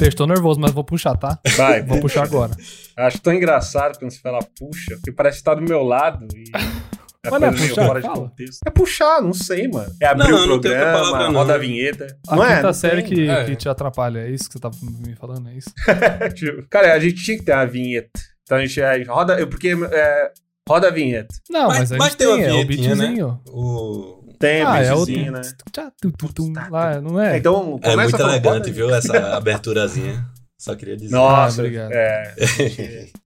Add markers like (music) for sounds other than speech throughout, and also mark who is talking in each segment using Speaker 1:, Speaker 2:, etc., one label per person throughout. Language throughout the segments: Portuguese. Speaker 1: Estou nervoso, mas vou puxar, tá?
Speaker 2: Vai,
Speaker 1: Vou puxar agora.
Speaker 2: Acho tão engraçado quando você fala puxa, porque parece que tá do meu lado
Speaker 1: (laughs)
Speaker 2: e. É
Speaker 1: Mas não é
Speaker 2: coisa meio
Speaker 1: puxar,
Speaker 2: fora de
Speaker 1: fala.
Speaker 2: contexto. É puxar, não sei, mano. É abrir
Speaker 3: Não,
Speaker 2: o
Speaker 3: não tem outra
Speaker 2: programa,
Speaker 3: palavra, não.
Speaker 2: roda a vinheta.
Speaker 1: A
Speaker 2: não é?
Speaker 1: quinta
Speaker 2: Não
Speaker 1: série
Speaker 2: tem.
Speaker 1: que,
Speaker 4: É.
Speaker 1: que te atrapalha, é isso que você tá me falando, é isso?
Speaker 2: Tipo, Cara, a gente tinha que ter uma vinheta. Então a gente, a gente roda. eu- Porque é, roda a vinheta.
Speaker 1: Não, mas,
Speaker 3: Mas-
Speaker 1: aí
Speaker 3: mas tem uma
Speaker 1: é o
Speaker 3: vinhetinha, né?
Speaker 1: beatzinho.
Speaker 3: O...
Speaker 2: Tem
Speaker 1: Ah, é o-
Speaker 2: beatzinho, né?
Speaker 1: Tchá, tu, tu, tu, lá, não é?
Speaker 2: Então,
Speaker 3: É
Speaker 2: começa
Speaker 3: muito
Speaker 2: com roda
Speaker 3: elegante,
Speaker 2: a-
Speaker 3: viu?
Speaker 2: (laughs)
Speaker 3: Essa aberturazinha. Só queria dizer.
Speaker 1: Ah,
Speaker 2: Nossa,
Speaker 1: obrigado.
Speaker 2: É,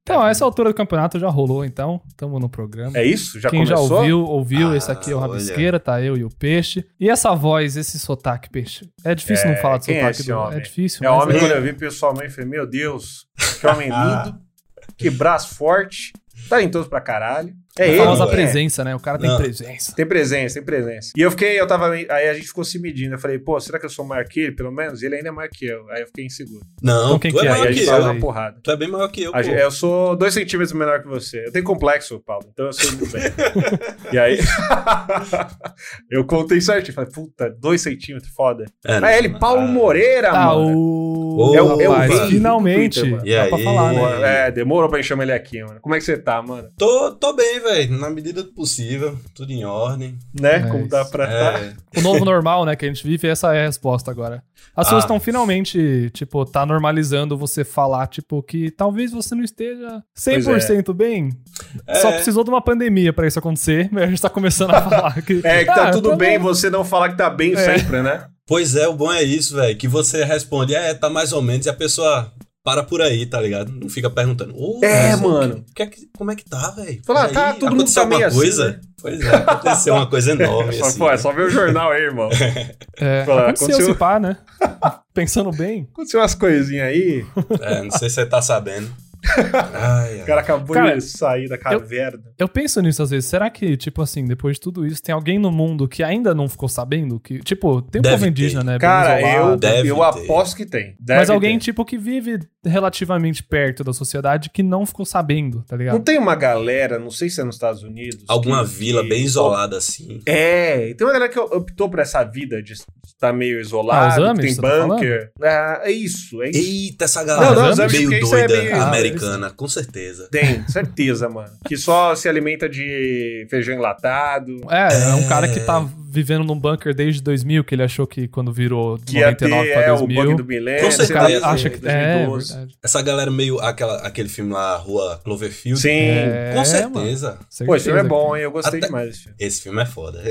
Speaker 1: Então, a essa altura do campeonato já rolou, então. Tamo no programa.
Speaker 2: é isso? Já
Speaker 1: Quem
Speaker 2: começou?
Speaker 1: já ouviu, ouviu.
Speaker 3: Ah,
Speaker 1: esse aqui é o
Speaker 3: olha.
Speaker 1: Rabisqueira, tá eu e o Peixe. E essa voz, esse sotaque, Peixe. É difícil não falar de
Speaker 2: quem é
Speaker 1: sotaque
Speaker 2: esse
Speaker 1: do
Speaker 2: homem?
Speaker 1: É difícil.
Speaker 2: É
Speaker 1: mas
Speaker 2: homem,
Speaker 1: é-
Speaker 2: quando eu vi pessoalmente, eu falei, meu Deus, que homem
Speaker 3: (laughs)
Speaker 2: lindo, que braço forte, talentoso pra caralho. É
Speaker 1: a
Speaker 2: ele.
Speaker 1: famosa
Speaker 3: é.
Speaker 1: presença, né? O cara tem
Speaker 3: Não.
Speaker 1: presença.
Speaker 2: Tem presença, tem presença. E eu fiquei, eu tava, aí a gente ficou se medindo. Eu falei, pô, será que eu sou maior que ele? Pelo menos ele ainda é maior que eu. Aí eu fiquei inseguro.
Speaker 3: Não,
Speaker 1: Então quem
Speaker 3: tu
Speaker 1: que
Speaker 3: é
Speaker 1: é?
Speaker 2: aí
Speaker 3: maior
Speaker 2: a
Speaker 3: que
Speaker 2: gente
Speaker 3: eu.
Speaker 2: saiu na porrada.
Speaker 3: Tu é bem maior que eu, pô.
Speaker 2: A gente- eu sou dois centímetros menor que você. Eu tenho complexo, Paulo, então eu sou muito bem. e aí, (laughs) eu contei certinho. Falei, puta, dois centímetros, foda.
Speaker 3: É,
Speaker 2: Aí ele,
Speaker 3: não,
Speaker 2: Paulo
Speaker 3: ah,
Speaker 2: Moreira,
Speaker 1: Tá,
Speaker 2: mano.
Speaker 1: o...
Speaker 3: É o- é o
Speaker 1: Rapaz,
Speaker 3: rei do
Speaker 1: finalmente.
Speaker 2: Twitter, mano.
Speaker 3: E
Speaker 1: dá
Speaker 3: aí?
Speaker 1: pra falar, né?
Speaker 2: Pô, É, demorou pra gente chamar ele aqui, mano. Como é que você tá, mano?
Speaker 3: Tô, tô bem, velho. Na medida do possível. Tudo em ordem.
Speaker 2: Né?
Speaker 1: É
Speaker 2: Como dá
Speaker 1: isso.
Speaker 2: pra tá? (laughs)
Speaker 3: É,
Speaker 1: O novo normal, né, que a gente vive, essa é a resposta agora. As pessoas
Speaker 3: Ah.
Speaker 1: estão finalmente, tipo, tá normalizando você falar, tipo, que talvez você não esteja 100% bem.
Speaker 3: É.
Speaker 1: Só precisou de uma pandemia pra isso acontecer, (laughs) mas a gente tá começando a falar. Que,
Speaker 2: É, que tá
Speaker 1: Ah,
Speaker 2: tudo
Speaker 1: tá
Speaker 2: bem
Speaker 1: bom.
Speaker 2: você não falar que tá bem
Speaker 1: É.
Speaker 2: sempre, né?
Speaker 3: Pois é, o bom é isso, velho. Que você responde, é, tá mais ou menos, e a pessoa para por aí, tá ligado? Não fica perguntando. ô,
Speaker 2: É,
Speaker 3: mas
Speaker 2: mano.
Speaker 3: o que é que- como é que tá, velho?
Speaker 2: Fala,
Speaker 3: Peraí,
Speaker 2: tá, todo mundo
Speaker 3: aconteceu
Speaker 2: tá meio
Speaker 3: alguma
Speaker 2: assim,
Speaker 3: coisa?
Speaker 2: né?
Speaker 3: Pois é, aconteceu
Speaker 2: (laughs)
Speaker 3: uma coisa enorme,
Speaker 2: Só,
Speaker 3: assim.
Speaker 2: pô, é só ver o jornal aí,
Speaker 3: (laughs)
Speaker 2: irmão.
Speaker 1: É,
Speaker 2: Fala,
Speaker 1: aconteceu,
Speaker 2: aconteceu.
Speaker 1: se pá, né? (laughs) Pensando bem.
Speaker 2: Aconteceu umas coisinhas aí,
Speaker 3: É, não sei se você tá sabendo.
Speaker 2: (laughs)
Speaker 3: Ai,
Speaker 2: o
Speaker 3: ai.
Speaker 2: cara acabou
Speaker 1: Cara, É
Speaker 2: de sair da caverna.
Speaker 1: Eu penso nisso às vezes. Será que, tipo assim, depois de tudo isso, tem alguém no mundo que ainda não ficou sabendo? que Tipo, tem um
Speaker 3: Deve
Speaker 1: povo
Speaker 3: ter.
Speaker 1: indígena, né? bem
Speaker 2: Cara, eu,
Speaker 1: isolado.
Speaker 3: Deve
Speaker 2: eu
Speaker 3: ter.
Speaker 2: aposto que tem. Deve
Speaker 1: Mas alguém,
Speaker 2: ter.
Speaker 1: tipo, que vive relativamente perto da sociedade que não ficou sabendo, tá ligado?
Speaker 2: Não tem uma galera, não sei se é nos Estados Unidos.
Speaker 3: Alguma
Speaker 2: que-
Speaker 3: vila
Speaker 2: que-
Speaker 3: bem isolada, assim.
Speaker 2: É, e tem uma galera que optou por essa vida de estar meio
Speaker 1: Ah, os
Speaker 2: isolado, que
Speaker 1: Amish,
Speaker 2: tem
Speaker 1: você tá
Speaker 2: bunker. é, é isso, é
Speaker 3: (laughs)
Speaker 2: isso.
Speaker 3: Eita, essa galera
Speaker 1: Não, não, sabe
Speaker 2: por
Speaker 3: meio
Speaker 2: que isso é
Speaker 3: doida
Speaker 2: meio-
Speaker 1: Ah,
Speaker 3: americana, com certeza.
Speaker 2: Tem, certeza, mano. Que só se alimenta de feijão enlatado.
Speaker 1: É, é um
Speaker 3: É.
Speaker 1: cara que tá vivendo num bunker desde 2000, que ele achou que quando virou de
Speaker 2: Que ia ter
Speaker 1: 99 pra
Speaker 2: é, o bug
Speaker 1: 2000,
Speaker 2: do milênio.
Speaker 3: Com
Speaker 1: o
Speaker 3: certeza,
Speaker 1: cara
Speaker 3: é,
Speaker 1: acha que... É,
Speaker 2: 2012.
Speaker 1: verdade.
Speaker 3: Essa galera meio aquela, aquele filme lá, Rua Cloverfield.
Speaker 2: Sim.
Speaker 1: É,
Speaker 3: Com
Speaker 1: mano.
Speaker 3: certeza.
Speaker 1: certeza.
Speaker 2: Pô, esse filme é bom, hein? Eu gostei
Speaker 3: Até-
Speaker 2: demais desse filme.
Speaker 3: Esse filme é foda.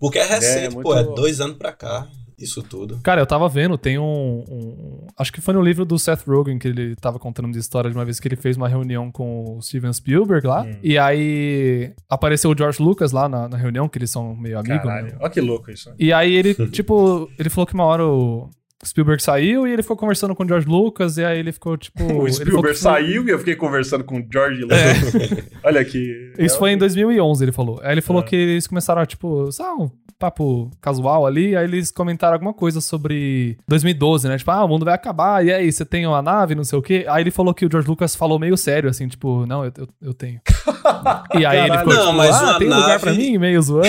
Speaker 3: Porque é recente,
Speaker 2: muito-
Speaker 3: pô, é dois anos pra cá, isso tudo.
Speaker 1: Cara, eu tava vendo, tem um, um- Acho que foi no livro do Seth Rogen que ele tava contando de história de uma vez que ele fez uma reunião com o Steven Spielberg lá.
Speaker 2: Hum.
Speaker 1: E aí apareceu o George Lucas lá na, na reunião, que eles são meio amigos, né?
Speaker 2: Caralho, olha que louco isso. né?
Speaker 1: E aí
Speaker 2: (laughs)
Speaker 1: ele, tipo, ele falou que uma hora o Spielberg saiu e ele ficou conversando com o George Lucas, e aí ele ficou, tipo.
Speaker 2: (laughs) O
Speaker 1: ele falou
Speaker 2: Spielberg
Speaker 1: que foi- É.
Speaker 2: saiu né? e eu fiquei conversando com o
Speaker 1: (laughs)
Speaker 2: George Lucas. Olha aqui.
Speaker 1: Isso foi em 2011, ele falou. Aí ele
Speaker 2: É.
Speaker 1: falou que eles começaram, a, tipo, sabe, um papo casual ali, aí eles comentaram alguma coisa sobre 2012, né? Tipo, ah, o mundo vai acabar, e aí, você tem uma nave, não sei o quê. Aí ele falou que o George Lucas falou meio sério, assim, tipo, não, eu, eu, eu
Speaker 2: (laughs)
Speaker 1: tenho. E aí ele
Speaker 2: Caralho.
Speaker 1: ficou,
Speaker 3: Não,
Speaker 1: tipo,
Speaker 3: mas
Speaker 1: ah,
Speaker 3: uma
Speaker 1: tem lugar
Speaker 3: nave-
Speaker 1: pra mim? Meio
Speaker 3: (laughs)
Speaker 1: zoando.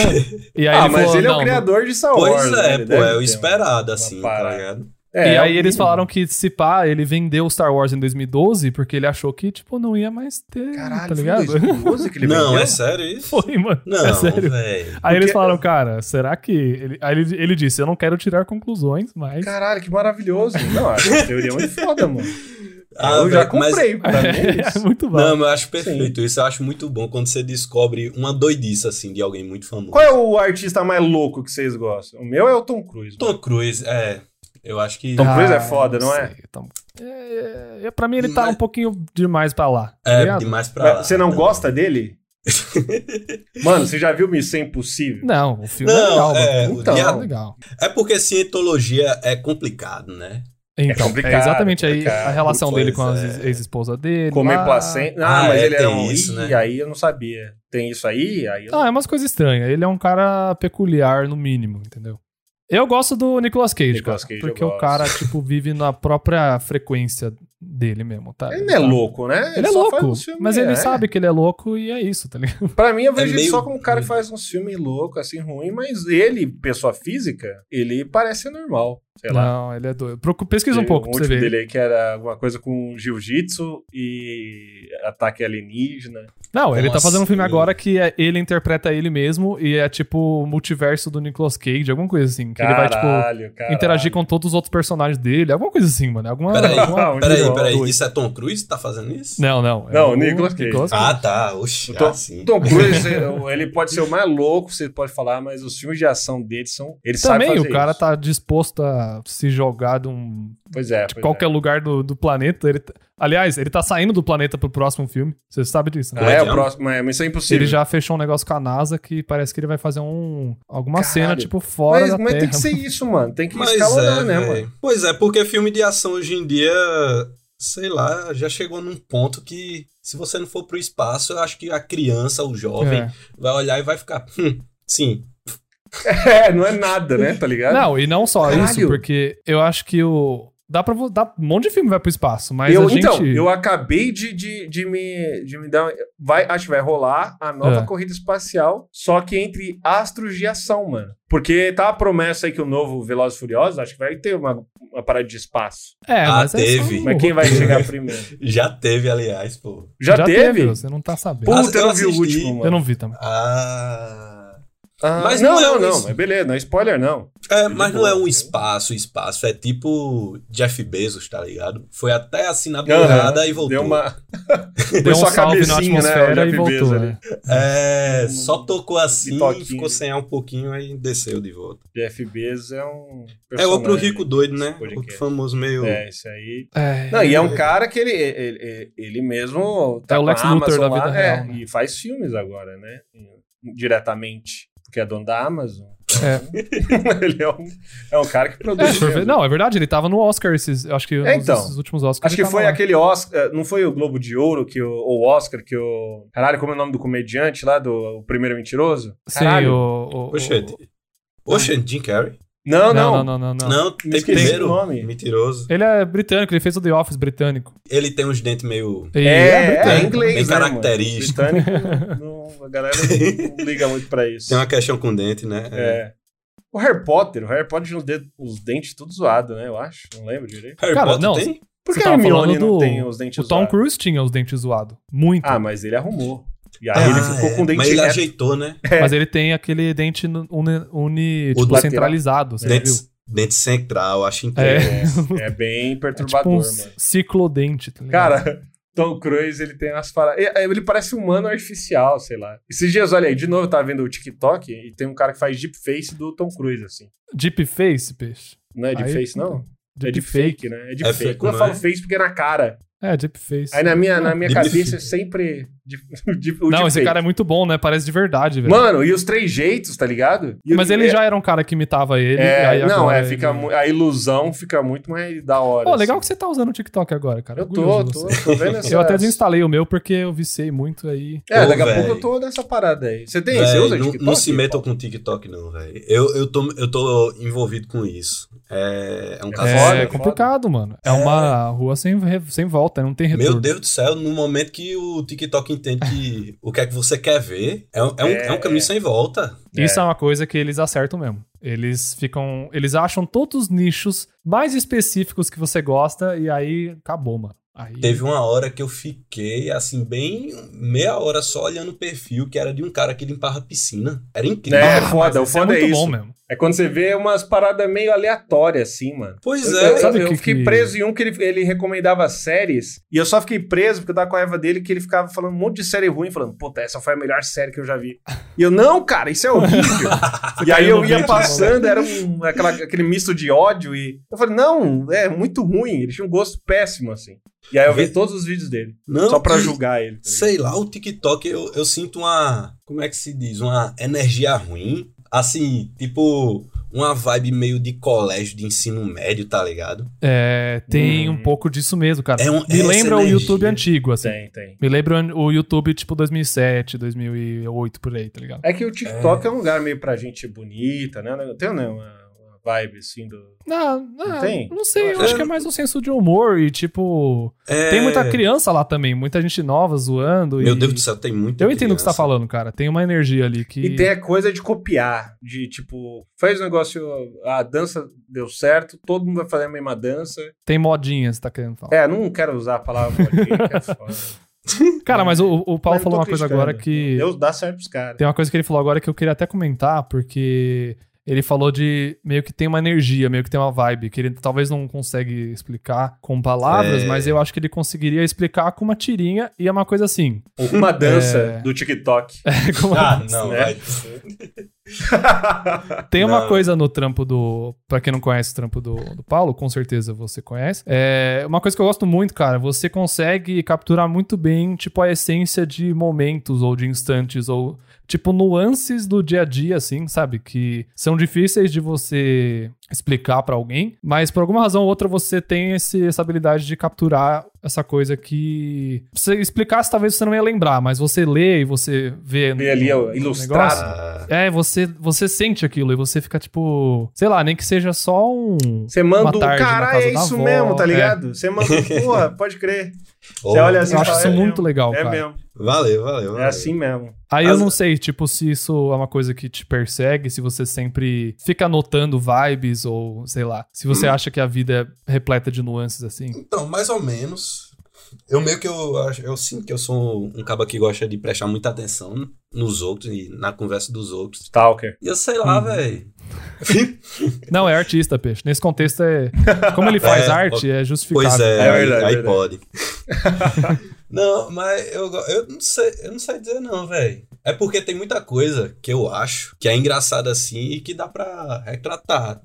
Speaker 1: E aí
Speaker 2: ah,
Speaker 1: ele
Speaker 2: mas
Speaker 1: falou,
Speaker 2: ele é o
Speaker 1: não, não-
Speaker 2: criador de Star Wars.
Speaker 3: Pois
Speaker 2: né?
Speaker 3: é,
Speaker 2: Ele
Speaker 3: pô,
Speaker 2: deve
Speaker 3: é o
Speaker 2: ter.
Speaker 3: esperado, assim, tá
Speaker 2: parada.
Speaker 3: ligado?
Speaker 2: É,
Speaker 1: e
Speaker 2: é o
Speaker 1: aí eles
Speaker 2: mínimo.
Speaker 1: falaram que se pá, ele vendeu Star Wars em 2012 porque ele achou que, tipo, não ia mais ter,
Speaker 2: Caralho,
Speaker 1: tá ligado?
Speaker 2: foi em 2012 que ele
Speaker 3: não,
Speaker 2: vendeu?
Speaker 3: é sério isso?
Speaker 1: (laughs) Foi, mano.
Speaker 3: Não,
Speaker 1: é sério.
Speaker 3: velho.
Speaker 1: Aí eles
Speaker 2: Porque-
Speaker 1: falaram, cara, será que... Ele, aí ele, ele disse, eu não quero tirar conclusões, mas...
Speaker 2: Caralho, que maravilhoso. Não, essa teoria é
Speaker 1: (laughs)
Speaker 2: muito foda, mano.
Speaker 3: Ah,
Speaker 2: eu já
Speaker 3: velho, mas-
Speaker 2: comprei pra mim. é
Speaker 1: é
Speaker 2: isso.
Speaker 1: muito bom.
Speaker 3: Não, mas eu acho perfeito isso. Eu acho muito bom quando você descobre uma doidice, assim, de alguém muito famoso.
Speaker 2: Qual é o artista mais louco que vocês gostam? O meu é o Tom Cruise. mano.
Speaker 3: Tom Cruise, é. Eu acho que.
Speaker 2: Tom Cruise é
Speaker 1: Ah,
Speaker 2: foda, não é?
Speaker 1: sei, Tom- É, é, pra mim ele tá
Speaker 3: Mas-
Speaker 1: um pouquinho demais pra lá. tá
Speaker 3: é
Speaker 1: ligado?
Speaker 3: demais pra. lá,
Speaker 2: Mas Você não
Speaker 3: tá?
Speaker 1: (laughs)
Speaker 2: gosta dele? Mano, você já viu Missão Impossível?
Speaker 1: Não, o filme é
Speaker 3: Não,
Speaker 1: legal,
Speaker 3: é,
Speaker 1: mano.
Speaker 3: o
Speaker 1: Então,
Speaker 2: diabo-
Speaker 1: é legal.
Speaker 3: É porque cientologia é complicado, né?
Speaker 1: Então, é,
Speaker 2: complicado,
Speaker 1: exatamente aí a
Speaker 2: complicado.
Speaker 1: relação dele com
Speaker 3: Pois
Speaker 1: as ex-
Speaker 3: é.
Speaker 1: ex-esposa dele.
Speaker 2: Comer
Speaker 1: lá.
Speaker 2: placenta. Ah,
Speaker 3: Ah,
Speaker 2: mas
Speaker 3: é,
Speaker 2: ele era
Speaker 3: tem
Speaker 2: um.
Speaker 3: isso,
Speaker 2: Ih,
Speaker 3: né?
Speaker 2: aí eu não sabia. Tem isso aí? aí eu...
Speaker 1: Ah, é umas coisas estranhas. Ele é um cara peculiar, no mínimo, entendeu? Eu gosto do Nicolas Cage,
Speaker 2: Nicolas
Speaker 1: cara,
Speaker 2: Cage eu
Speaker 1: porque o
Speaker 2: gosto.
Speaker 1: cara, tipo, vive na própria frequência dele mesmo, tá?
Speaker 2: Ele não é
Speaker 1: tá-
Speaker 2: louco, né?
Speaker 1: Ele é
Speaker 2: só
Speaker 1: louco,
Speaker 2: faz uns filmes-
Speaker 1: mas ele
Speaker 2: é.
Speaker 1: sabe que ele é louco e é isso, tá ligado?
Speaker 2: Pra mim, eu vejo ele
Speaker 3: É meio-
Speaker 2: só como um cara que faz uns filmes loucos, assim, ruim, mas ele, pessoa física, ele parece normal. Sei lá.
Speaker 1: Não, ele é doido. Procu- Pesquisa um
Speaker 2: Tem
Speaker 1: pouco pra você
Speaker 2: último
Speaker 1: ver.
Speaker 2: dele aí que era alguma coisa com jiu-jitsu e ataque alienígena.
Speaker 1: Não, ele tá
Speaker 3: Nossa,
Speaker 1: fazendo um filme
Speaker 3: meu.
Speaker 1: agora que é- ele interpreta ele mesmo e é tipo o multiverso do Nicolas Cage, alguma coisa assim. Que ele vai, tipo,
Speaker 2: Caralho, cara.
Speaker 1: interagir com todos os outros personagens dele, alguma coisa assim, mano. Alguma.
Speaker 2: (laughs)
Speaker 3: Peraí,
Speaker 1: alguma...
Speaker 2: Muito
Speaker 3: Peraí,
Speaker 2: bom,
Speaker 3: peraí.
Speaker 1: doido.
Speaker 3: Isso é Tom Cruise que tá fazendo isso?
Speaker 1: Não, não. é
Speaker 2: Não,
Speaker 1: o
Speaker 2: Nicolas Cage.
Speaker 3: Ah, tá. Oxi,
Speaker 2: O Tom,
Speaker 3: ah, sim.
Speaker 2: Tom Cruise, ele pode ser o mais louco, você pode falar, mas os filmes de ação dele são. Ele sabe
Speaker 1: Também
Speaker 2: fazer
Speaker 1: o cara
Speaker 2: isso.
Speaker 1: tá disposto a se jogar de, um,
Speaker 2: Pois é.
Speaker 1: de
Speaker 2: pois
Speaker 1: qualquer
Speaker 2: é.
Speaker 1: lugar do, do planeta. Ele, tá- aliás, ele tá saindo do planeta pro próximo filme. Você sabe disso, né?
Speaker 2: Não é
Speaker 3: Como é
Speaker 2: o
Speaker 3: que é?
Speaker 2: próximo, é, mas isso é impossível.
Speaker 1: Ele já fechou um negócio com a NASA que parece que ele vai fazer um alguma
Speaker 2: Caralho.
Speaker 1: cena tipo fora
Speaker 2: mas
Speaker 1: da
Speaker 2: mas
Speaker 1: Terra.
Speaker 2: tem que ser isso, mano. Tem que
Speaker 3: Mas
Speaker 2: escalonar,
Speaker 3: é,
Speaker 2: né,
Speaker 3: véi.
Speaker 2: mano?
Speaker 3: Pois é, porque filme de ação hoje em dia, sei lá, já chegou num ponto que se você não for pro espaço, eu acho que a criança, o jovem,
Speaker 1: É.
Speaker 3: vai olhar e vai ficar, hum, sim.
Speaker 2: É, não é nada, né? Tá ligado?
Speaker 1: Não, e não só
Speaker 2: Caralho.
Speaker 1: isso, porque eu acho que o dá para dá um monte de filme vai pro espaço, mas
Speaker 2: eu,
Speaker 1: a gente
Speaker 2: Então, eu acabei de, de, de me, de me dar. Vai, acho que vai rolar a nova
Speaker 1: É.
Speaker 2: corrida espacial, só que entre astros de ação, mano. Porque tá a promessa aí que o novo Velozes e Furiosos, acho que vai ter uma, uma parada de espaço.
Speaker 1: É,
Speaker 3: Ah,
Speaker 1: mas é
Speaker 3: teve.
Speaker 1: só-
Speaker 2: Mas quem vai chegar primeiro?
Speaker 3: Já teve, aliás, pô.
Speaker 2: Já, teve?
Speaker 1: você não tá sabendo.
Speaker 3: Ah,
Speaker 2: Puta, eu
Speaker 3: eu
Speaker 2: não vi o
Speaker 3: assisti.
Speaker 2: último, mano.
Speaker 1: eu não vi também.
Speaker 3: Ah.
Speaker 2: Ah,
Speaker 3: Mas
Speaker 2: não,
Speaker 3: não é
Speaker 2: não, não.
Speaker 3: isso.
Speaker 2: Mas beleza, não é spoiler, não.
Speaker 3: É, mas não
Speaker 2: né?
Speaker 3: é um espaço, espaço. É tipo Jeff Bezos, tá ligado? Foi até assinado
Speaker 2: Aham.
Speaker 3: nada e voltou.
Speaker 1: (laughs)
Speaker 2: Deu uma.
Speaker 1: Deu um
Speaker 2: só a
Speaker 1: salve na
Speaker 2: cabecinha, né,
Speaker 1: atmosfera
Speaker 2: o
Speaker 1: e
Speaker 2: Jeff
Speaker 1: voltou.
Speaker 2: Bezos ali.
Speaker 1: né?
Speaker 2: (laughs)
Speaker 3: É, só tocou assim,
Speaker 2: Um toquinho.
Speaker 3: ficou sem ar um pouquinho, aí desceu de volta.
Speaker 2: Jeff Bezos é um.
Speaker 3: É outro
Speaker 2: personagem
Speaker 3: rico doido, né?
Speaker 2: desse podcast.
Speaker 3: Outro famoso meio.
Speaker 2: É, isso aí
Speaker 1: É,
Speaker 2: Não, e é um cara que ele, ele, ele- ele mesmo. tá
Speaker 1: É o
Speaker 2: com
Speaker 1: Lex
Speaker 2: a
Speaker 1: Luthor
Speaker 2: Amazon
Speaker 1: da vida
Speaker 2: é,
Speaker 1: real, né?
Speaker 2: E faz filmes agora, né? Diretamente. Porque é dono da Amazon. (laughs)
Speaker 1: É.
Speaker 2: ele é um, é um cara que
Speaker 1: É,
Speaker 2: produz.
Speaker 1: se for ver-
Speaker 2: filme.
Speaker 1: não, é verdade, ele tava no Oscar esses, eu acho que
Speaker 2: É,
Speaker 1: nos-
Speaker 2: então.
Speaker 1: esses últimos Oscars.
Speaker 2: Acho que
Speaker 1: ele
Speaker 2: foi
Speaker 1: tava lá.
Speaker 2: aquele Oscar. Não foi o Globo de Ouro que o, ou o Oscar que o. Caralho, como é o nome do comediante lá, do o Primeiro Mentiroso?
Speaker 1: Sim,
Speaker 2: Caralho.
Speaker 1: o, o,
Speaker 3: Oxe, Oxe, Jim Carrey?
Speaker 1: Não,
Speaker 2: Não, não.
Speaker 1: não, não, não, não.
Speaker 3: Não, tem
Speaker 2: esqueci
Speaker 3: primeiro.
Speaker 2: o nome.
Speaker 3: Mentiroso.
Speaker 1: Ele é britânico, ele fez o The Office britânico.
Speaker 3: Ele tem uns dentes meio.
Speaker 1: E
Speaker 2: É, é,
Speaker 1: britânico.
Speaker 2: inglês.
Speaker 3: Bem
Speaker 2: né, mano?
Speaker 3: característico.
Speaker 2: Britânico, não-
Speaker 3: (laughs)
Speaker 2: não- a galera não, não liga muito pra isso.
Speaker 3: Tem uma questão com dente, né?
Speaker 2: É. O Harry Potter, o Harry Potter tinha os, dedos- os dentes tudo zoado, né? Eu acho, não lembro direito.
Speaker 3: Harry
Speaker 1: Cara,
Speaker 3: Potter
Speaker 1: não,
Speaker 3: tem?
Speaker 2: Por
Speaker 1: Você
Speaker 2: que a
Speaker 1: tava
Speaker 2: Hermione
Speaker 1: falando
Speaker 2: não
Speaker 1: do-
Speaker 2: tem os dentes
Speaker 1: O Tom
Speaker 2: zoados?
Speaker 1: Cruise tinha os dentes zoados. Muito.
Speaker 2: Ah, mas ele arrumou. E aí ele
Speaker 3: Ah,
Speaker 2: ficou
Speaker 3: é.
Speaker 2: com o dente
Speaker 3: Mas ele
Speaker 2: reto.
Speaker 3: ajeitou, né?
Speaker 2: é.
Speaker 1: Mas ele tem aquele dente no- uni, uni,
Speaker 3: O
Speaker 1: tipo,
Speaker 3: lateral.
Speaker 1: centralizado, você viu?
Speaker 3: Dente, dente central, acho
Speaker 1: É.
Speaker 3: incrível.
Speaker 2: É, é bem
Speaker 1: (laughs) É tipo
Speaker 2: perturbador,
Speaker 1: um
Speaker 2: mano.
Speaker 1: ciclodente, tá ligado? (laughs)
Speaker 2: Cara, (laughs) Tom Cruise, ele tem umas paradas. Ele parece um humano artificial, sei lá. Esses dias, olha aí, de novo, eu tava vendo o TikTok e tem um cara que faz deepface do Tom Cruise, assim.
Speaker 1: Deep face, peixe.
Speaker 2: Não é
Speaker 1: Aí-
Speaker 2: deepface, não?
Speaker 1: Deep
Speaker 2: é deepfake, fake, né? É deepfake.
Speaker 3: fake,
Speaker 2: Quando eu
Speaker 3: não é?
Speaker 2: falo face, porque é na cara.
Speaker 1: É, deep face.
Speaker 2: Aí na minha, na minha
Speaker 3: Deepfake.
Speaker 2: cabeça é sempre. de- (laughs) de- o
Speaker 1: Não, esse
Speaker 2: deepfake.
Speaker 1: cara é muito bom, né? Parece de verdade, velho.
Speaker 2: Mano, e os três jeitos, tá ligado? E
Speaker 1: Mas
Speaker 2: o-
Speaker 1: ele
Speaker 2: é-
Speaker 1: já era um cara que imitava ele.
Speaker 2: é,
Speaker 1: e aí
Speaker 2: não,
Speaker 1: agora
Speaker 2: é, fica
Speaker 1: ele...
Speaker 2: mu- a ilusão fica muito mais da hora.
Speaker 1: Pô, legal que
Speaker 2: assim.
Speaker 1: você tá usando o TikTok agora, cara.
Speaker 2: Eu tô,
Speaker 1: Orgulhoso de
Speaker 2: tô, é.
Speaker 1: você.
Speaker 2: tô vendo
Speaker 1: (laughs)
Speaker 2: essa.
Speaker 1: Eu até desinstalei o meu porque eu viciei muito aí.
Speaker 2: É,
Speaker 3: Ô,
Speaker 2: daqui a
Speaker 3: véi.
Speaker 2: pouco eu tô nessa parada aí. Você tem,
Speaker 3: Véi,
Speaker 2: você usa
Speaker 3: não,
Speaker 2: TikTok?
Speaker 3: não se metam
Speaker 2: Paulo?
Speaker 3: com TikTok, não, velho. Eu, eu, tô, eu tô envolvido com isso. É, é um
Speaker 2: É
Speaker 3: caso.
Speaker 1: É,
Speaker 2: foda, é foda.
Speaker 1: complicado, mano. É, uma rua sem, re- sem volta, não tem retorno.
Speaker 3: Meu Deus do céu, no momento que o TikTok entende (laughs) que o que é que você quer ver, é, um- é um, é um caminho sem volta.
Speaker 1: Isso é. uma coisa que eles acertam mesmo. Eles ficam. Eles acham todos os nichos mais específicos que você gosta e aí acabou, mano. Aí,
Speaker 3: Teve uma hora que eu fiquei, assim, bem meia hora só olhando o perfil, que era de um cara que limpava a piscina. Era incrível.
Speaker 2: É,
Speaker 1: Ah, mas
Speaker 2: foda, o
Speaker 1: isso
Speaker 2: foda é,
Speaker 1: muito
Speaker 2: isso.
Speaker 1: bom mesmo.
Speaker 2: É quando você vê umas paradas meio aleatórias, assim, mano.
Speaker 3: Pois
Speaker 2: Eu-
Speaker 3: é.
Speaker 2: eu,
Speaker 1: Sabe
Speaker 2: eu
Speaker 1: que-
Speaker 2: fiquei
Speaker 1: que-
Speaker 2: preso em um que ele, ele recomendava séries, e eu só fiquei preso porque eu tava com a raiva dele, que ele ficava falando um monte de série ruim, falando, puta, essa foi a melhor série que eu já vi. E eu, não, cara, isso
Speaker 1: (laughs)
Speaker 2: é horrível. e aí
Speaker 1: caiu
Speaker 2: eu
Speaker 1: no né?
Speaker 2: ia
Speaker 1: bait,
Speaker 2: passando, era um- aquela- aquele misto de ódio, e eu falei, não, é muito ruim, ele tinha um gosto péssimo, assim. E aí eu vi todos os vídeos dele,
Speaker 3: Não,
Speaker 2: só pra
Speaker 3: e-
Speaker 2: julgar ele. tá ligado?
Speaker 3: Sei lá, o TikTok eu, eu sinto uma. Como é que se diz? Uma energia ruim. Assim, tipo, uma vibe meio de colégio de ensino médio, tá ligado?
Speaker 1: É, tem
Speaker 2: Hum.
Speaker 1: um pouco disso mesmo, cara.
Speaker 3: É um-
Speaker 1: Me
Speaker 3: essa
Speaker 1: lembra o
Speaker 3: energia.
Speaker 1: YouTube antigo, assim.
Speaker 2: Tem, tem.
Speaker 1: Me lembra o YouTube tipo 2007, 2008, por aí, tá ligado?
Speaker 2: É que o TikTok é, um lugar meio pra gente bonita, né? Tem né, uma, uma vibe, assim, do.
Speaker 1: Não, não,
Speaker 2: tem?
Speaker 1: não sei, eu
Speaker 3: É.
Speaker 1: acho que é mais um senso de humor e, tipo,
Speaker 3: É,
Speaker 1: tem muita criança lá também, muita gente nova zoando.
Speaker 3: Meu
Speaker 1: e-
Speaker 3: Deus do céu, tem muita
Speaker 1: Eu entendo o que você tá
Speaker 3: criança.
Speaker 1: falando, cara. Tem uma energia ali que.
Speaker 2: E tem a coisa de copiar, de tipo, faz o negócio, a dança deu certo, todo mundo vai fazer a mesma dança.
Speaker 1: Tem modinha, você tá querendo falar.
Speaker 2: É, não quero usar a palavra modinha, que
Speaker 1: (laughs)
Speaker 2: é foda.
Speaker 1: Cara, mas o, o Paulo
Speaker 2: Mas não
Speaker 1: falou
Speaker 2: tô
Speaker 1: uma coisa
Speaker 2: criticando.
Speaker 1: agora que.
Speaker 2: Deus dá certo pros caras.
Speaker 1: Tem uma coisa que ele falou agora que eu queria até comentar, porque ele falou de meio que tem uma energia, meio que tem uma vibe, que ele talvez não consegue explicar com palavras,
Speaker 3: É.
Speaker 1: mas eu acho que ele conseguiria explicar com uma tirinha e é uma coisa assim. (laughs)
Speaker 2: Uma dança
Speaker 1: É.
Speaker 2: do TikTok.
Speaker 1: com uma-
Speaker 3: Ah, (laughs) não,
Speaker 2: Né?
Speaker 3: vai.
Speaker 2: (laughs)
Speaker 1: Tem uma
Speaker 3: Não.
Speaker 1: coisa no trampo do. Pra quem não conhece o trampo do, do Paulo, com certeza você conhece. É uma coisa que eu gosto muito, cara. Você consegue capturar muito bem, tipo, a essência de momentos ou de instantes ou. Tipo, nuances do dia a dia, assim, sabe? Que são difíceis de você explicar pra alguém, mas por alguma razão ou outra você tem esse, essa habilidade de capturar essa coisa que. Se você explicasse, talvez você não ia lembrar, mas você lê e você vê.
Speaker 2: Vê ali, ó, ilustrado.
Speaker 1: negócio,
Speaker 3: Ah,
Speaker 1: é, você, você sente aquilo e você fica tipo, sei lá, nem que seja só um.
Speaker 2: Você manda um
Speaker 1: Uma tarde na
Speaker 2: cara,
Speaker 1: casa
Speaker 2: é
Speaker 1: da
Speaker 2: isso
Speaker 1: avó,
Speaker 2: mesmo, tá
Speaker 1: é.
Speaker 2: ligado? Você
Speaker 1: (laughs)
Speaker 2: manda, porra, pode crer. Você
Speaker 3: oh,
Speaker 2: olha assim,
Speaker 1: Eu acho
Speaker 2: fala,
Speaker 1: isso
Speaker 2: é
Speaker 1: muito legal,
Speaker 2: É
Speaker 1: cara.
Speaker 2: mesmo.
Speaker 3: Valeu, valeu.
Speaker 2: É
Speaker 3: valeu.
Speaker 2: assim mesmo.
Speaker 1: Aí eu
Speaker 3: As-
Speaker 1: não sei, tipo, se isso é uma coisa que te persegue, se você sempre fica anotando vibes ou sei lá, se você acha que a vida é repleta de nuances assim.
Speaker 3: Então, mais ou menos. Eu meio que eu, acho- eu sinto que eu sou um caba que gosta de prestar muita atenção nos outros e na conversa dos outros.
Speaker 2: Stalker.
Speaker 3: E eu sei
Speaker 1: Uhum.
Speaker 3: lá, velho.
Speaker 1: Não, é artista, peixe. Nesse contexto é. Como
Speaker 3: (laughs)
Speaker 1: ele faz
Speaker 3: É,
Speaker 1: arte, é justificável.
Speaker 3: Pois é,
Speaker 2: É
Speaker 3: aí-
Speaker 2: verdade,
Speaker 3: aí,
Speaker 2: verdade.
Speaker 3: pode.
Speaker 2: (laughs)
Speaker 3: não, mas eu, go- eu não sei, eu não sei dizer não, velho. É porque tem muita coisa que eu acho que é engraçada assim e que dá pra retratar.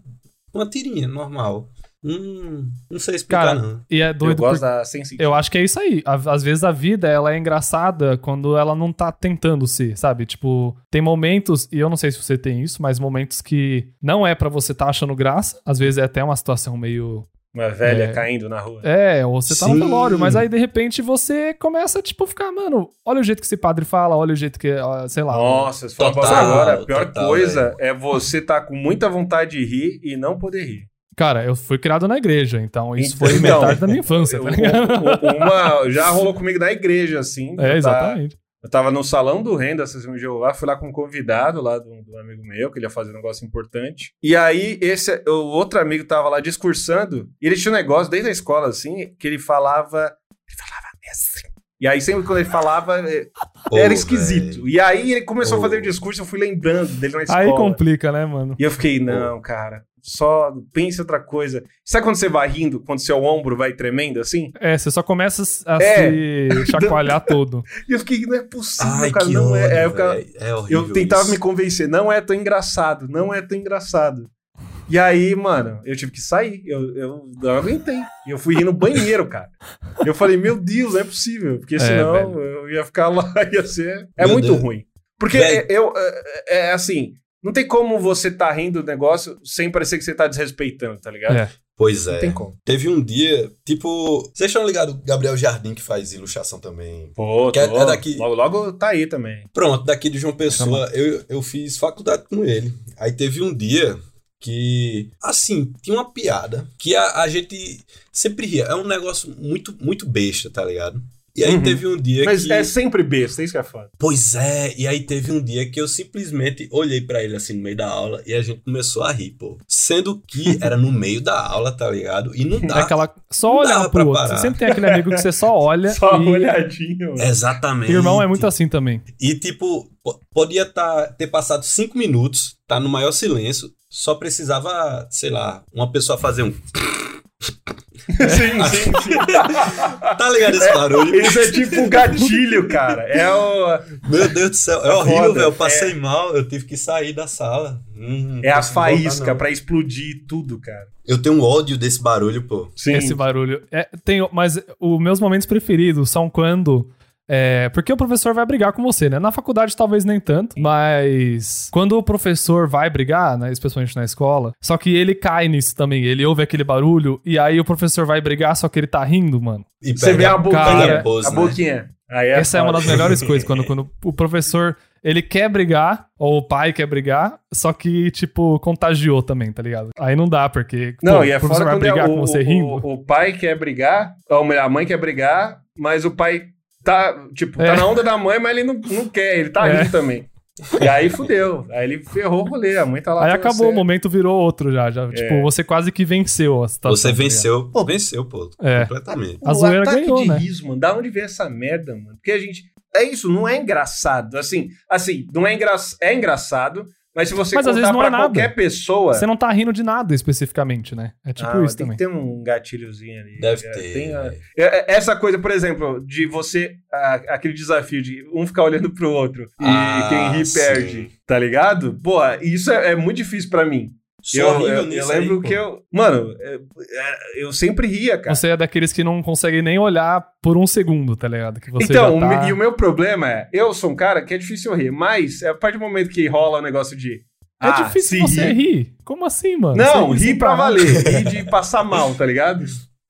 Speaker 3: Uma tirinha normal. Hum, não sei explicar,
Speaker 1: Cara,
Speaker 3: não.
Speaker 1: E é
Speaker 2: Eu
Speaker 1: doido
Speaker 2: gosto da sensibilidade.
Speaker 1: Eu acho que é isso aí. À- Às vezes a vida, ela é engraçada quando ela não tá tentando ser, sabe? Tipo, tem momentos, e eu não sei se você tem isso, mas momentos que não é pra você tá achando graça. Às vezes é até uma situação meio...
Speaker 2: Uma velha
Speaker 1: É.
Speaker 2: caindo na rua.
Speaker 1: É, ou você tá no
Speaker 3: Sim.
Speaker 1: velório, mas aí de repente você começa, tipo, ficar... Mano, olha o jeito que esse padre fala, olha o jeito que... ó, Sei lá.
Speaker 2: Nossa, se for uma
Speaker 3: Total,
Speaker 2: palavra agora, a pior
Speaker 3: total,
Speaker 2: coisa é você tá com muita vontade de rir e não poder rir.
Speaker 1: Cara, eu fui criado na igreja, então isso
Speaker 2: Então,
Speaker 1: foi metade da minha infância,
Speaker 2: Eu-
Speaker 1: tá
Speaker 2: (laughs)
Speaker 1: ligado?
Speaker 2: um- uma, já rolou comigo na igreja, assim.
Speaker 1: É,
Speaker 2: eu, tava,
Speaker 1: exatamente.
Speaker 2: eu tava no salão do renda, Assembleia de Jeová, fui lá com um convidado lá de um, de um amigo meu, que ele ia fazer um negócio importante. E aí, esse o outro amigo tava lá discursando, e ele tinha um negócio desde a escola, assim, que ele falava. Ele falava assim. E aí, sempre quando ele falava, eh, era
Speaker 3: Pô,
Speaker 2: esquisito. E aí, ele começou a
Speaker 3: Pô.
Speaker 2: fazer o discurso, eu fui lembrando dele na escola.
Speaker 1: Aí complica, né, mano?
Speaker 2: E eu fiquei, não, cara, só pensa em outra coisa. Sabe quando você vai rindo, quando seu ombro vai tremendo assim?
Speaker 1: É, você só começa a
Speaker 2: É.
Speaker 1: se
Speaker 2: (laughs)
Speaker 1: chacoalhar todo.
Speaker 2: E eu fiquei, não é possível,
Speaker 3: Ai,
Speaker 2: cara,
Speaker 3: que
Speaker 2: não é.
Speaker 3: ódio,
Speaker 2: é eu, ficava-
Speaker 3: véi. É horrível
Speaker 2: eu tentava
Speaker 3: isso.
Speaker 2: me convencer, não é tão engraçado, não é tão engraçado. E aí, mano, eu tive que sair, eu, eu não aguentei. E eu fui ir no banheiro, cara. Eu falei, meu Deus, não é possível, porque
Speaker 1: É,
Speaker 2: senão
Speaker 1: velho.
Speaker 2: eu ia ficar lá, (laughs) ia ser. É
Speaker 3: Meu
Speaker 2: muito
Speaker 3: Deus.
Speaker 2: ruim. Porque
Speaker 3: Velho.
Speaker 2: eu, é- é, assim, não tem como você tá rindo do negócio sem parecer que você tá desrespeitando, tá ligado?
Speaker 1: É.
Speaker 3: Pois é.
Speaker 2: Não tem como.
Speaker 3: Teve um dia, tipo. Vocês estão ligados, Gabriel Jardim, que faz ilustração também.
Speaker 2: Pô,
Speaker 3: Que é-
Speaker 2: tô-
Speaker 3: é daqui.
Speaker 2: Logo, logo tá aí também.
Speaker 3: Pronto, daqui de João Pessoa, eu, eu fiz faculdade com ele. Aí teve um dia que, assim, tinha uma piada que a, a gente sempre ria. É um negócio muito, muito besta, tá ligado? E aí
Speaker 2: Uhum.
Speaker 3: teve um dia
Speaker 2: Mas
Speaker 3: que.
Speaker 2: é sempre besta, é isso que é foda.
Speaker 3: Pois é, e aí teve um dia que eu simplesmente olhei pra ele assim no meio da aula e a gente começou a rir, pô. Sendo que era no meio da aula, tá ligado? E não
Speaker 1: É
Speaker 3: dá.
Speaker 1: aquela. Só
Speaker 3: Não
Speaker 1: olhar um
Speaker 3: dava
Speaker 1: pro
Speaker 3: pra
Speaker 1: outro.
Speaker 3: parar.
Speaker 1: Você sempre tem aquele amigo que você
Speaker 3: (laughs)
Speaker 1: só olha.
Speaker 2: Só
Speaker 1: e...
Speaker 2: uma olhadinha, mano.
Speaker 3: Exatamente.
Speaker 1: Irmão é muito assim também.
Speaker 3: E, tipo, po- podia tá, ter passado cinco minutos, tá no maior silêncio, só precisava, sei lá, uma pessoa
Speaker 2: (laughs)
Speaker 3: fazer um.
Speaker 2: Sim,
Speaker 3: Assim.
Speaker 2: sim, sim.
Speaker 3: Tá ligado esse
Speaker 2: (laughs)
Speaker 3: barulho?
Speaker 2: Isso é tipo o gatilho, cara. É o.
Speaker 3: Meu Deus do céu, é
Speaker 2: É
Speaker 3: horrível,
Speaker 2: foda,
Speaker 3: velho. Eu passei mal, eu tive que sair da sala. Hum, não
Speaker 2: É a
Speaker 3: consigo voltar,
Speaker 2: faísca
Speaker 3: não.
Speaker 2: pra explodir tudo, cara.
Speaker 3: Eu tenho um ódio desse barulho, pô.
Speaker 2: Sim.
Speaker 1: Esse barulho. É, tem, mas os meus momentos preferidos são quando. é, porque o professor vai brigar com você, né? Na faculdade talvez nem tanto, mas quando o professor vai brigar, né, especialmente na escola, só que ele cai nisso também, ele ouve aquele barulho e aí o professor vai brigar, só que ele tá rindo, mano.
Speaker 3: E
Speaker 2: Você vê
Speaker 3: pega- né?
Speaker 2: a boquinha.
Speaker 1: Cara, né?
Speaker 2: a boquinha. Aí
Speaker 1: é
Speaker 2: (laughs)
Speaker 1: Essa é uma das melhores coisas, quando, quando o professor Ele quer brigar, ou o pai quer brigar, só que, tipo, contagiou também, tá ligado? Aí não dá, porque.
Speaker 2: Não,
Speaker 1: pô,
Speaker 2: e é
Speaker 1: o professor
Speaker 2: foda
Speaker 1: vai
Speaker 2: quando
Speaker 1: brigar
Speaker 2: é o,
Speaker 1: com você
Speaker 2: o-
Speaker 1: rindo.
Speaker 2: O, pai quer brigar, ou melhor, a mãe quer brigar, mas o pai tá, tipo, tá
Speaker 1: É.
Speaker 2: na onda da mãe, mas ele não, não quer, ele tá
Speaker 1: É.
Speaker 2: rindo também. E aí fudeu. Aí ele ferrou o rolê, a mãe tá lá.
Speaker 1: Aí
Speaker 2: pra
Speaker 1: acabou,
Speaker 2: você. É.
Speaker 1: o momento virou outro já. já Tipo, você quase que venceu a situação.
Speaker 3: Você
Speaker 1: tá ligado?
Speaker 3: venceu. Pô, venceu, pô.
Speaker 1: É.
Speaker 3: Completamente.
Speaker 1: A zoeira
Speaker 2: ataque
Speaker 1: ganhou,
Speaker 2: de
Speaker 1: né?
Speaker 2: riso, mano. Da onde vem essa merda, mano? Porque a gente. É isso, não é engraçado. Assim, assim, não é engraçado. É engraçado, mas se você
Speaker 1: Mas às
Speaker 2: contar
Speaker 1: vezes não
Speaker 2: pra
Speaker 1: é nada.
Speaker 2: qualquer pessoa.
Speaker 1: Você não tá rindo de nada especificamente, né? É tipo
Speaker 2: é. Ah, mas
Speaker 1: isso
Speaker 2: tem
Speaker 1: também.
Speaker 2: que ter um gatilhozinho ali.
Speaker 3: Deve
Speaker 2: É,
Speaker 3: ter. né?
Speaker 2: tem a-
Speaker 3: velho.
Speaker 2: É, é, Essa coisa, por exemplo, de você. a- aquele desafio de um ficar olhando pro outro e
Speaker 3: Ah,
Speaker 2: quem ri
Speaker 3: sim.
Speaker 2: perde, tá ligado? Pô, isso é, é muito difícil pra mim.
Speaker 3: Sou
Speaker 2: eu,
Speaker 3: horrível
Speaker 2: eu- eu
Speaker 3: nisso
Speaker 2: lembro
Speaker 3: aí,
Speaker 2: que
Speaker 3: pô.
Speaker 2: eu. Mano, é- é- eu sempre ria, cara.
Speaker 1: Você é daqueles que não consegue nem olhar por um segundo, tá ligado? Que você
Speaker 2: Então,
Speaker 1: já
Speaker 2: o
Speaker 1: tá...
Speaker 2: me- e o meu problema é, eu sou um cara que é difícil eu rir, mas a partir do momento que rola o negócio de.
Speaker 1: É
Speaker 2: ah,
Speaker 1: difícil
Speaker 2: se
Speaker 1: você
Speaker 2: rir-
Speaker 1: rir. Como assim, mano?
Speaker 2: Não,
Speaker 1: Você
Speaker 2: rir
Speaker 1: sem
Speaker 2: pra
Speaker 1: parar.
Speaker 2: valer, rir de passar mal, tá ligado?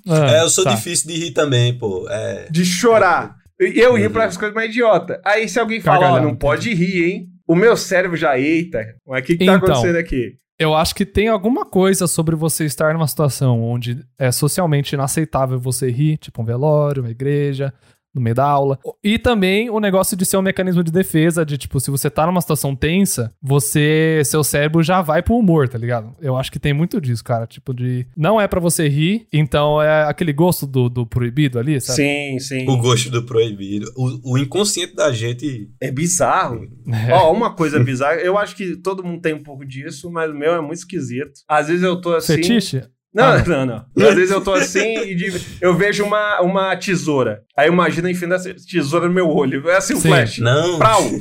Speaker 1: Ah,
Speaker 3: É, eu sou
Speaker 1: tá.
Speaker 3: difícil de rir também, pô. É.
Speaker 2: de chorar. E Eu ia
Speaker 3: Uhum.
Speaker 2: para as coisas mais idiota. Aí se alguém falar, ó,
Speaker 1: Gargalhão,
Speaker 2: não
Speaker 1: entendi.
Speaker 2: pode rir, hein? O meu cérebro já, eita, mas o que, que tá
Speaker 1: Então.
Speaker 2: acontecendo aqui?
Speaker 1: Eu acho que tem alguma coisa sobre você estar numa situação onde é socialmente inaceitável você rir, tipo um velório, uma igreja, no meio da aula. E também o negócio de ser um mecanismo de defesa, de tipo, se você tá numa situação tensa, você, seu cérebro já vai pro humor, tá ligado? Eu acho que tem muito disso, cara, tipo de não é pra você rir, então é aquele gosto do, do proibido ali, sabe?
Speaker 2: Sim, sim.
Speaker 3: O gosto do proibido. O, o inconsciente da gente.
Speaker 2: É bizarro.
Speaker 1: (laughs) É.
Speaker 2: Ó, uma coisa bizarra, eu acho que todo mundo tem um pouco disso, mas o meu é muito esquisito. Às vezes eu tô assim.
Speaker 1: Fetiche?
Speaker 2: Não,
Speaker 1: Ah,
Speaker 2: não, não, (laughs) Às vezes eu tô assim e de- eu vejo uma, uma tesoura. Aí imagina enfiando essa tesoura no meu olho. É assim o
Speaker 1: Sim.
Speaker 2: flash.
Speaker 3: Não.
Speaker 2: Prau.
Speaker 3: Meu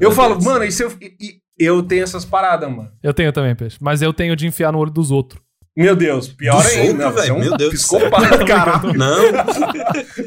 Speaker 2: Eu falo,
Speaker 3: Deus.
Speaker 2: mano, e se eu. e- e- Eu tenho essas paradas, mano.
Speaker 1: Eu tenho também, peixe. Mas eu tenho de enfiar no olho dos outros.
Speaker 2: Meu Deus, pior
Speaker 3: Dos
Speaker 2: ainda.
Speaker 3: outros,
Speaker 2: Não, você é
Speaker 3: velho,
Speaker 2: um
Speaker 3: meu Deus do
Speaker 2: psicopata, caralho. (laughs)
Speaker 3: Não.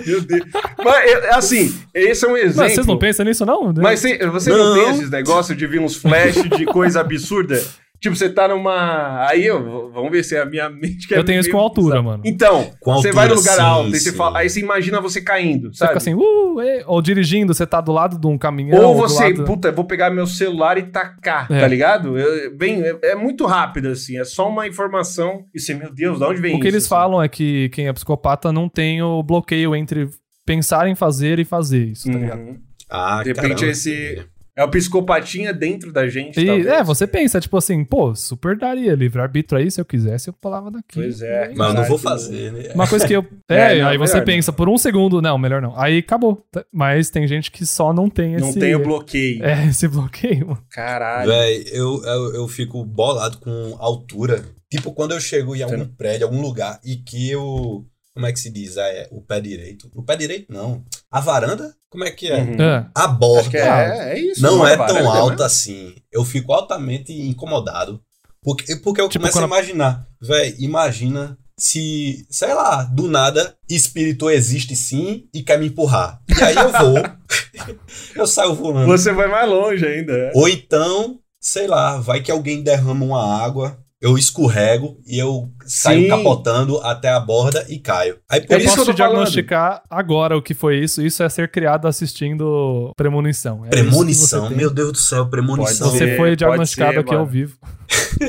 Speaker 2: Meu Deus. Mas, é, assim, esse é um exemplo.
Speaker 1: Mas vocês não pensam né? nisso, não?
Speaker 2: Mas você, você não.
Speaker 3: Não.
Speaker 2: tem esses negócios de vir uns flash de coisa absurda? Tipo, você tá numa. Aí, eu, vamos ver se é a minha mente que é
Speaker 1: eu tenho isso
Speaker 2: meio-
Speaker 1: com altura, mano.
Speaker 2: Então,
Speaker 3: Com
Speaker 2: você
Speaker 3: altura,
Speaker 2: vai num lugar
Speaker 3: sim,
Speaker 2: alto e você
Speaker 3: sim.
Speaker 2: fala. Aí você imagina você caindo,
Speaker 1: Você
Speaker 2: sabe?
Speaker 1: fica assim, uh, ê, ou dirigindo, você tá do lado de um caminhão.
Speaker 2: Ou
Speaker 1: do
Speaker 2: você,
Speaker 1: lado-
Speaker 2: puta, vou pegar meu celular e tacar,
Speaker 1: É.
Speaker 2: tá ligado? Eu- bem, é, é muito rápido, assim, é só uma informação. E você, meu Deus, de onde vem
Speaker 1: O que
Speaker 2: isso,
Speaker 1: eles
Speaker 2: assim?
Speaker 1: falam é que quem é psicopata não tem o bloqueio entre pensar em fazer e fazer isso, tá ligado?
Speaker 2: Uhum.
Speaker 3: Ah,
Speaker 2: De repente
Speaker 3: caramba.
Speaker 2: esse- É o psicopatinha dentro da gente,
Speaker 1: E,
Speaker 2: talvez.
Speaker 1: é, você pensa, tipo assim, pô, super daria livre-arbítrio aí, se eu quisesse, eu pulava daqui.
Speaker 2: Pois é.
Speaker 3: Mas eu não vou
Speaker 2: Caralho.
Speaker 3: fazer, né?
Speaker 1: Uma coisa que
Speaker 2: (laughs)
Speaker 1: eu.
Speaker 2: É,
Speaker 1: É,
Speaker 2: não,
Speaker 1: aí você
Speaker 2: melhor não.
Speaker 1: pensa por um segundo, não, melhor não. Aí acabou. tá? Mas tem gente que só não tem esse.
Speaker 2: Não tem o bloqueio.
Speaker 1: É, esse bloqueio, mano.
Speaker 2: Caralho.
Speaker 3: Véi, eu, eu, eu fico bolado com altura. Tipo, quando eu chego em algum prédio, algum lugar, e que eu. Como é que se diz? Ah, é, o pé direito. O pé direito, não. A varanda? Como é que é?
Speaker 2: Uhum.
Speaker 1: Ah,
Speaker 3: A
Speaker 2: Acho que
Speaker 3: borda.
Speaker 2: é, é isso.
Speaker 3: Não
Speaker 2: uma
Speaker 3: é
Speaker 2: varanda,
Speaker 3: tão
Speaker 2: né?
Speaker 3: alta assim. Eu fico altamente incomodado. Porque, porque eu
Speaker 1: Tipo
Speaker 3: começo
Speaker 1: quando-
Speaker 3: a imaginar. Véi, imagina se, sei lá, do nada, espírito existe sim e quer me empurrar. E aí eu vou. (laughs) eu saio voando.
Speaker 2: Você vai mais longe ainda.
Speaker 3: Ou então, sei lá, vai que alguém derrama uma água, eu escorrego e eu saio
Speaker 2: Sim.
Speaker 3: capotando até a borda e caio. Aí por
Speaker 2: É
Speaker 1: eu
Speaker 3: isso
Speaker 2: que eu
Speaker 1: posso
Speaker 2: tô
Speaker 1: te diagnosticar agora o que foi isso. Isso é ser criado assistindo Premonição. É isso que você
Speaker 3: premonição,
Speaker 1: tem.
Speaker 3: meu Deus do céu, premonição.
Speaker 2: Pode ser.
Speaker 1: Você foi
Speaker 2: pode
Speaker 1: diagnosticado
Speaker 2: ser,
Speaker 1: aqui ao
Speaker 2: mano.
Speaker 1: vivo.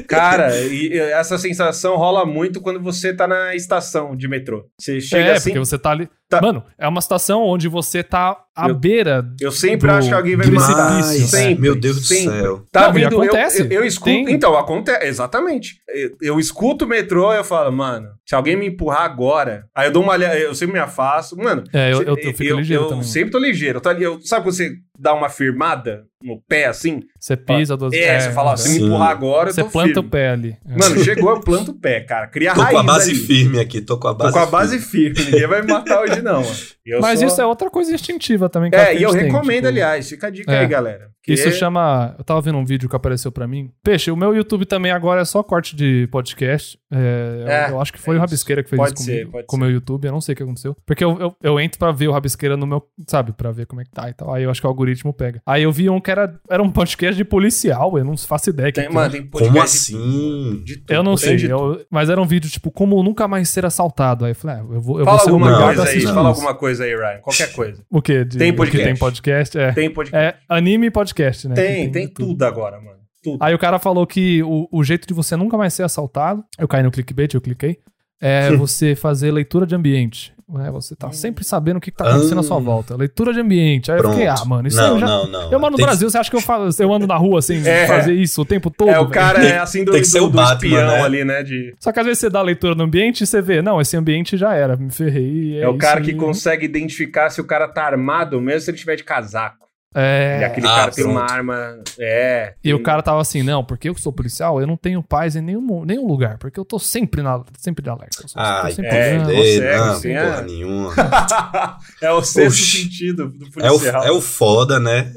Speaker 2: Cara, e e essa sensação rola muito quando você tá na estação de metrô. Você chega
Speaker 1: é,
Speaker 2: assim.
Speaker 1: porque você tá ali.
Speaker 2: Tá.
Speaker 1: Mano, é uma situação onde você tá à
Speaker 2: Eu-
Speaker 1: beira.
Speaker 2: Eu sempre
Speaker 1: do-
Speaker 2: acho que alguém vai
Speaker 1: do
Speaker 2: me matar.
Speaker 1: precipício.
Speaker 3: Mas,
Speaker 2: Sempre,
Speaker 3: né? meu Deus do
Speaker 2: sempre.
Speaker 3: céu.
Speaker 2: Tá
Speaker 1: Não, e
Speaker 2: vindo, eu-
Speaker 1: acontece.
Speaker 2: Eu, eu escuto.
Speaker 1: Tem.
Speaker 2: Então, acontece. Exatamente. Eu, eu escuto o metrô e eu falo, mano, se alguém me empurrar agora. Aí eu dou uma olhada, eu sempre me afasto. Mano,
Speaker 1: É, eu, eu, eu fico ligeiro
Speaker 2: eu
Speaker 1: também.
Speaker 2: sempre tô ligeiro. Tá, eu, sabe quando você dá uma firmada no pé assim?
Speaker 1: Você pisa duas
Speaker 2: É, você fala,
Speaker 1: é.
Speaker 2: se me
Speaker 3: Sim.
Speaker 2: empurrar agora, eu
Speaker 1: Você
Speaker 2: tô
Speaker 1: planta
Speaker 2: firme.
Speaker 1: o pé ali. É.
Speaker 2: Mano, chegou, eu planto o pé, cara. Cria
Speaker 3: Tô
Speaker 2: raiz
Speaker 3: com a base
Speaker 2: ali.
Speaker 3: firme aqui, tô com a
Speaker 2: Tô
Speaker 3: base
Speaker 2: com a base firme. Ninguém vai me matar hoje, não. mano. Eu
Speaker 1: Mas
Speaker 2: só-
Speaker 1: isso é outra coisa instintiva também. que a
Speaker 2: É, e
Speaker 1: gente
Speaker 2: eu
Speaker 1: tem,
Speaker 2: recomendo,
Speaker 1: tipo,
Speaker 2: aliás. Fica a dica
Speaker 1: É.
Speaker 2: aí, galera. Que
Speaker 1: Isso chama. Eu tava vendo um vídeo que apareceu pra mim. Peixe, o meu YouTube também agora é só corte de podcast. É, eu-
Speaker 2: É,
Speaker 1: eu, acho que foi o
Speaker 2: é isso.
Speaker 1: Rabisqueira que fez
Speaker 2: Pode
Speaker 1: isso
Speaker 2: ser,
Speaker 1: comigo,
Speaker 2: pode
Speaker 1: com o meu YouTube. Eu não sei o que aconteceu. Porque eu, eu, eu entro pra ver o Rabisqueira no meu. Sabe? Pra ver como é que tá e tal. Aí eu acho que o algoritmo pega. Aí eu vi um que era, era um podcast de policial. Eu não faço ideia. que
Speaker 2: Tem,
Speaker 1: que é.
Speaker 2: mano, tem
Speaker 3: firme. Então, Como
Speaker 2: podcast
Speaker 3: assim?
Speaker 2: de tudo.
Speaker 1: Eu não
Speaker 2: Tem
Speaker 1: sei,
Speaker 2: de
Speaker 1: eu- mas era um vídeo tipo como nunca mais ser assaltado. Aí eu falei, ah, eu vou, eu
Speaker 2: Fala
Speaker 1: vou ser
Speaker 2: alguma
Speaker 3: obrigado a
Speaker 1: obrigado a
Speaker 2: coisa aí,
Speaker 1: assistir
Speaker 2: fala
Speaker 1: isso.
Speaker 2: alguma coisa coisa aí, Ryan.
Speaker 3: É.
Speaker 2: Qualquer coisa.
Speaker 1: O quê? De-
Speaker 2: Tem
Speaker 1: o que
Speaker 2: podcast.
Speaker 1: tem podcast? É.
Speaker 2: Tem podcast.
Speaker 1: É anime e podcast, né? Que
Speaker 2: tem, tem
Speaker 1: de
Speaker 2: tudo agora, mano. Tudo.
Speaker 1: Aí o cara falou que o, o jeito de você nunca mais ser assaltado, eu caí no clickbait, eu cliquei, é você fazer leitura de ambiente. né? Você
Speaker 2: Hum.
Speaker 1: tá sempre sabendo o que, que tá acontecendo à sua
Speaker 3: Ah.
Speaker 1: volta. Leitura de ambiente. Aí eu
Speaker 3: Pronto.
Speaker 1: fiquei, ah, mano, isso aí
Speaker 3: não,
Speaker 1: eu já.
Speaker 3: não, não.
Speaker 1: Eu moro no
Speaker 3: Tem que-
Speaker 1: Brasil, você acha que eu, faço, eu ando na rua assim,
Speaker 2: (laughs) É.
Speaker 1: fazer isso o tempo todo?
Speaker 2: é, o
Speaker 1: velho?
Speaker 2: cara é a síndrome
Speaker 3: tem que ser
Speaker 2: do,
Speaker 3: o
Speaker 2: do
Speaker 3: Batman,
Speaker 2: espião
Speaker 3: né?
Speaker 2: ali, né? De,
Speaker 1: Só que às vezes você dá a leitura no ambiente e você vê, não, esse ambiente já era, me ferrei.
Speaker 2: é
Speaker 1: É,
Speaker 2: o cara
Speaker 1: isso
Speaker 2: que
Speaker 1: aí.
Speaker 2: consegue identificar se o cara tá armado, mesmo se ele tiver de casaco.
Speaker 1: É.
Speaker 2: E aquele
Speaker 3: Ah,
Speaker 2: cara tem
Speaker 3: pronto.
Speaker 2: uma arma. É.
Speaker 1: E o cara tava assim, não, porque eu que sou policial, eu não tenho paz em nenhum, nenhum lugar, porque eu tô sempre, na, sempre de alerta. Eu sou- tô
Speaker 3: Ai,
Speaker 1: sempre
Speaker 2: é,
Speaker 1: olhando.
Speaker 2: é,
Speaker 3: Ei,
Speaker 2: consegue,
Speaker 3: Ah, não,
Speaker 2: sim,
Speaker 3: porra
Speaker 2: é.
Speaker 3: nenhuma.
Speaker 2: (laughs) é o sexto
Speaker 3: Oxi.
Speaker 2: sentido do
Speaker 3: É o,
Speaker 2: policial.
Speaker 3: é o foda, né?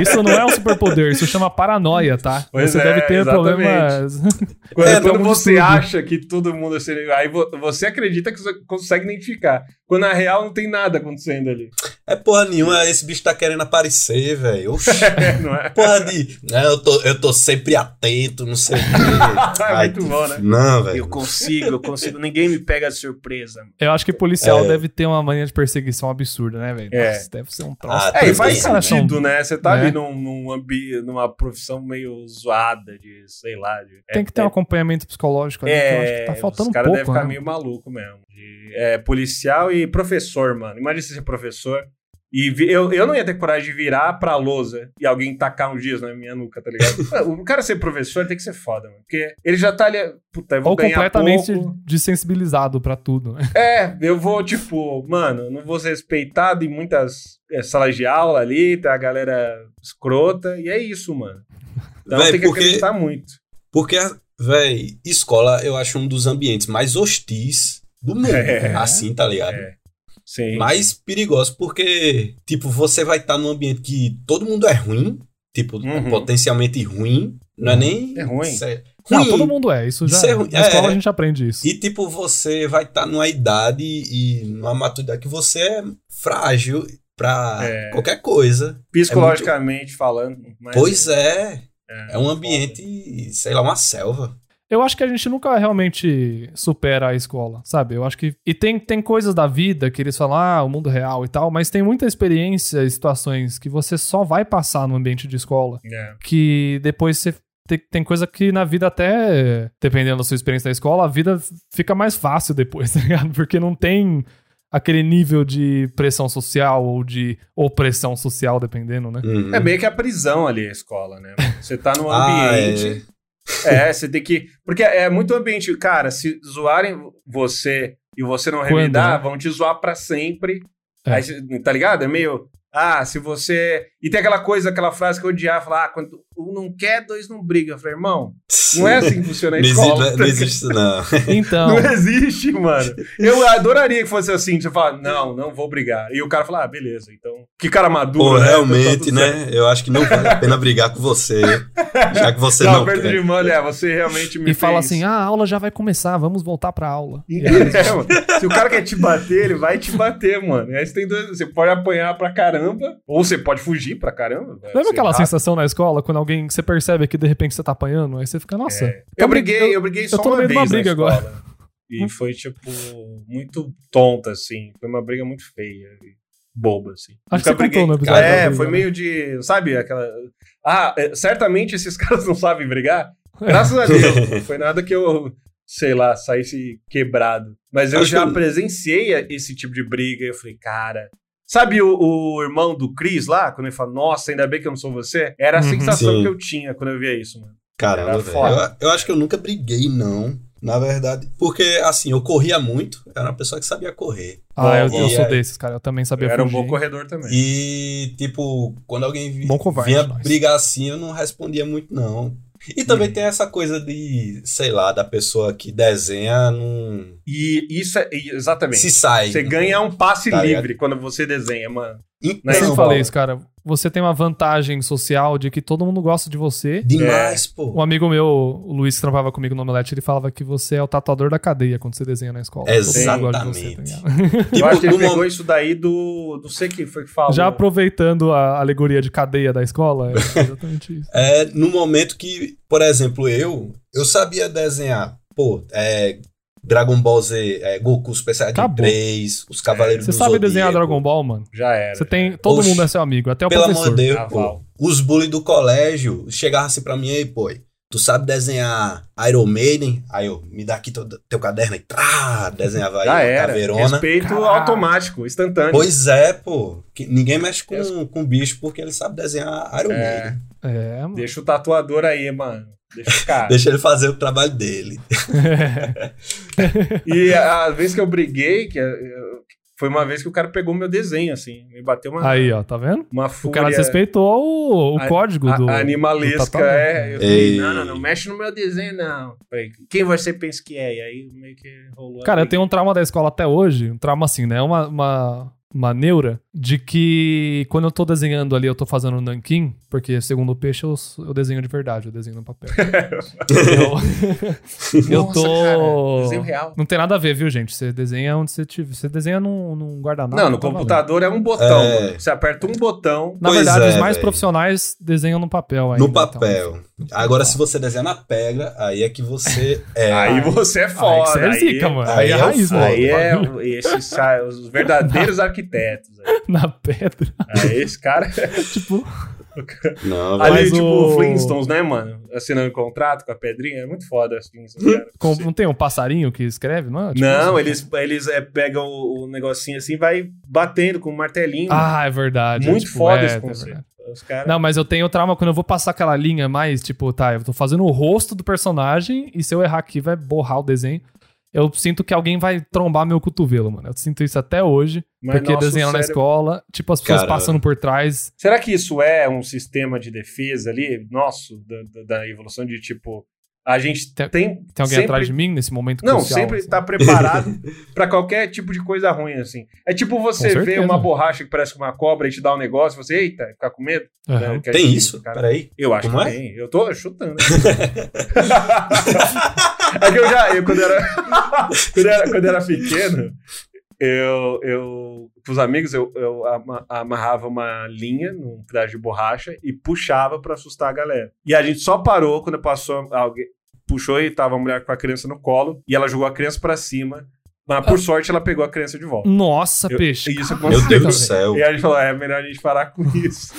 Speaker 1: Isso não é um superpoder, isso chama paranoia, tá?
Speaker 2: Pois
Speaker 1: você
Speaker 2: é,
Speaker 1: deve ter
Speaker 2: exatamente.
Speaker 1: problemas. (laughs)
Speaker 2: Quando,
Speaker 3: É,
Speaker 2: quando
Speaker 1: todo mundo
Speaker 2: você
Speaker 1: estuda.
Speaker 2: acha que todo mundo. seria- Aí vo- você acredita que você consegue identificar. Quando na real não tem nada acontecendo ali. (laughs)
Speaker 3: É porra nenhuma, esse bicho tá querendo aparecer, velho. Oxi.
Speaker 2: É, não é? (laughs)
Speaker 3: Porra de. É, eu, tô, eu tô sempre atento, não sei o
Speaker 2: (laughs)
Speaker 3: quê.
Speaker 2: É
Speaker 3: Ai,
Speaker 2: muito
Speaker 3: que
Speaker 2: bom,
Speaker 3: f-
Speaker 2: né?
Speaker 3: Não, velho.
Speaker 2: consigo, eu consigo. Ninguém me pega de surpresa.
Speaker 1: Eu acho que policial
Speaker 3: É.
Speaker 1: deve ter uma mania de perseguição absurda, né, velho?
Speaker 2: É.
Speaker 1: Nossa, deve ser um troço.
Speaker 3: Ah,
Speaker 2: É, e
Speaker 3: Mas
Speaker 2: faz
Speaker 1: Os caras são-
Speaker 2: sentido, né? Você tá
Speaker 1: né?
Speaker 2: ali num, num ambi... numa profissão meio zoada de, sei lá. De...
Speaker 1: Tem que ter um acompanhamento psicológico ali, que eu acho que tá faltando
Speaker 2: É. os
Speaker 1: um
Speaker 2: cara
Speaker 1: pouco,
Speaker 2: devem ficar
Speaker 1: né?
Speaker 2: meio maluco mesmo. De- é, policial e professor, mano. Imagina você ser professor. E vi- eu, eu não ia ter coragem de virar pra lousa e alguém tacar uns dias na minha nuca, tá ligado? (laughs) o cara ser professor tem que ser foda, mano. Porque ele já tá ali. Puta, eu vou
Speaker 1: Ou
Speaker 2: ganhar
Speaker 1: completamente
Speaker 2: pouco.
Speaker 1: desensibilizado pra tudo, né?
Speaker 2: É, eu vou, tipo, mano, não vou ser respeitado em muitas é, salas de aula ali, tem a galera escrota, e é isso, mano. Então
Speaker 3: Véi,
Speaker 2: tem que
Speaker 3: porque-
Speaker 2: acreditar muito.
Speaker 3: Porque, véi, escola eu acho um dos ambientes mais hostis do mundo.
Speaker 2: É.
Speaker 3: Assim, tá ligado?
Speaker 2: É. Sim.
Speaker 3: mais perigoso, porque, tipo, você vai estar num ambiente que todo mundo é ruim, tipo,
Speaker 2: Uhum.
Speaker 3: potencialmente ruim, não é nem.
Speaker 2: É ruim.
Speaker 3: Isso é-
Speaker 1: Não,
Speaker 3: ruim.
Speaker 1: todo mundo é, isso já.
Speaker 3: Isso é ruim,
Speaker 1: Na escola
Speaker 3: é.
Speaker 1: a gente aprende isso.
Speaker 3: E, tipo, você vai estar numa idade e numa maturidade que você é frágil pra
Speaker 2: É.
Speaker 3: qualquer coisa.
Speaker 2: Psicologicamente falando. Mas,
Speaker 3: pois é.
Speaker 2: é,
Speaker 3: É um ambiente, sei lá, uma selva.
Speaker 1: Eu acho que a gente nunca realmente supera a escola, sabe? Eu acho que. E tem, tem coisas da vida que eles falam, ah, o mundo real e tal, mas tem muita experiência e situações que você só vai passar no ambiente de escola,
Speaker 2: É.
Speaker 1: que depois você. Tem, tem coisa que na vida, até dependendo da sua experiência na escola, a vida fica mais fácil depois, (laughs) tá ligado? Porque não tem aquele nível de pressão social ou de opressão social, dependendo, né?
Speaker 3: Uhum.
Speaker 2: É meio que a prisão ali, a escola, né? Você tá num
Speaker 3: (laughs) Ah,
Speaker 2: ambiente.
Speaker 3: é.
Speaker 2: É, você tem que. Porque é muito ambiente. Cara, se zoarem você e você não
Speaker 1: Quando,
Speaker 2: revidar,
Speaker 1: né?
Speaker 2: vão te zoar pra sempre.
Speaker 1: É.
Speaker 2: Aí cê- tá ligado? É meio. Ah, se você. E tem aquela coisa, aquela frase que eu odiava, falar, ah, quando um não quer, dois não briga. Eu falei, irmão, não é assim que funciona
Speaker 3: Não
Speaker 2: a
Speaker 3: existe,
Speaker 2: escola.
Speaker 3: não existe isso, não.
Speaker 1: Então.
Speaker 2: (laughs) Não é, existe,
Speaker 3: (laughs)
Speaker 2: mano. Eu adoraria que fosse assim, você falar, não, não vou brigar. E o cara fala, ah, beleza, então. Que cara maduro.
Speaker 3: Pô,
Speaker 2: né?
Speaker 3: realmente,
Speaker 2: Tá tudo certo.
Speaker 3: né? Eu acho que não vale a pena brigar com você, já que você
Speaker 2: Não,
Speaker 3: não,
Speaker 2: perto
Speaker 3: quer.
Speaker 2: de mano, é, você realmente me
Speaker 1: E fala
Speaker 2: fez-
Speaker 1: assim: ah, a aula já vai começar, vamos voltar pra aula. E aí,
Speaker 2: (laughs) É, mano. Se o cara quer te bater, ele vai te bater, mano. E Aí você tem dois. Você pode apanhar pra caramba, ou você pode fugir pra caramba. vai
Speaker 1: Lembra
Speaker 2: ser
Speaker 1: aquela
Speaker 2: rápido.
Speaker 1: sensação na escola, quando alguém que você percebe que de repente você tá apanhando? Aí você fica, nossa.
Speaker 3: É.
Speaker 2: Eu briguei, eu briguei só
Speaker 1: Tá tô no
Speaker 2: uma
Speaker 1: meio
Speaker 2: vez
Speaker 1: de uma
Speaker 2: na
Speaker 1: briga
Speaker 2: escola.
Speaker 1: agora.
Speaker 2: E foi, tipo, muito tonta, assim. Foi uma briga muito feia e boba, assim.
Speaker 1: Acho que você
Speaker 2: Nunca briguei.
Speaker 1: contou no episódio. da
Speaker 2: É,
Speaker 1: briga,
Speaker 2: foi
Speaker 1: né?
Speaker 2: meio de. Sabe, aquela. Ah, é, certamente esses (laughs) caras não sabem brigar. Graças a
Speaker 1: (laughs)
Speaker 2: Deus. não foi nada que eu, sei lá, saísse quebrado. Mas eu
Speaker 3: Acho
Speaker 2: já
Speaker 3: que-
Speaker 2: presenciei a- esse tipo de briga. e Eu falei, cara. Sabe o, o irmão do Chris lá? Quando ele fala, nossa, ainda bem que eu não sou você? Era a
Speaker 1: Uhum.
Speaker 2: sensação
Speaker 3: Sim.
Speaker 2: que eu tinha quando eu via isso, mano.
Speaker 3: Caramba,
Speaker 2: Era
Speaker 3: velho.
Speaker 2: foda.
Speaker 3: Eu, eu acho que eu nunca briguei, não. Na verdade, porque assim, eu corria muito, eu era uma pessoa que sabia correr.
Speaker 1: Ah, eu,
Speaker 2: Bom,
Speaker 1: eu
Speaker 3: e é.
Speaker 1: sou
Speaker 3: aí?
Speaker 1: desses, cara. Eu também sabia
Speaker 2: Eu era um
Speaker 1: fugir.
Speaker 2: bom corredor também.
Speaker 3: E, tipo, quando alguém vi-
Speaker 1: É. Bom covarde,
Speaker 3: vinha
Speaker 1: nós.
Speaker 3: brigar assim, eu não respondia muito, não. E também
Speaker 2: Hum.
Speaker 3: tem essa coisa de, sei lá, da pessoa que desenha, não.
Speaker 2: E, isso é. e- exatamente.
Speaker 3: Se sai.
Speaker 2: Você ganha um passe
Speaker 3: Tá ligado?
Speaker 2: livre quando você desenha, mano.
Speaker 1: Eu
Speaker 3: Então,
Speaker 1: sempre
Speaker 2: Não,
Speaker 1: falei isso, cara. Você tem uma vantagem social de que todo mundo gosta de você.
Speaker 3: Demais,
Speaker 1: Um
Speaker 3: pô.
Speaker 1: amigo meu, o Luiz, que trabalhava comigo no Omelete, ele falava que você é o tatuador da cadeia quando você desenha na escola. Todo mundo gosta de você, tá
Speaker 3: Exatamente.
Speaker 1: ligado?
Speaker 2: eu acho que ele
Speaker 3: no
Speaker 2: pegou
Speaker 3: momento-
Speaker 2: isso daí do. Não sei quem foi que
Speaker 1: (laughs)
Speaker 2: falou.
Speaker 1: Já aproveitando a alegoria de cadeia da
Speaker 3: (laughs)
Speaker 1: escola, é exatamente isso.
Speaker 3: É no momento que, por exemplo, eu, eu sabia desenhar, pô, é, Dragon Ball Z, é, Goku Super Saiyajin
Speaker 1: Acabou. É,
Speaker 3: 3, os Cavaleiros
Speaker 1: Você
Speaker 3: do
Speaker 1: sabe desenhar
Speaker 3: Zodíaco.
Speaker 1: Dragon Ball, mano?
Speaker 2: Já era. Ah,
Speaker 1: Você tem. Todo
Speaker 3: Oxi.
Speaker 1: mundo é seu amigo, até o
Speaker 3: Pelo amor
Speaker 1: professor.
Speaker 3: de Deus,
Speaker 2: Aval.
Speaker 3: pô. Os bullies do colégio chegavam assim pra mim aí, pô. Tu sabe desenhar Iron Maiden? Aí eu, me dá aqui teu, teu caderno e trá, desenhava aí
Speaker 2: Já
Speaker 3: uma
Speaker 2: era.
Speaker 3: caveirona.
Speaker 2: Respeito
Speaker 1: Caralho.
Speaker 2: automático, instantâneo.
Speaker 3: Pois é, pô. Que ninguém mexe com,
Speaker 2: Eu-
Speaker 3: com bicho porque ele sabe desenhar Iron
Speaker 2: É.
Speaker 3: Maiden.
Speaker 1: É, mano.
Speaker 2: Deixa o tatuador aí, mano. Deixa o cara.
Speaker 3: (laughs) Deixa ele fazer o trabalho dele.
Speaker 1: (laughs)
Speaker 2: E a, a vez que eu briguei, que eu- foi uma vez que o cara pegou meu desenho, assim. Me bateu uma,
Speaker 1: Aí, ó, tá vendo?
Speaker 2: uma
Speaker 1: O
Speaker 2: fúria.
Speaker 1: cara desrespeitou o, o
Speaker 2: A-
Speaker 1: código
Speaker 2: a-
Speaker 1: do. do
Speaker 2: animalesca,
Speaker 1: tatuador.
Speaker 2: é. Eu falei,
Speaker 3: Ei.
Speaker 2: não, não, não mexe no meu desenho, não. Falei, quem você pensa que é? E aí meio que rolou. a
Speaker 1: Cara, eu
Speaker 2: briga.
Speaker 1: tenho um trauma da escola até hoje, um trauma assim, né? Uma, uma, uma neura de que quando eu tô desenhando ali, eu tô fazendo um nanquim, porque segundo o peixe eu, s- eu desenho de verdade, eu desenho no
Speaker 2: (laughs)
Speaker 1: papel. eu, eu
Speaker 2: Nossa, cara,
Speaker 1: tô.
Speaker 2: desenho real.
Speaker 1: não tem nada a ver, viu, gente? Você desenha onde você tiver. Você desenha num, num guardanapo.
Speaker 2: Não, no
Speaker 1: tá valendo.
Speaker 2: computador é um botão.
Speaker 3: É.
Speaker 2: mano. Você aperta um botão.
Speaker 1: Na
Speaker 3: Pois
Speaker 1: verdade,
Speaker 3: é,
Speaker 1: os mais
Speaker 3: velho.
Speaker 1: profissionais desenham no papel ainda.
Speaker 3: no
Speaker 1: então.
Speaker 3: papel. Agora, se você desenhar na pedra, aí é
Speaker 2: (laughs)
Speaker 3: que você é.
Speaker 2: Aí você é
Speaker 1: Aí que
Speaker 2: foda.
Speaker 1: você é zica, mano. Aí, é
Speaker 3: aí é
Speaker 1: raiz, mano.
Speaker 2: Aí é esses sa- os verdadeiros arquitetos. Aí.
Speaker 1: Na pedra. (laughs)
Speaker 2: Aí esse cara.
Speaker 1: tipo,
Speaker 3: Não, velho.
Speaker 2: Ali,
Speaker 1: Mas
Speaker 2: tipo,
Speaker 1: o-
Speaker 2: Flintstones, né, mano? Assinando um contrato com a pedrinha. É muito foda as Flintstones, cara.
Speaker 1: com- não tem um passarinho que escreve, não é? Tipo
Speaker 2: Não,
Speaker 1: assim.
Speaker 2: eles, eles é, pegam o, o negocinho assim e vai batendo com um martelinho.
Speaker 1: Ah, é verdade. é
Speaker 2: muito
Speaker 1: tipo,
Speaker 2: foda
Speaker 1: é,
Speaker 2: esse
Speaker 1: é
Speaker 2: conceito.
Speaker 1: verdade.
Speaker 2: Os caras.
Speaker 1: Não, mas eu tenho trauma quando eu vou passar aquela linha mais, tipo, tá, eu tô fazendo o rosto do personagem e se eu errar aqui vai borrar o desenho. Eu sinto que alguém vai trombar meu cotovelo, mano. Eu sinto isso até hoje,
Speaker 2: Mas
Speaker 1: porque
Speaker 2: nosso
Speaker 1: desenhando na
Speaker 2: cérebro-
Speaker 1: escola, tipo, as pessoas
Speaker 3: Cara.
Speaker 1: passando por trás.
Speaker 2: Será que isso é um sistema de defesa ali, nosso, da, da- da evolução de tipo. A gente
Speaker 1: Tem-
Speaker 2: tem.
Speaker 1: Tem alguém
Speaker 2: sempre-
Speaker 1: atrás de mim nesse momento
Speaker 2: Não,
Speaker 1: crucial,
Speaker 2: sempre
Speaker 1: assim.
Speaker 2: tá preparado
Speaker 1: (laughs)
Speaker 2: pra qualquer tipo de coisa ruim, assim. É tipo você ver
Speaker 1: certeza.
Speaker 2: uma borracha que parece uma cobra e te dá um negócio, você, eita, ficar com medo.
Speaker 1: Aham.
Speaker 2: né, que a
Speaker 3: Tem
Speaker 2: gente-
Speaker 3: isso?
Speaker 2: cara-
Speaker 3: Peraí.
Speaker 2: Eu acho
Speaker 3: Como
Speaker 2: que
Speaker 3: é?
Speaker 2: tem. Eu tô chutando. (laughs) é que eu já. Eu, quando, eu era, (laughs) quando, eu era, quando eu era pequeno, eu. eu com os amigos, eu, eu ama- amarrava uma linha num pedaço de borracha e puxava pra assustar a galera. E a gente só parou quando passou alguém. Puxou e tava a mulher com a criança no colo e ela jogou a criança pra cima. Mas por sorte ela pegou a criança de volta.
Speaker 1: Nossa,
Speaker 2: Eu-
Speaker 1: peixe.
Speaker 2: Isso
Speaker 1: caraca,
Speaker 3: Ah. Meu Deus do
Speaker 1: velho.
Speaker 3: céu.
Speaker 2: E a gente falou: é melhor a gente parar com
Speaker 3: (laughs)
Speaker 2: isso.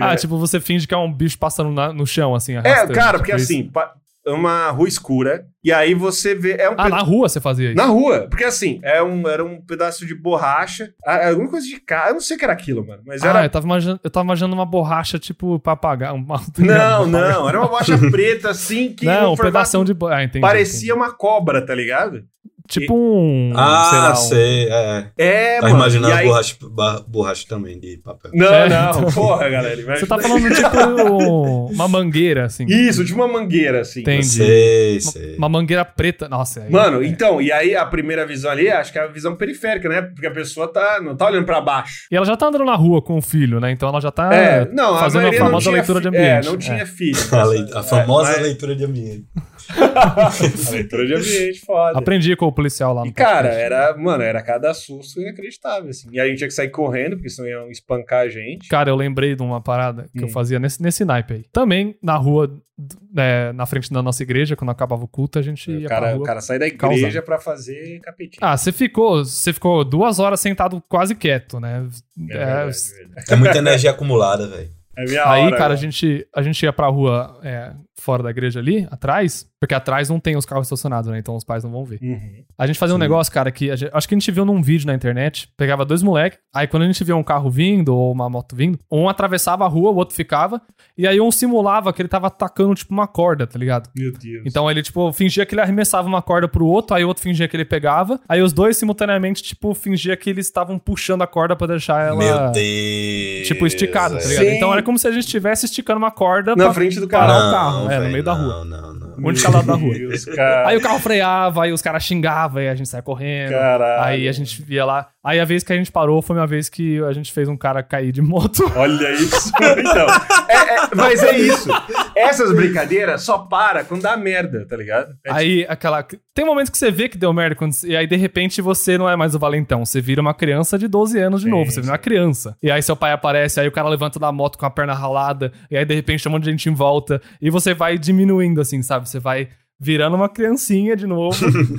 Speaker 1: Ah,
Speaker 2: É.
Speaker 1: tipo, você finge que é um bicho passando na- no chão, assim,
Speaker 2: É,
Speaker 1: arrastando,
Speaker 2: cara,
Speaker 1: tipo
Speaker 2: porque
Speaker 1: isso.
Speaker 2: assim, pa- é uma rua escura, e aí você vê. É um
Speaker 1: Ah,
Speaker 2: peda-
Speaker 1: na rua você fazia isso?
Speaker 2: na rua, porque assim, é um, era um pedaço de borracha, a- alguma coisa de cá, eu não sei o que era aquilo, mano, mas
Speaker 1: Ah,
Speaker 2: era.
Speaker 1: eu tava, imaginando, eu tava imaginando uma borracha, tipo, pra apagar. Uma...
Speaker 2: Não, não, era uma borracha
Speaker 1: (laughs)
Speaker 2: preta assim que.
Speaker 1: tá Não,
Speaker 2: no
Speaker 1: um
Speaker 2: formato
Speaker 1: pedação de... bo- Ah, entendi.
Speaker 2: Parecia
Speaker 1: entendi.
Speaker 2: uma cobra, tá ligado?
Speaker 1: Tipo um... sei lá,
Speaker 3: Ah,
Speaker 1: um-
Speaker 3: sei. É.
Speaker 2: É,
Speaker 3: Tá
Speaker 2: mano.
Speaker 3: imaginando
Speaker 2: e aí-
Speaker 3: borracha, ba- borracha também de papel.
Speaker 2: Não,
Speaker 1: É,
Speaker 2: não,
Speaker 1: então.
Speaker 2: porra, galera.
Speaker 1: Você
Speaker 2: imagina-
Speaker 1: tá falando, tipo, um- uma mangueira, assim.
Speaker 2: Isso, de uma mangueira assim.
Speaker 1: Entendi.
Speaker 3: Sei,
Speaker 1: Uma-
Speaker 3: sei.
Speaker 1: Uma mangueira preta. Nossa, aí-
Speaker 2: Mano,
Speaker 1: é.
Speaker 2: então, e aí a primeira visão ali, acho que é a visão periférica, né? Porque a pessoa tá, não tá olhando pra baixo.
Speaker 1: E ela já tá andando na rua com o filho, né? Então ela já tá
Speaker 2: É, não,
Speaker 1: fazendo a,
Speaker 2: maioria não
Speaker 1: famosa
Speaker 2: tinha
Speaker 1: leitura de
Speaker 2: fi-
Speaker 1: ambiente.
Speaker 2: É, não tinha (laughs) filho.
Speaker 3: A, lei- a famosa
Speaker 2: É, mas-
Speaker 3: leitura de ambiente.
Speaker 2: (laughs) a leitura de ambiente, foda.
Speaker 1: Aprendi com o policial lá no
Speaker 2: E, cara, é-
Speaker 1: podcast.
Speaker 2: era, mano, era cada susto inacreditável, assim. E a gente tinha que sair correndo, porque senão iam espancar a gente.
Speaker 1: Cara, eu lembrei de uma parada que eu
Speaker 2: Hum.
Speaker 1: fazia nesse, nesse naipe aí. Também na rua, d- né, na frente da nossa igreja, quando acabava o culto, a gente ia pra
Speaker 2: O cara,
Speaker 1: rua.
Speaker 2: o cara sai da
Speaker 1: causar.
Speaker 2: igreja pra fazer capetinho.
Speaker 1: Ah, você ficou, você ficou duas horas sentado quase quieto, né?
Speaker 2: É
Speaker 1: É,
Speaker 2: verdade, é verdade.
Speaker 1: (laughs)
Speaker 3: É muita energia acumulada, velho.
Speaker 2: É minha
Speaker 1: aí,
Speaker 2: hora,
Speaker 1: cara, a
Speaker 2: mano.
Speaker 1: gente, a gente ia pra rua é, fora da igreja ali, atrás, porque atrás não tem os carros estacionados, né? Então os pais não vão ver.
Speaker 2: Uhum.
Speaker 1: A gente fazia um
Speaker 3: Sim.
Speaker 1: negócio, cara, que a gente- acho que a gente viu num vídeo na internet. Pegava dois moleques, aí quando a gente via um carro vindo ou uma moto vindo, um atravessava a rua, o outro ficava, e aí um simulava que ele tava atacando, tipo, uma corda, tá ligado?
Speaker 2: Meu Deus.
Speaker 1: Então ele, tipo, fingia que ele arremessava uma corda pro outro, aí o outro fingia que ele pegava, aí os dois simultaneamente, tipo, fingia que eles estavam puxando a corda pra deixar ela.
Speaker 3: Meu Deus.
Speaker 1: Tipo, esticada, tá ligado?
Speaker 2: Sim.
Speaker 1: Então era como se a gente estivesse esticando uma corda
Speaker 2: Na
Speaker 1: pra
Speaker 2: frente do
Speaker 1: parar
Speaker 2: cara.
Speaker 1: o carro, é, no
Speaker 3: véi,
Speaker 1: meio da rua.
Speaker 3: Não, não, não.
Speaker 1: Onde tá lá da rua?
Speaker 2: Deus, cara.
Speaker 1: Aí o carro freava, aí os caras xingavam, aí a gente saia correndo.
Speaker 2: Caralho.
Speaker 1: Aí a gente via lá. Aí a vez que a gente parou foi uma vez que a gente fez um cara cair de moto.
Speaker 2: Olha isso. (laughs) então, é- é- mas é isso. Essas brincadeiras só para quando dá merda, tá ligado? É
Speaker 1: Aí aquela. Tem momentos que você vê que deu merda, quando... e aí de repente você não é mais o valentão. Você vira uma criança de 12 anos de
Speaker 2: Sim,
Speaker 1: novo. Você vira uma criança. E aí seu pai aparece, aí o cara levanta da moto com a perna ralada, e aí de repente chama um monte de gente em volta. E você vai diminuindo, assim, sabe? Você vai. virando uma criancinha de
Speaker 2: (laughs)
Speaker 1: novo.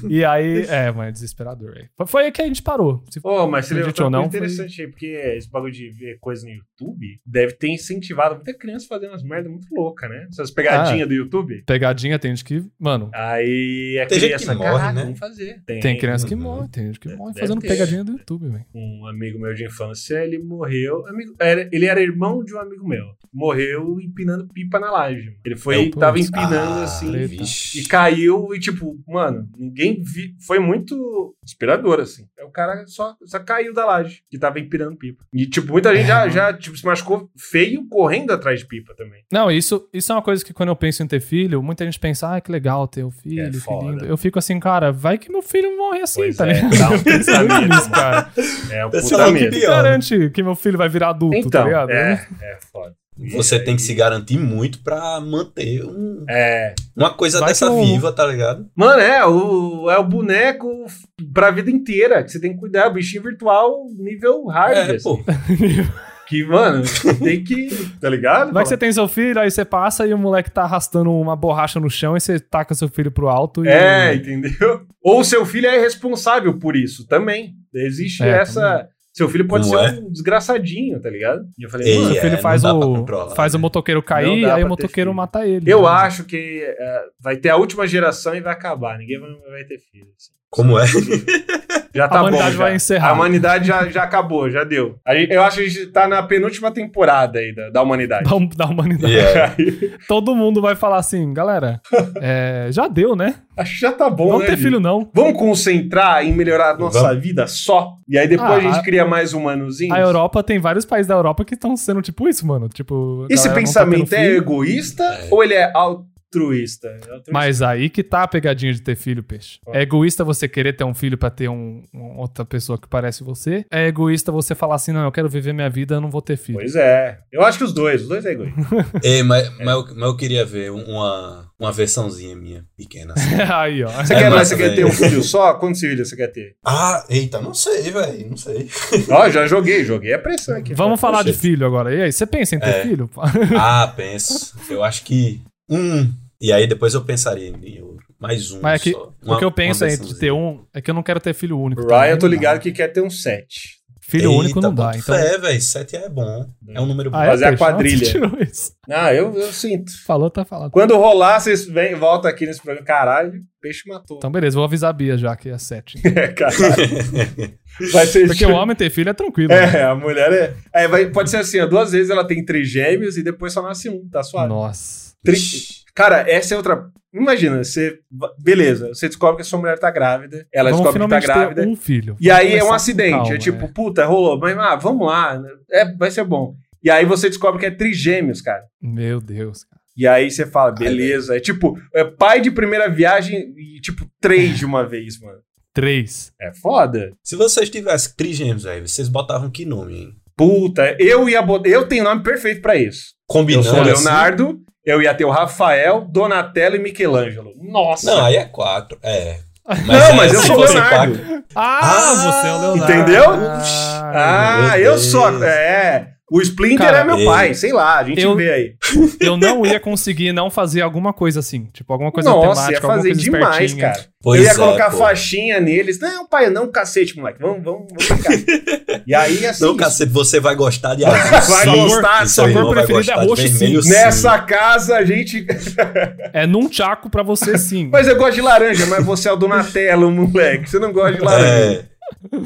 Speaker 1: e aí, é, mano, é desesperador. velho. Foi- Foi aí que a gente parou. Se
Speaker 2: Ô, mas seria
Speaker 1: acredite ou
Speaker 2: uma coisa
Speaker 1: não, foi-
Speaker 2: interessante aí, porque esse bagulho de ver coisa no YouTube deve ter incentivado muita criança a fazer umas merdas muito loucas, né? Essas
Speaker 1: Ah.
Speaker 2: pegadinhas do YouTube.
Speaker 1: Pegadinha, tem gente que, mano,
Speaker 2: Aí a
Speaker 3: Tem gente
Speaker 2: criança,
Speaker 3: que morre,
Speaker 2: "Caraca,
Speaker 3: né?
Speaker 2: vamos fazer.
Speaker 1: tem criança que
Speaker 3: Uhum.
Speaker 1: morre, tem gente que morre
Speaker 2: É, Deve
Speaker 1: fazendo
Speaker 2: ter.
Speaker 1: pegadinha do YouTube, velho.
Speaker 2: um amigo meu de infância, ele morreu. amigo- era- ele era irmão de um amigo meu. Morreu empinando pipa na laje. Ele foi,
Speaker 1: Meu,
Speaker 2: tava
Speaker 1: putz.
Speaker 2: empinando
Speaker 3: É Ah,
Speaker 2: assim.
Speaker 1: treta.
Speaker 2: E
Speaker 3: vixe.
Speaker 2: caiu e, tipo, mano, ninguém vi. Foi muito inspirador, assim. O cara só, só caiu da laje, que tava empinando pipa. E, tipo, muita gente
Speaker 1: É,
Speaker 2: já,
Speaker 1: mano.
Speaker 2: já tipo, se machucou feio correndo atrás de pipa também.
Speaker 1: Não, isso, isso é uma coisa que quando eu penso em ter filho, muita gente pensa, ah, que legal ter um filho,
Speaker 2: É
Speaker 1: que
Speaker 2: foda.
Speaker 1: lindo. Eu fico assim, cara, vai que meu filho morre assim,
Speaker 2: Pois
Speaker 1: tá
Speaker 2: é,
Speaker 1: ligado?
Speaker 2: dá
Speaker 1: (laughs) Eu
Speaker 2: um
Speaker 1: penso muito
Speaker 2: pensamento,
Speaker 1: nisso,
Speaker 2: (laughs)
Speaker 1: cara.
Speaker 2: É o
Speaker 3: Pensa
Speaker 2: puta
Speaker 3: logo tá que
Speaker 2: medo.
Speaker 1: Quem
Speaker 3: Pior. né?
Speaker 1: garante que meu filho vai virar adulto, tá
Speaker 2: Então,
Speaker 1: ligado?
Speaker 2: é, é foda.
Speaker 3: Você tem que se garantir muito pra manter um-
Speaker 2: É.
Speaker 3: uma coisa
Speaker 1: Vai
Speaker 3: dessa
Speaker 1: que um-
Speaker 3: viva, tá ligado?
Speaker 2: Mano, é o, é o boneco pra vida inteira, que você tem que cuidar. O bichinho virtual nível hard.
Speaker 3: É,
Speaker 2: assim.
Speaker 3: pô.
Speaker 2: Que, mano, tem que. Tá ligado?
Speaker 1: Vai que você tem seu filho, aí você passa e o moleque tá arrastando uma borracha no chão e você taca seu filho pro alto e.
Speaker 2: É, entendeu? (laughs) Ou seu filho é responsável por isso também. Existe
Speaker 1: É,
Speaker 2: essa. Seu filho pode
Speaker 3: Como é?
Speaker 2: ser um desgraçadinho, tá ligado? E eu falei,
Speaker 3: Ei,
Speaker 2: mano,
Speaker 1: Seu filho
Speaker 3: É,
Speaker 1: faz,
Speaker 3: não dá pra
Speaker 1: o,
Speaker 3: controlar,
Speaker 1: faz o
Speaker 3: né?
Speaker 1: motoqueiro
Speaker 2: Não
Speaker 1: cair,
Speaker 2: dá
Speaker 1: aí
Speaker 2: pra
Speaker 1: o motoqueiro
Speaker 2: ter filho.
Speaker 1: mata ele.
Speaker 2: eu
Speaker 1: né?
Speaker 2: acho que eh, vai ter a última geração e vai acabar. Ninguém vai, vai ter filho. assim.
Speaker 1: (laughs)
Speaker 3: Como é?
Speaker 2: Já tá
Speaker 1: A humanidade
Speaker 2: bom, já.
Speaker 1: vai encerrar.
Speaker 2: A humanidade já, já acabou, já deu. A gente- eu acho que a gente tá na penúltima temporada aí da, da humanidade.
Speaker 1: Da, hum- da
Speaker 2: (laughs)
Speaker 1: humanidade.
Speaker 3: Yeah.
Speaker 1: Todo mundo vai falar assim, galera, é, já deu, né?
Speaker 2: Acho que já tá bom,
Speaker 1: Não
Speaker 2: né?
Speaker 1: ter
Speaker 2: gente?
Speaker 1: filho, não.
Speaker 2: Vamos concentrar em melhorar a nossa
Speaker 3: Vamos.
Speaker 2: vida só? E aí depois
Speaker 1: Ah,
Speaker 2: a gente
Speaker 1: a-
Speaker 2: cria mais humanozinhos?
Speaker 1: A Europa tem vários países da Europa que estão sendo tipo isso, mano. Tipo, a
Speaker 2: Esse
Speaker 1: galera não tá tendo
Speaker 2: pensamento é
Speaker 1: filho.
Speaker 2: egoísta
Speaker 3: É.
Speaker 2: ou ele é altruísta? É altruísta.
Speaker 1: Mas aí que tá a pegadinha de ter filho, peixe.
Speaker 2: Ah.
Speaker 1: É egoísta você querer ter um filho pra ter um, um- outra pessoa que parece você. É egoísta você falar assim, não, eu quero viver minha vida, eu não vou ter filho.
Speaker 2: Pois é. Eu acho que os dois, os dois é
Speaker 3: (laughs)
Speaker 2: egoísta.
Speaker 3: Ei, mas, mas, eu, mas eu queria ver um, uma, uma versãozinha minha, pequena. assim.
Speaker 1: (laughs) aí, ó.
Speaker 2: Você,
Speaker 3: É
Speaker 2: quer, mas
Speaker 3: massa,
Speaker 2: você quer
Speaker 3: velho.
Speaker 2: ter um filho só? Quantos filhos você quer ter?
Speaker 3: Ah, eita, não sei, velho, não sei.
Speaker 2: Ó, já joguei, joguei a pressão aqui. (laughs)
Speaker 1: Vamos falar de
Speaker 3: Poxa.
Speaker 1: filho agora. E aí, você pensa em ter
Speaker 3: É.
Speaker 1: filho? (laughs)
Speaker 3: Ah, penso. Eu acho que um. E aí depois eu pensaria em outro. Mais um
Speaker 1: Mas é que-
Speaker 3: só.
Speaker 1: o que eu penso aí de ter um é que eu não quero ter filho único.
Speaker 2: O Ryan, eu tô
Speaker 1: também.
Speaker 2: ligado que quer ter um sete.
Speaker 1: Filho único não dá, então.
Speaker 3: É, velho, sete é bom. É um número bom.
Speaker 1: Ah, é,
Speaker 2: Fazer a
Speaker 1: Peixe? Nossa, (laughs)
Speaker 2: quadrilha.
Speaker 1: tirou isso.
Speaker 2: Ah, eu, eu sinto.
Speaker 1: Falou, tá falado.
Speaker 2: Quando rolar, vocês vêm, voltam aqui nesse programa. Caralho, peixe matou.
Speaker 1: Então, beleza, vou avisar a Bia já que é 7.
Speaker 2: (laughs) É, caralho.
Speaker 3: (laughs)
Speaker 2: Vai ser
Speaker 1: Porque o homem ter filho é tranquilo. né?
Speaker 2: É, a mulher é. é, vai- pode ser assim, ó, duas vezes ela tem três gêmeos e depois só nasce um, tá suave.
Speaker 1: Nossa.
Speaker 2: Tri- Cara, essa é outra. Imagina, você. Beleza, você descobre que a sua mulher tá grávida, ela
Speaker 1: Vamos
Speaker 2: descobre que tá
Speaker 1: finalmente
Speaker 2: grávida.
Speaker 1: ter um filho.
Speaker 2: E aí é
Speaker 1: Começar
Speaker 2: um
Speaker 1: com
Speaker 2: acidente.
Speaker 1: calma,
Speaker 2: é tipo, puta, rolou, mas ah, vamos lá, né? é, vai ser bom. E aí você descobre que é trigêmeos, cara.
Speaker 1: Meu Deus, cara.
Speaker 2: E aí você fala, beleza. É tipo, é pai de primeira viagem e tipo, três de uma vez, mano.
Speaker 1: 3.
Speaker 2: É foda.
Speaker 3: Se vocês tivessem trigêmeos, velho, vocês botavam que nome, hein?
Speaker 2: Puta, eu ia botar. Eu tenho nome perfeito pra isso. Eu
Speaker 3: Combinando
Speaker 2: sou o
Speaker 3: assim?
Speaker 2: Leonardo, eu ia ter o Rafael, Donatello e Michelangelo. Nossa!
Speaker 3: Não, aí é quatro. É. assim, Mas
Speaker 2: Não,
Speaker 3: aí,
Speaker 2: mas eu
Speaker 3: se
Speaker 2: sou o
Speaker 3: fosse
Speaker 2: Leonardo.
Speaker 3: quatro-
Speaker 1: Ah,
Speaker 3: Ah,
Speaker 1: você é o Leonardo.
Speaker 2: entendeu?
Speaker 1: Ah,
Speaker 2: Ah,
Speaker 3: Meu
Speaker 2: eu
Speaker 3: Deus.
Speaker 2: sou. É. O Splinter
Speaker 1: Cara,
Speaker 2: é meu
Speaker 3: ele-
Speaker 2: pai, sei lá, a gente
Speaker 1: Eu-
Speaker 2: vê aí.
Speaker 1: Eu não ia conseguir não fazer alguma coisa assim. Tipo, alguma coisa
Speaker 2: Nossa, ia
Speaker 1: temática, alguma
Speaker 2: fazer
Speaker 1: coisa
Speaker 2: demais,
Speaker 1: espertinha.
Speaker 2: cara.
Speaker 3: Pois
Speaker 2: eu ia
Speaker 3: é,
Speaker 2: colocar
Speaker 3: pô.
Speaker 2: faixinha neles. Não, pai, não, cacete, moleque. Vamos, vamos, vamos
Speaker 3: (laughs)
Speaker 2: brincar. e aí, assim.
Speaker 3: Não, cacete, você vai gostar de azul.
Speaker 2: Vai
Speaker 3: sim.
Speaker 2: gostar, sua
Speaker 3: E seu
Speaker 1: cor
Speaker 3: irmão vai
Speaker 1: preferida é
Speaker 3: gostar de
Speaker 1: roxo, sim.
Speaker 3: vermelho,
Speaker 2: Nessa casa a gente.
Speaker 1: É num tchaco pra você sim.
Speaker 2: (laughs) Mas eu gosto de laranja, mas você é o Donatello, moleque. Você não gosta de laranja.
Speaker 3: É,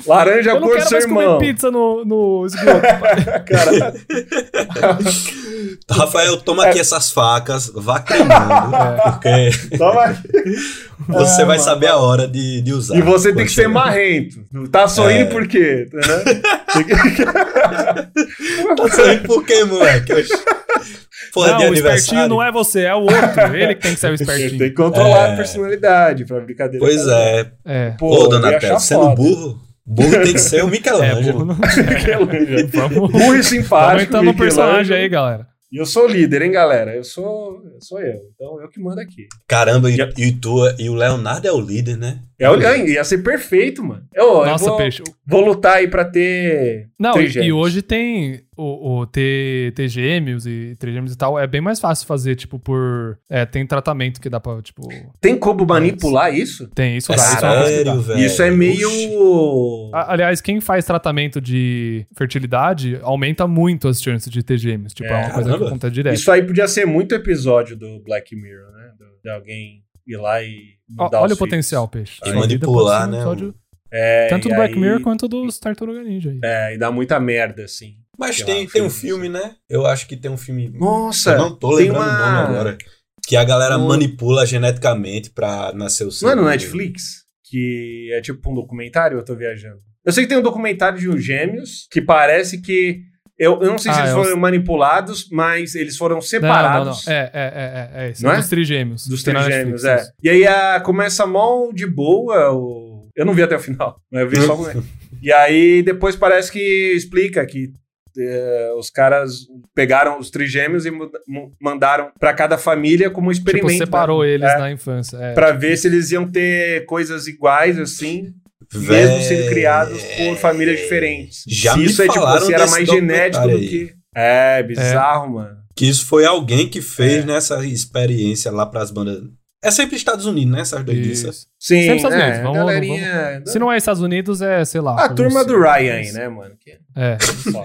Speaker 2: Laranja é
Speaker 1: eu
Speaker 2: a
Speaker 1: não
Speaker 2: cor do
Speaker 1: quero
Speaker 2: seu
Speaker 1: mais comer
Speaker 2: irmão.
Speaker 1: pizza no, no esgoto.
Speaker 2: Cara,
Speaker 3: Rafael,
Speaker 2: É.
Speaker 3: toma aqui essas facas, vá queimando,
Speaker 1: É.
Speaker 3: porque
Speaker 2: toma
Speaker 3: (laughs) você vai
Speaker 2: mano.
Speaker 3: saber a hora de, de usar.
Speaker 2: E você tem
Speaker 3: Quando
Speaker 2: que ser
Speaker 3: chegar. (laughs)
Speaker 2: marrento. Tá sorrindo
Speaker 3: É.
Speaker 2: por quê?
Speaker 3: (laughs)
Speaker 2: Né?
Speaker 3: Tá saindo por quê, moleque? Oxe. Porra
Speaker 1: não,
Speaker 3: de
Speaker 1: o espertinho
Speaker 3: aniversário.
Speaker 1: não é você, é o outro. Ele que tem que
Speaker 2: (laughs)
Speaker 1: ser o
Speaker 2: Tem
Speaker 1: espertinho.
Speaker 2: que controlar
Speaker 3: É.
Speaker 2: a personalidade pra brincadeira.
Speaker 3: Pois é.
Speaker 1: É.
Speaker 2: Pô,
Speaker 3: Ô,
Speaker 2: eu ia
Speaker 3: Donatello,
Speaker 2: achar
Speaker 3: sendo
Speaker 2: foda.
Speaker 3: burro, burro tem que
Speaker 2: (laughs)
Speaker 3: ser o
Speaker 1: É, burro
Speaker 3: Michelangelo.
Speaker 1: não-
Speaker 2: Michelangelo.
Speaker 1: (laughs) Vamos.
Speaker 2: Burro e
Speaker 1: Vamos
Speaker 2: simpático.
Speaker 1: entrar no personagem
Speaker 2: Michelangelo.
Speaker 1: aí, galera.
Speaker 2: E eu sou o líder, hein, galera? Eu sou, eu sou eu. Então eu que mando aqui.
Speaker 3: Caramba, e, e tu- e o Leonardo é o líder, né?
Speaker 2: É o ia ser perfeito, mano. Eu, eu
Speaker 1: Nossa,
Speaker 2: vou-
Speaker 1: peixe.
Speaker 2: Vou lutar aí pra ter.
Speaker 1: Não, e,
Speaker 2: trigêmeos.
Speaker 1: e hoje tem o, o ter, ter gêmeos e trigêmeos e tal, é bem mais fácil fazer, tipo, por. É, tem tratamento que dá pra, tipo.
Speaker 2: Tem como manipular isso?
Speaker 1: Tem isso,
Speaker 3: É
Speaker 1: dá, isso é uma coisa que dá.
Speaker 3: sério, velho.
Speaker 2: Isso é meio.
Speaker 3: Oxi.
Speaker 1: A- Aliás, quem faz tratamento de fertilidade aumenta muito as chances de ter gêmeos. Tipo, é,
Speaker 2: É,
Speaker 1: uma coisa que
Speaker 3: caramba.
Speaker 1: acontece direto.
Speaker 2: Isso aí podia ser muito episódio do Black Mirror, né? Do- de alguém ir lá e
Speaker 1: Ó,
Speaker 2: mudar
Speaker 1: olha
Speaker 2: os
Speaker 1: o potencial, peixe.
Speaker 3: E
Speaker 1: Isso aí depois
Speaker 3: manipular,
Speaker 1: tem um
Speaker 3: né,
Speaker 1: episódio-
Speaker 2: filhos. É,
Speaker 1: Tanto
Speaker 2: e
Speaker 1: do Black
Speaker 2: aí-
Speaker 1: Mirror quanto dos Tartaruga Ninja aí.
Speaker 2: É, e dá muita merda, assim.
Speaker 3: Mas
Speaker 2: Sei
Speaker 3: tem,
Speaker 2: lá,
Speaker 3: tem um
Speaker 2: filme,
Speaker 3: filme, né? Eu acho que tem um filme.
Speaker 2: Nossa!
Speaker 3: Eu não tô
Speaker 2: tem
Speaker 3: lembrando
Speaker 2: uma-
Speaker 3: o nome agora. Que a galera
Speaker 2: Um-
Speaker 3: manipula geneticamente pra nascer o
Speaker 2: Não
Speaker 3: sangue.
Speaker 2: é no Netflix? Que é tipo um documentário? Eu tô viajando. Eu sei que tem um documentário de uns gêmeos que parece que. Eu, eu não sei se
Speaker 1: Ah,
Speaker 2: eles
Speaker 1: é
Speaker 2: foram manipulados, mas eles foram
Speaker 1: Não, não, não.
Speaker 2: separados.
Speaker 1: É, é, é, é. é isso.
Speaker 2: Não é?
Speaker 1: Dos trigêmeos.
Speaker 2: Dos
Speaker 1: Tem na
Speaker 2: trigêmeos, é.
Speaker 1: Netflix, isso.
Speaker 2: E aí a, começa mal de boa. O... Eu não vi até o final, mas eu vi só o
Speaker 1: (laughs)
Speaker 2: começo. E aí depois parece que explica que eh, os caras pegaram os trigêmeos e muda- mu- mandaram pra cada família como um
Speaker 1: Tipo,
Speaker 2: experimento.
Speaker 1: separou
Speaker 2: né?
Speaker 1: eles
Speaker 2: É,
Speaker 1: na infância. É.
Speaker 2: Pra ver se eles iam ter coisas iguais, assim, mesmo sendo criados por famílias diferentes.
Speaker 3: Já
Speaker 2: se
Speaker 3: me
Speaker 2: isso é tipo,
Speaker 3: falaram
Speaker 2: se era
Speaker 3: desse
Speaker 2: mais genético do
Speaker 3: documentário aí.
Speaker 2: que. É, bizarro, mano.
Speaker 3: Que isso foi alguém que fez
Speaker 2: É.
Speaker 3: nessa experiência lá pras bandas. É sempre Estados Unidos, né? Essas doidiças.
Speaker 1: Isso.
Speaker 2: Sim,
Speaker 1: Sempre Estados
Speaker 2: é,
Speaker 1: Unidos, vamos-
Speaker 2: galerinha- né?
Speaker 1: Se não é Estados Unidos, é, sei lá.
Speaker 2: A
Speaker 1: como
Speaker 2: turma
Speaker 1: se-
Speaker 2: do Ryan aí, né, mano? Que-
Speaker 1: É.
Speaker 2: Só.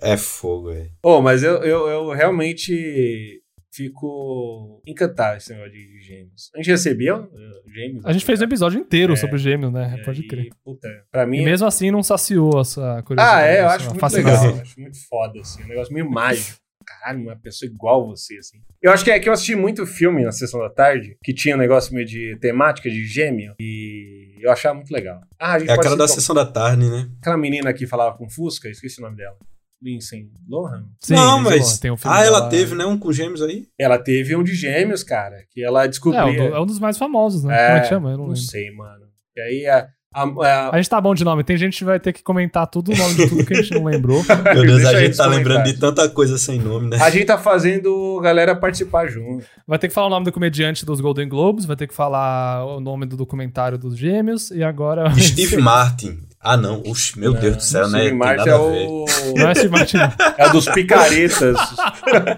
Speaker 3: É fogo, velho.
Speaker 2: Pô, mas eu, eu, eu realmente fico encantado com esse negócio de gêmeos. A gente recebeu uh, gêmeos?
Speaker 1: A gente fez um episódio inteiro
Speaker 2: É.
Speaker 1: sobre gêmeos, né?
Speaker 2: E aí,
Speaker 1: Pode crer.
Speaker 2: Puta, pra
Speaker 1: E
Speaker 2: mim...
Speaker 1: mesmo assim não saciou essa curiosidade.
Speaker 2: Ah, é, eu
Speaker 1: essa
Speaker 2: acho muito
Speaker 1: fascinação.
Speaker 2: legal. Eu acho muito foda, assim. Um negócio meio mágico. Caralho, uma pessoa igual você, assim. Eu acho que é que eu assisti muito filme na sessão da tarde, que tinha um negócio meio de temática de gêmeo, e eu achava muito legal. Ah, a gente
Speaker 3: É a
Speaker 2: pode
Speaker 3: cara da
Speaker 2: citar-
Speaker 3: sessão da tarde, né?
Speaker 2: Aquela menina que falava com Fusca, esqueci o nome dela. Lindsay Lohan?
Speaker 1: Sim,
Speaker 3: não,
Speaker 1: sei
Speaker 3: mas.
Speaker 1: lá, tem um filme
Speaker 3: ah, ela
Speaker 1: dela-
Speaker 3: teve, né? Um com
Speaker 2: (laughs)
Speaker 3: gêmeos aí?
Speaker 2: Ela teve um de gêmeos, cara, que ela
Speaker 1: É,
Speaker 2: descobriu.
Speaker 1: um do- é um dos mais famosos, né?
Speaker 2: É,
Speaker 1: Como é que chama? Eu não
Speaker 2: não
Speaker 1: lembro.
Speaker 2: sei, mano. E aí a. a, a-
Speaker 1: A gente tá bom de nome. Tem gente que vai ter que comentar tudo o nome de tudo que a gente não
Speaker 2: (laughs)
Speaker 1: lembrou.
Speaker 3: Meu Deus,
Speaker 2: Deixa
Speaker 3: a
Speaker 2: eles
Speaker 3: gente tá lembrando de
Speaker 2: comentarem.
Speaker 3: tanta coisa sem nome, né?
Speaker 2: a gente tá fazendo galera participar junto.
Speaker 1: Vai ter que falar o nome do comediante dos Golden Globes, vai ter que falar o nome do documentário dos gêmeos, e
Speaker 2: (laughs)
Speaker 1: agora.
Speaker 3: Steve Martin. Ah, não. Oxe, meu Deus do céu, né?
Speaker 2: Steve
Speaker 3: Tem
Speaker 2: Martin
Speaker 3: nada
Speaker 2: é
Speaker 3: a ver.
Speaker 2: o.
Speaker 1: (laughs) Não é Steve Martin, não.
Speaker 2: É o dos picaretas. (laughs)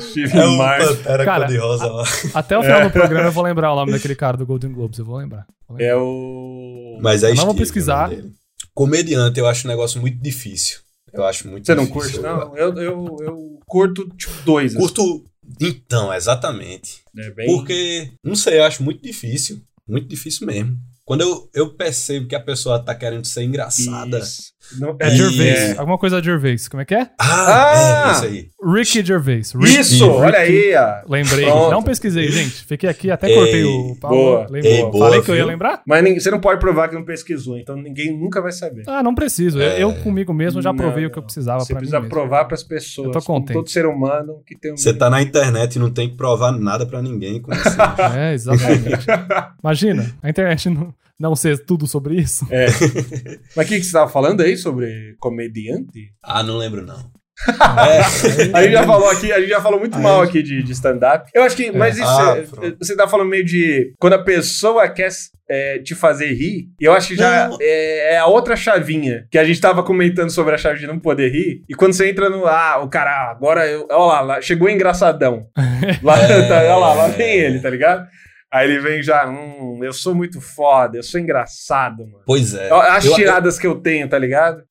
Speaker 2: Steve
Speaker 3: É o
Speaker 2: Martin.
Speaker 3: Pantera
Speaker 1: Cara,
Speaker 3: Cor-de-Rosa lá.
Speaker 1: Até o final
Speaker 2: É.
Speaker 1: do programa eu vou lembrar o nome daquele cara do Golden Globes, eu vou lembrar. Vou lembrar.
Speaker 2: É o.
Speaker 3: Mas é
Speaker 1: Eu não vou
Speaker 3: Steve,
Speaker 1: pesquisar.
Speaker 3: o nome dele. Comediante, eu acho um negócio muito difícil. Eu acho muito
Speaker 2: Você não curte,
Speaker 3: difícil.
Speaker 2: não? Eu, eu, eu curto tipo dois. assim,
Speaker 3: é Curto. Então, exatamente.
Speaker 2: né? Bem-
Speaker 3: Porque, não sei, eu acho muito difícil. Muito difícil mesmo. Quando eu, eu percebo que a pessoa tá querendo ser engraçada.
Speaker 2: Isso. Não-
Speaker 1: É
Speaker 3: E-
Speaker 1: Gervais, alguma coisa Gervais. Como é que é?
Speaker 3: Ah,
Speaker 2: Ah!
Speaker 3: é, isso aí.
Speaker 1: Ricky Gervais. Ricky,
Speaker 2: Isso, olha
Speaker 1: Ricky.
Speaker 2: aí, ó.
Speaker 1: Lembrei.
Speaker 2: Pronto.
Speaker 1: Não pesquisei, gente. Fiquei aqui, até
Speaker 3: Ei,
Speaker 1: cortei o pau.
Speaker 2: boa.
Speaker 1: lembrei.
Speaker 3: Ei, boa,
Speaker 1: Falei que eu ia
Speaker 3: viu?
Speaker 1: lembrar?
Speaker 2: Mas ninguém- você não pode provar que não pesquisou, então ninguém nunca vai saber.
Speaker 1: Ah, não preciso. Eu-
Speaker 3: É.
Speaker 1: Eu, comigo mesmo já provei
Speaker 2: Não,
Speaker 1: o que eu
Speaker 2: não.
Speaker 1: precisava
Speaker 2: Você
Speaker 1: pra mim.
Speaker 2: precisa
Speaker 1: mesmo.
Speaker 2: provar pras pessoas.
Speaker 1: Eu tô
Speaker 2: como
Speaker 1: contente.
Speaker 2: Todo ser humano que tem um.
Speaker 3: Você tá na internet e não tem que provar nada pra ninguém. Como assim?
Speaker 2: (laughs)
Speaker 1: É, exatamente. Imagina, a internet não, não ser tudo sobre isso.
Speaker 2: (laughs) É. Mas o que, que você tava falando aí sobre comediante?
Speaker 3: ah, não lembro, não. É,
Speaker 2: A gente já falou aqui, a gente já falou muito
Speaker 1: Aí-
Speaker 2: mal aqui de, de stand-up. Eu acho que. Mas isso.
Speaker 3: Ah,
Speaker 2: é-
Speaker 3: pronto.
Speaker 2: você tá falando meio de. Quando a pessoa quer é, te fazer rir, eu acho que já
Speaker 3: Não.
Speaker 2: é, é a outra chavinha. Que a gente tava comentando sobre a chave de não poder rir. E quando você entra no. Ah, o cara, agora. Eu, olha lá, lá, chegou o
Speaker 3: (laughs)
Speaker 2: engraçadão. Lá,
Speaker 3: É.
Speaker 2: tá, olha lá, lá vem ele, tá ligado? Aí ele vem já. Hum, eu sou muito foda, eu sou engraçado, mano.
Speaker 3: pois é.
Speaker 2: As
Speaker 3: Eu- eu-
Speaker 2: tiradas que eu tenho, tá ligado?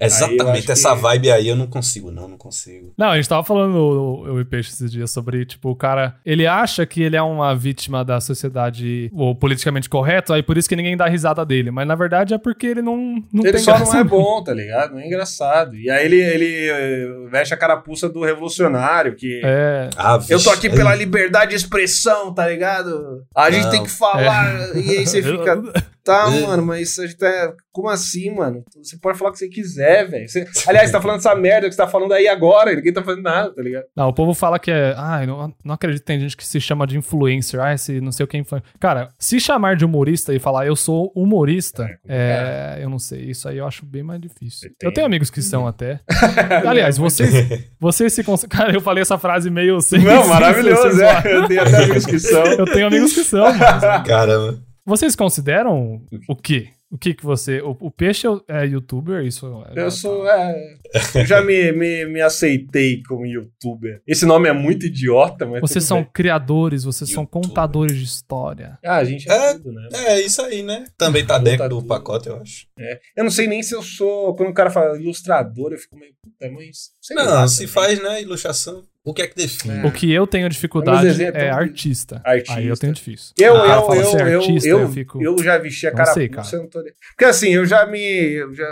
Speaker 2: Aí eu acho
Speaker 3: Exatamente, essa
Speaker 2: que-
Speaker 3: vibe aí eu não consigo, não, não consigo.
Speaker 1: Não, a gente tava falando, eu- eu e Peixe esses dias, sobre, tipo, o cara. Ele acha que ele é uma vítima da sociedade ou politicamente correto, aí por isso que ninguém dá risada dele. Mas na verdade é porque ele não, não
Speaker 2: Ele
Speaker 1: tem
Speaker 2: só não
Speaker 1: graça.
Speaker 2: é bom, tá ligado? Não é engraçado. E aí ele, ele eh, veste a carapuça do revolucionário, que.
Speaker 1: É,
Speaker 3: Ah, vixe,
Speaker 2: Eu tô aqui
Speaker 3: é-
Speaker 2: pela liberdade de expressão, tá ligado? A gente
Speaker 3: Não.
Speaker 2: tem que falar.
Speaker 1: é.
Speaker 2: E
Speaker 1: (laughs)
Speaker 2: aí você fica. Tá, mano, mas a gente tá. Como assim, mano? Você pode falar o que você quiser, velho. Você- Aliás, você tá falando essa merda que você tá falando aí agora, e ninguém tá fazendo nada,
Speaker 1: (laughs)
Speaker 2: tá ligado?
Speaker 1: Não, o povo fala que é. Ai, não, não acredito que tem gente que se chama de influencer. Ah, esse não sei o que é influencer. Cara, se chamar de humorista e falar eu sou humorista, é, eu não sei. Isso aí eu acho bem mais difícil.
Speaker 2: Você tem-
Speaker 1: Eu tenho amigos que são
Speaker 2: (laughs)
Speaker 1: até. Aliás, vocês, vocês se. cons- Cara, eu falei essa frase meio sem.
Speaker 2: Não,
Speaker 1: sem-
Speaker 2: maravilhoso,
Speaker 1: sem- (laughs)
Speaker 2: é. Eu tenho até amigos que são.
Speaker 1: Eu tenho amigos que são. mano.
Speaker 3: Caramba.
Speaker 1: Vocês consideram o quê? O que que você... O, o peixe é youtuber? Isso é-
Speaker 2: Eu sou. é, eu já me, me, me aceitei como youtuber. Esse nome é muito idiota, mas.
Speaker 1: Vocês
Speaker 2: tudo
Speaker 1: são
Speaker 2: bem.
Speaker 1: criadores, vocês são
Speaker 3: Youtuber.
Speaker 1: contadores de história.
Speaker 2: Ah, a gente é,
Speaker 3: É.
Speaker 2: tudo, né?
Speaker 3: É, isso aí, né? Também tá
Speaker 2: Puta
Speaker 3: dentro do
Speaker 2: tudo.
Speaker 3: pacote, eu acho.
Speaker 2: Eu não sei nem se eu sou. Quando o cara fala ilustrador, eu fico meio. Puta, mas. Sei lá,
Speaker 3: Não, se
Speaker 2: também.
Speaker 3: faz, né, ilustração, o que é que define?
Speaker 1: O que eu tenho
Speaker 2: Mas
Speaker 1: dificuldade
Speaker 2: esse é
Speaker 1: é,
Speaker 2: tão de-
Speaker 1: artista.
Speaker 2: Artista.
Speaker 1: Aí eu tenho difícil.
Speaker 2: Eu,
Speaker 1: O cara
Speaker 2: eu,
Speaker 1: Ah, fala
Speaker 2: eu,
Speaker 1: ser
Speaker 2: eu,
Speaker 1: artista,
Speaker 2: eu,
Speaker 1: eu fico-
Speaker 2: eu já vesti a
Speaker 1: Não
Speaker 2: cara.
Speaker 1: sei, cara.
Speaker 2: eu não tô nem- Porque assim, eu já me. Eu já,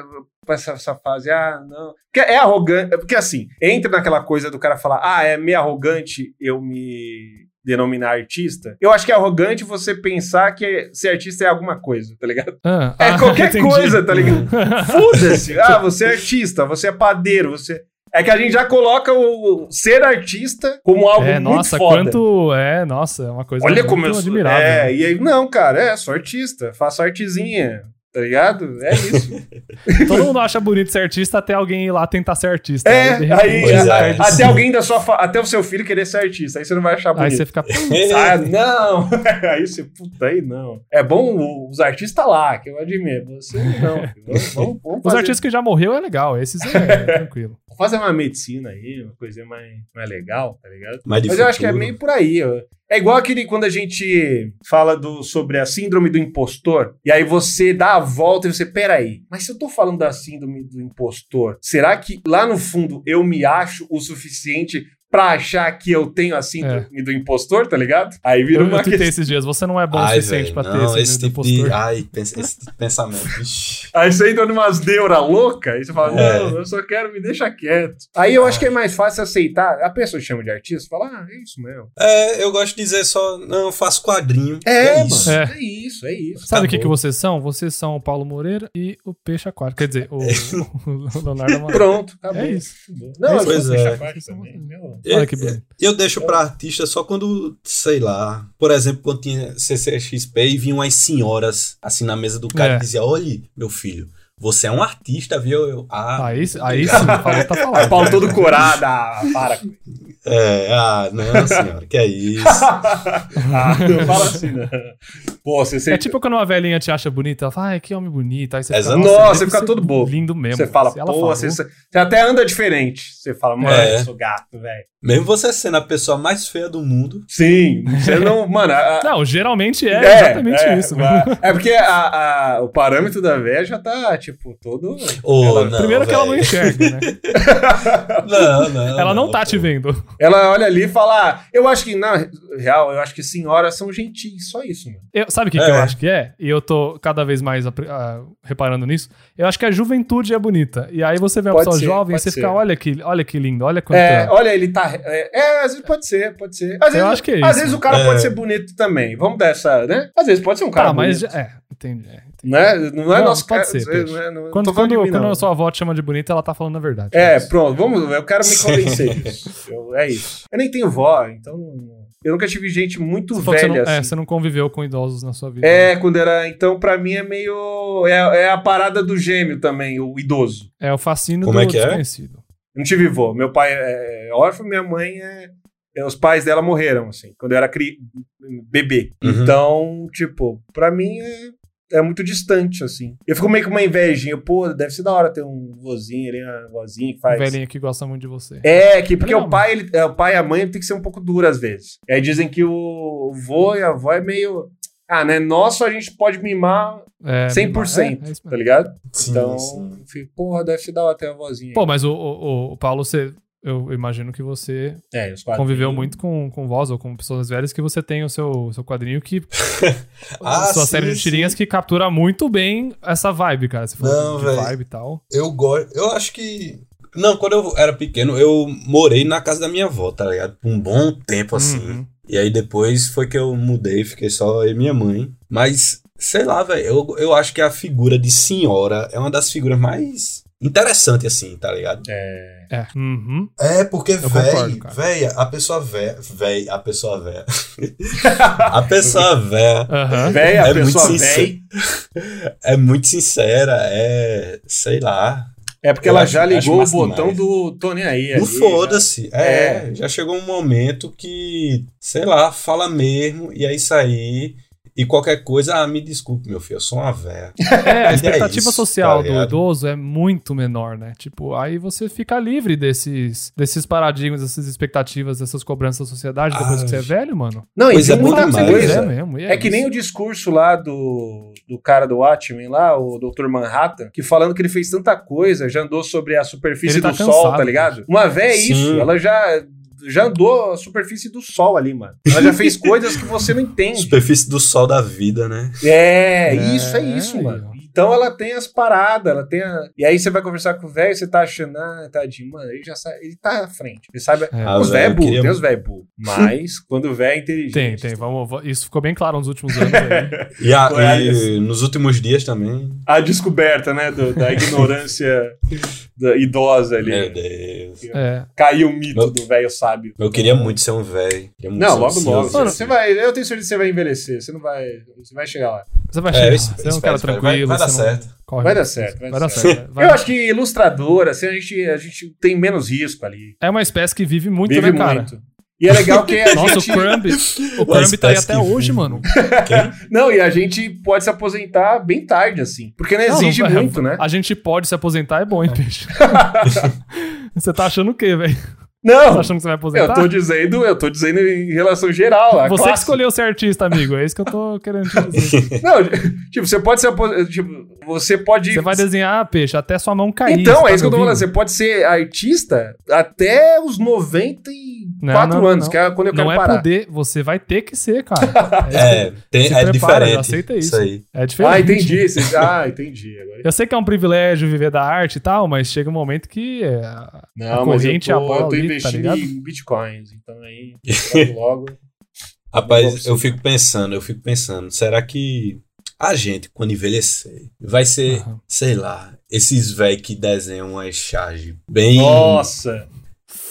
Speaker 2: essa, essa fase, ah, não. Porque é arrogante. Porque assim, entra naquela coisa do cara falar, ah, é meio arrogante eu me denominar artista. Eu acho que é arrogante você pensar que ser artista é alguma coisa, tá ligado?
Speaker 1: Ah,
Speaker 2: É
Speaker 1: ah,
Speaker 2: qualquer
Speaker 1: entendi.
Speaker 2: coisa,
Speaker 1: (laughs)
Speaker 2: tá ligado? Foda-se. Ah, você é artista, você é padeiro, você. É que a gente já coloca o ser artista como algo
Speaker 1: É,
Speaker 2: muito
Speaker 1: nossa,
Speaker 2: foda.
Speaker 1: quanto... É, nossa, é uma coisa
Speaker 2: Olha
Speaker 1: muito
Speaker 2: como eu sou.
Speaker 1: admirável. né?
Speaker 2: É, e aí, não, cara, é, sou artista, faço artezinha, tá ligado?
Speaker 1: (laughs)
Speaker 2: É isso.
Speaker 1: Todo mundo acha bonito ser artista até alguém ir lá tentar ser artista.
Speaker 2: então- é,
Speaker 1: de
Speaker 2: aí,
Speaker 1: repente,
Speaker 3: Pois é.
Speaker 2: a-
Speaker 1: perde-
Speaker 2: até alguém da sua. fa- Até o seu filho querer ser artista, aí você não vai achar
Speaker 1: aí
Speaker 2: bonito.
Speaker 1: você fica.
Speaker 2: (laughs) Ah, não! (laughs) Aí você, puta, aí não. É bom o- os artistas lá, que eu admiro. Você não. filho. Vamos, vamos, vamos
Speaker 1: Os
Speaker 2: fazer,
Speaker 1: artistas que já morreu é legal, esses
Speaker 2: (laughs)
Speaker 1: é, é tranquilo.
Speaker 2: vamos fazer uma medicina aí, uma coisa mais, mais legal, tá ligado?
Speaker 3: Mas, de
Speaker 2: Mas eu acho que é
Speaker 3: futuro.
Speaker 2: meio por aí. ó. É igual aquele quando a gente fala do, sobre a síndrome do impostor, e aí você dá a volta e você, peraí, mas se eu tô falando da síndrome do impostor, será que lá no fundo eu me acho o suficiente pra achar que eu tenho a síndrome do impostor, tá ligado? Aí vira
Speaker 1: Eu,
Speaker 2: uma
Speaker 1: eu tuitei
Speaker 2: questão.
Speaker 1: esses dias, você não é bom o
Speaker 3: Ai,
Speaker 1: suficiente
Speaker 3: velho,
Speaker 1: pra ter
Speaker 3: não,
Speaker 1: esse,
Speaker 3: esse tipo de...
Speaker 1: impostor.
Speaker 3: Ai, pens- esse tipo de pensamento. Ixi.
Speaker 2: Aí você entra numas deura louca aí você fala,
Speaker 3: É.
Speaker 2: não, eu só quero me deixar quieto. Aí eu acho que é mais fácil aceitar. A pessoa chama de artista, fala, ah, é isso mesmo.
Speaker 3: É, eu gosto de dizer só, não, eu faço quadrinho.
Speaker 2: É, mano,
Speaker 3: isso.
Speaker 2: é isso, é isso.
Speaker 1: Sabe o que, que
Speaker 3: Acabou.
Speaker 1: vocês são? Vocês são o Paulo Moreira e o Peixe Aquático. Quer dizer, o,
Speaker 3: É,
Speaker 1: (laughs) o Leonardo Amaral.
Speaker 2: Pronto, acabou.
Speaker 1: É isso.
Speaker 2: Não,
Speaker 3: É
Speaker 2: eu gosto
Speaker 3: isso, pois
Speaker 2: de
Speaker 3: é.
Speaker 2: chacoalho também, meu.
Speaker 3: É,
Speaker 1: Olha que bonito.
Speaker 3: Eu deixo pra artista só quando, sei lá, por exemplo, quando tinha CCXP e vinham as senhoras assim na mesa do cara
Speaker 1: É.
Speaker 3: e dizia: Olhe, meu filho, você é um artista, viu? Eu, ah,
Speaker 1: Aí, aí sim,
Speaker 2: (laughs)
Speaker 1: falou, tá
Speaker 2: Aí o
Speaker 1: falado.
Speaker 2: É, Paulo todo corado, ah, para.
Speaker 3: é, ah, não, senhora, que é
Speaker 1: (laughs)
Speaker 3: isso.
Speaker 2: Ah, (laughs) não fala assim, não. Pô, você, você, É
Speaker 1: É tipo quando uma velhinha te acha bonita, ela fala, ai, que homem bonito. Aí você
Speaker 3: Exato.
Speaker 1: "Nossa,
Speaker 2: Nossa,
Speaker 1: deve
Speaker 2: você fica
Speaker 1: ser
Speaker 2: todo bobo.
Speaker 1: Lindo mesmo.
Speaker 2: você fala,
Speaker 1: Se
Speaker 2: pô,
Speaker 1: ela falou,
Speaker 2: você, você até anda diferente. Você fala, mano,
Speaker 3: É.
Speaker 2: eu sou gato, velho.
Speaker 3: Mesmo você sendo a pessoa mais feia do mundo,
Speaker 2: Sim, você não, mano... a- a-
Speaker 1: Não, geralmente é,
Speaker 2: é,
Speaker 1: exatamente
Speaker 2: é,
Speaker 1: isso. né? (laughs)
Speaker 2: mas- É porque a- a- o parâmetro da véia já tá, tipo, todo...
Speaker 3: ou
Speaker 2: Ela-
Speaker 3: não.
Speaker 1: Primeiro que ela não
Speaker 3: véi.
Speaker 1: enxerga,
Speaker 2: (laughs)
Speaker 1: né?
Speaker 3: Não, não.
Speaker 1: Ela não tá te
Speaker 3: pô.
Speaker 1: vendo.
Speaker 2: Ela olha ali e fala, ah, eu acho que, na real, eu acho que senhoras são gentis, só isso, mano.
Speaker 1: Eu- sabe o que, que
Speaker 3: É.
Speaker 1: eu acho que é? E eu tô cada vez mais apre- ah, reparando nisso. Eu acho que a juventude é bonita. E aí você vê uma
Speaker 2: Pode
Speaker 1: pessoa
Speaker 2: ser,
Speaker 1: jovem e
Speaker 2: pode
Speaker 1: você
Speaker 2: ser.
Speaker 1: fica, olha que, olha que lindo, olha quanto.
Speaker 2: É, olha, ele tá. É, é, às vezes pode ser, pode ser. Às
Speaker 1: Eu
Speaker 2: vezes,
Speaker 1: acho que é
Speaker 2: às
Speaker 1: isso.
Speaker 2: vezes o cara
Speaker 3: É.
Speaker 2: pode ser bonito também. Vamos dar essa, né? Às vezes pode ser um cara
Speaker 1: tá, mas.
Speaker 2: bonito.
Speaker 1: já- É, entendi. é.
Speaker 2: Né? Não é
Speaker 1: Não,
Speaker 2: nosso
Speaker 1: pode
Speaker 2: cara.
Speaker 1: ser,
Speaker 2: não é-
Speaker 1: Pedro.
Speaker 2: não é- não-
Speaker 1: Quando,
Speaker 2: tô falando
Speaker 1: quando,
Speaker 2: de mim,
Speaker 1: quando
Speaker 2: não.
Speaker 1: a sua avó te chama de bonita, ela tá falando a verdade.
Speaker 2: É,
Speaker 1: Mas-
Speaker 2: pronto, vamos, eu quero me convencer disso. Eu- é isso. Eu nem tenho vó, então. Eu nunca tive gente muito
Speaker 1: Você falou que você
Speaker 2: velha
Speaker 1: não, é,
Speaker 2: assim.
Speaker 1: você não conviveu com idosos na sua vida. né?
Speaker 2: É, quando era. Então, pra mim é meio. É, é a parada do gêmeo também, o idoso.
Speaker 1: É o fascínio
Speaker 3: Como
Speaker 1: do
Speaker 3: é que é?
Speaker 1: desconhecido. Um
Speaker 2: Eu não tive vô. Meu pai é órfão, minha mãe é. é, Os pais dela morreram, assim, quando eu era cri... bebê.
Speaker 3: Uhum.
Speaker 2: Então, tipo, pra mim é, é muito distante, assim. Eu fico meio com uma invejinha. Pô, deve ser da hora ter um vozinho ali, uma vozinha que
Speaker 1: Um
Speaker 2: faz.
Speaker 1: velhinho que gosta muito de você.
Speaker 2: É, que porque
Speaker 1: Legal.
Speaker 2: o pai, ele, é, o pai e a mãe tem que ser um pouco duro às vezes. Aí dizem que o vô e a avó é meio. Ah, né? Nosso a gente pode mimar,
Speaker 1: É,
Speaker 2: 100%,
Speaker 1: é, é isso mesmo.
Speaker 2: tá ligado?
Speaker 3: Sim,
Speaker 2: Então,
Speaker 3: sim.
Speaker 2: fico, porra, deve ser da hora ter a vozinha.
Speaker 1: Pô, mas o, o, o Paulo, você, eu imagino que você
Speaker 2: é, os quatro.
Speaker 1: conviveu muito com, com voz ou com pessoas velhas que você tem o seu, seu quadrinho que.
Speaker 3: (laughs) Ah,
Speaker 1: sua
Speaker 3: sim,
Speaker 1: série de
Speaker 3: sim.
Speaker 1: tirinhas que captura muito bem essa vibe, cara. Você
Speaker 3: Não,
Speaker 1: falou de
Speaker 3: velho.
Speaker 1: vibe e tal.
Speaker 3: Eu gosto. Eu acho que. Não, quando eu era pequeno, eu morei na casa da minha avó, tá ligado? Por um bom tempo assim.
Speaker 1: Uhum.
Speaker 3: E aí depois foi que eu mudei, fiquei só eu e minha mãe. Mas, sei lá, velho, eu, eu acho que a figura de senhora é uma das figuras mais interessantes, assim, tá ligado?
Speaker 2: É.
Speaker 1: É. Uhum.
Speaker 3: É, porque,
Speaker 1: concordo,
Speaker 3: véi,
Speaker 1: cara.
Speaker 3: véia, a pessoa véia, véi, a pessoa véia. (laughs) a pessoa véia
Speaker 1: Aham.
Speaker 2: Véia, a
Speaker 3: É muito
Speaker 2: pessoa
Speaker 3: sincero.
Speaker 2: véia.
Speaker 3: é muito sincera, é, sei lá.
Speaker 2: É porque
Speaker 3: Eu
Speaker 2: ela
Speaker 3: acho-
Speaker 2: já
Speaker 3: acho
Speaker 2: ligou o
Speaker 3: massa
Speaker 2: botão
Speaker 3: demais.
Speaker 2: do Tony aí.
Speaker 3: Não
Speaker 2: ali,
Speaker 3: foda-se. É,
Speaker 2: É.
Speaker 3: já chegou um momento que, sei lá, fala mesmo, e é isso aí. E qualquer coisa, ah, me desculpe, meu filho, eu sou
Speaker 2: (laughs)
Speaker 3: uma véia.
Speaker 1: É, a
Speaker 3: É
Speaker 1: expectativa
Speaker 3: isso,
Speaker 1: social
Speaker 3: tá
Speaker 1: do
Speaker 3: ligado?
Speaker 1: idoso é muito menor, né? Tipo, aí você fica livre desses, desses paradigmas, dessas expectativas, dessas cobranças da sociedade depois
Speaker 3: Ai.
Speaker 1: que você é velho, mano.
Speaker 2: Não,
Speaker 3: Pois
Speaker 2: e
Speaker 3: Ah, é,
Speaker 2: tem
Speaker 3: bom
Speaker 2: muita
Speaker 3: demais,
Speaker 2: coisa.
Speaker 1: é mesmo. e
Speaker 2: É que
Speaker 1: isso.
Speaker 2: nem o discurso lá do, do cara do Watchmen lá, o Dr. Manhattan, que falando que ele fez tanta coisa, já andou sobre a superfície
Speaker 1: Ele tá
Speaker 2: do sol,
Speaker 1: cansado,
Speaker 2: tá ligado? Uma véia é
Speaker 3: Sim.
Speaker 2: isso, ela já, já andou a superfície do sol ali, mano. Ela já
Speaker 3: (laughs)
Speaker 2: fez coisas que você não entende.
Speaker 3: Superfície do sol da vida, né?
Speaker 2: É,
Speaker 1: É,
Speaker 2: isso é isso,
Speaker 1: aí,
Speaker 2: mano.
Speaker 1: ó.
Speaker 2: Então ela tem as paradas, ela tem a... E aí você vai conversar com o velho, você tá achando, ah, tadinho, mano, ele já sabe, ele tá à frente. Ele sabe...
Speaker 1: É.
Speaker 3: Ah,
Speaker 2: os velhos
Speaker 3: velho,
Speaker 2: é
Speaker 3: eu
Speaker 2: burro,
Speaker 3: queria-
Speaker 2: tem os velhos
Speaker 3: (laughs)
Speaker 2: burro. Mas quando o velho é inteligente.
Speaker 1: Tem, tem. Vamos, va- isso ficou bem claro nos últimos anos
Speaker 3: (laughs)
Speaker 1: aí.
Speaker 3: E, a-
Speaker 2: Goiás.
Speaker 3: e nos últimos dias também.
Speaker 2: a descoberta, né, do-
Speaker 1: (laughs)
Speaker 2: da ignorância da idosa ali.
Speaker 3: Meu Deus.
Speaker 1: É.
Speaker 2: Caiu o mito
Speaker 3: Meu-
Speaker 2: do velho sábio.
Speaker 3: Eu queria muito ser um velho. Queria muito
Speaker 2: Não,
Speaker 3: ser um
Speaker 2: logo logo.
Speaker 3: senhorzinho.
Speaker 2: você vai, eu tenho certeza que você vai envelhecer, você não vai, você vai chegar lá.
Speaker 1: Você vai chegar,
Speaker 3: É, eu es-
Speaker 1: você é um
Speaker 3: espero,
Speaker 1: cara
Speaker 3: espero.
Speaker 1: tranquilo.
Speaker 3: Vai, vai
Speaker 1: você
Speaker 3: dar
Speaker 1: não
Speaker 3: certo.
Speaker 1: corre
Speaker 2: Vai dar
Speaker 1: muito
Speaker 2: certo,
Speaker 1: risco.
Speaker 2: vai
Speaker 1: Vai
Speaker 2: dar
Speaker 1: dar certo. vai
Speaker 2: eu
Speaker 1: dar
Speaker 2: acho que ilustradora, assim, a gente, a gente tem menos risco ali.
Speaker 1: É uma espécie que vive muito,
Speaker 2: vive
Speaker 1: né, cara?
Speaker 2: muito. E é legal que a
Speaker 1: (laughs) Nossa, o
Speaker 2: gente, (laughs)
Speaker 1: Crumb, o
Speaker 3: Uma
Speaker 1: Crumb tá aí
Speaker 3: espécie
Speaker 1: até
Speaker 3: que
Speaker 1: hoje,
Speaker 3: vive.
Speaker 1: mano.
Speaker 2: não, e a gente pode se aposentar bem tarde assim, porque não
Speaker 1: Não,
Speaker 2: exige
Speaker 1: não, é,
Speaker 2: muito, né?
Speaker 1: A gente pode se aposentar, é bom,
Speaker 2: (laughs)
Speaker 1: hein, peixe? (laughs) você tá achando o quê, velho? Você tá
Speaker 2: Não.
Speaker 1: achando que (laughs) você vai aposentar?
Speaker 2: Eu tô dizendo, eu tô dizendo em relação geral, a
Speaker 1: Você que
Speaker 2: classe.
Speaker 1: escolheu ser artista, amigo. É isso que eu tô querendo te dizer.
Speaker 2: Não, (laughs) tipo, você pode se aposentar, tipo, você pode (laughs)
Speaker 1: Você vai desenhar, peixe, até sua mão cair.
Speaker 2: Então,
Speaker 1: você
Speaker 2: é
Speaker 1: tá
Speaker 2: isso que eu tô
Speaker 1: me
Speaker 2: falando.
Speaker 1: ouvindo?
Speaker 2: Você pode ser artista até os 94
Speaker 1: Não, não,
Speaker 2: anos,
Speaker 1: não.
Speaker 2: que é quando eu
Speaker 1: Não
Speaker 2: quero
Speaker 1: é
Speaker 2: parar.
Speaker 1: poder, você vai ter que ser,
Speaker 2: (laughs)
Speaker 1: cara.
Speaker 3: É, tem-
Speaker 1: Se
Speaker 3: é
Speaker 1: prepara,
Speaker 3: diferente.
Speaker 1: aceita
Speaker 3: isso.
Speaker 1: isso.
Speaker 3: aí.
Speaker 1: É diferente.
Speaker 2: Ah, entendi. Você- Ah,
Speaker 1: (laughs)
Speaker 2: entendi. Agora...
Speaker 1: Eu sei que é um privilégio viver da arte e tal, mas chega um momento que é,
Speaker 2: Não,
Speaker 1: corrente, a bola ali, tá ligado?
Speaker 2: em bitcoins, então aí logo.
Speaker 3: Rapaz, eu fico pensando, eu fico pensando, será que a gente, quando envelhecer, vai ser,
Speaker 1: Aham.
Speaker 3: sei lá, esses velhos que desenham uma charge bem.
Speaker 2: Nossa,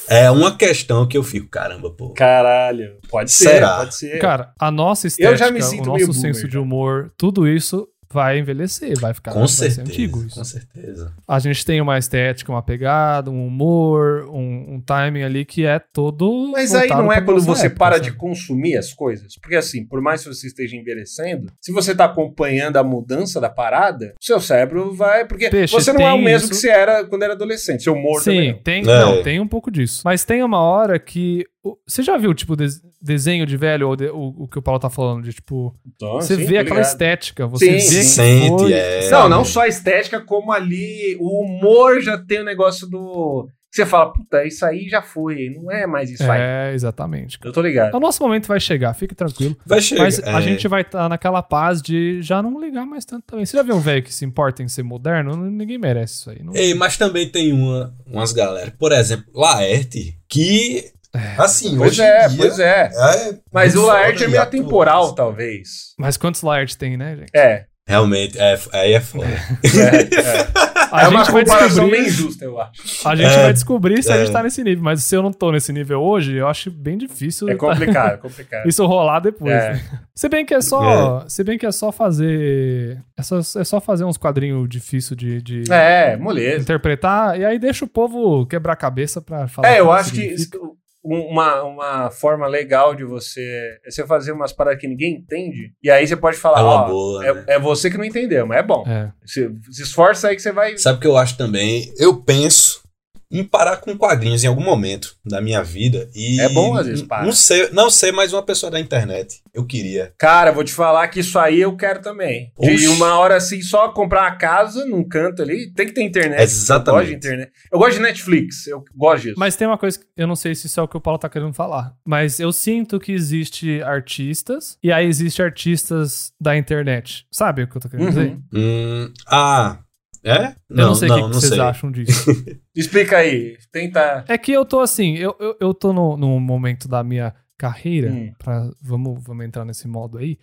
Speaker 3: É uma questão que eu fico, caramba, pô.
Speaker 2: caralho. Pode ser,
Speaker 3: Será?
Speaker 2: pode ser.
Speaker 1: é. Cara, a nossa estética,
Speaker 2: Eu já me sinto
Speaker 1: o
Speaker 2: meio
Speaker 1: nosso
Speaker 2: boomer,
Speaker 1: senso de
Speaker 2: já.
Speaker 1: humor, tudo isso vai envelhecer, vai ficar
Speaker 3: com
Speaker 1: vai
Speaker 3: certeza.
Speaker 1: ser antigo isso.
Speaker 3: Com certeza.
Speaker 1: A gente tem uma estética, uma pegada, um humor, um, um timing ali que é todo.
Speaker 2: Mas aí
Speaker 1: voltado
Speaker 2: não é
Speaker 1: pra
Speaker 2: quando
Speaker 1: nossa
Speaker 2: você
Speaker 1: época,
Speaker 2: para
Speaker 1: sabe?
Speaker 2: de consumir as coisas? Porque assim, por mais que você esteja envelhecendo, se você tá acompanhando a mudança da parada, seu cérebro vai. Porque
Speaker 1: Peixe,
Speaker 2: você não é o
Speaker 1: tem
Speaker 2: mesmo
Speaker 1: isso.
Speaker 2: que você era quando era adolescente. Seu humor também.
Speaker 1: Sim,
Speaker 2: não.
Speaker 1: tem,
Speaker 3: É.
Speaker 1: não, tem um pouco disso. Mas tem uma hora que. o- Você já viu, tipo, des- desenho de velho, ou de- o, o que o Paulo tá falando? De tipo,
Speaker 2: Então,
Speaker 1: você
Speaker 2: sim,
Speaker 1: vê
Speaker 2: tô
Speaker 1: aquela
Speaker 2: ligado.
Speaker 1: estética, você
Speaker 2: Sim,
Speaker 1: vê
Speaker 2: sim.
Speaker 1: que
Speaker 3: Sente,
Speaker 1: foi,
Speaker 3: é.
Speaker 2: Não, não
Speaker 3: Sabe?
Speaker 2: só a estética, como ali o humor já tem o negócio do. que Você fala, puta, isso aí já foi, não é mais isso aí.
Speaker 1: É, exatamente.
Speaker 2: Eu tô ligado.
Speaker 1: O nosso momento vai chegar, fique tranquilo.
Speaker 3: Vai chegar.
Speaker 1: Mas a
Speaker 3: é.
Speaker 1: gente vai estar naquela paz de já não ligar mais tanto também. Você já viu um velho que se importa em ser moderno? Ninguém merece isso aí. Não...
Speaker 3: Ei, mas também tem uma, umas galera, por exemplo, Laerte, que. Assim,
Speaker 2: Pois
Speaker 3: hoje
Speaker 2: é,
Speaker 3: em dia,
Speaker 2: pois é.
Speaker 3: é
Speaker 2: Mas
Speaker 3: muito
Speaker 2: o Laerte
Speaker 3: foda
Speaker 2: é
Speaker 3: e
Speaker 2: meio
Speaker 3: atual.
Speaker 2: atemporal, talvez.
Speaker 1: Mas quantos Laerte tem, né, gente? (laughs)
Speaker 2: É.
Speaker 3: Realmente, é, aí é foda.
Speaker 2: É,
Speaker 1: A
Speaker 2: é. é uma
Speaker 1: gente vai
Speaker 2: comparação meio
Speaker 1: descobrir,
Speaker 2: injusta, eu acho.
Speaker 1: a gente
Speaker 3: É.
Speaker 1: vai descobrir se a gente
Speaker 3: É.
Speaker 1: tá nesse nível. Mas se eu não tô nesse nível hoje, eu acho bem difícil
Speaker 2: É complicado,
Speaker 1: (laughs)
Speaker 2: é complicado.
Speaker 1: tá isso rolar depois.
Speaker 2: É.
Speaker 1: né? Se bem que é só, se bem que é só fazer, é só, é só fazer uns quadrinhos difíceis de, de
Speaker 2: É, moleza.
Speaker 1: interpretar e aí deixa o povo quebrar a cabeça pra falar.
Speaker 2: É,
Speaker 1: o
Speaker 2: eu acho que
Speaker 1: significa.
Speaker 2: isso- um, uma, uma forma legal de você é você fazer umas paradas que ninguém entende. E aí você pode falar,
Speaker 3: É uma
Speaker 2: ó,
Speaker 3: boa, né?
Speaker 2: é, é você que não entendeu, mas é bom.
Speaker 1: É.
Speaker 2: Se, se esforça aí que você vai.
Speaker 3: Sabe o que eu acho também? Eu penso em parar com quadrinhos em algum momento da minha vida e
Speaker 2: É bom, às vezes, para.
Speaker 3: Não ser, não ser mais uma pessoa da internet. Eu queria.
Speaker 2: Cara, vou te falar que isso aí eu quero também. De
Speaker 3: Oxi.
Speaker 2: uma hora assim, só comprar uma casa num canto ali. Tem que ter internet. Eu gosto de
Speaker 3: Exatamente.
Speaker 2: internet. Eu gosto de Netflix. Eu gosto disso.
Speaker 1: Mas tem uma coisa que eu não sei se isso é o que o Paulo tá querendo falar, mas eu sinto que existe artistas e aí existe artistas da internet. Sabe o que eu tô querendo
Speaker 2: Uhum.
Speaker 1: dizer?
Speaker 3: Hum, ah, é?
Speaker 1: Eu não, sei o que, que vocês acham disso.
Speaker 2: Explica aí. Tenta.
Speaker 1: é que eu tô assim, eu, eu, eu tô no- num momento da minha carreira,
Speaker 2: Hum.
Speaker 1: pra- vamos, vamos entrar nesse modo aí,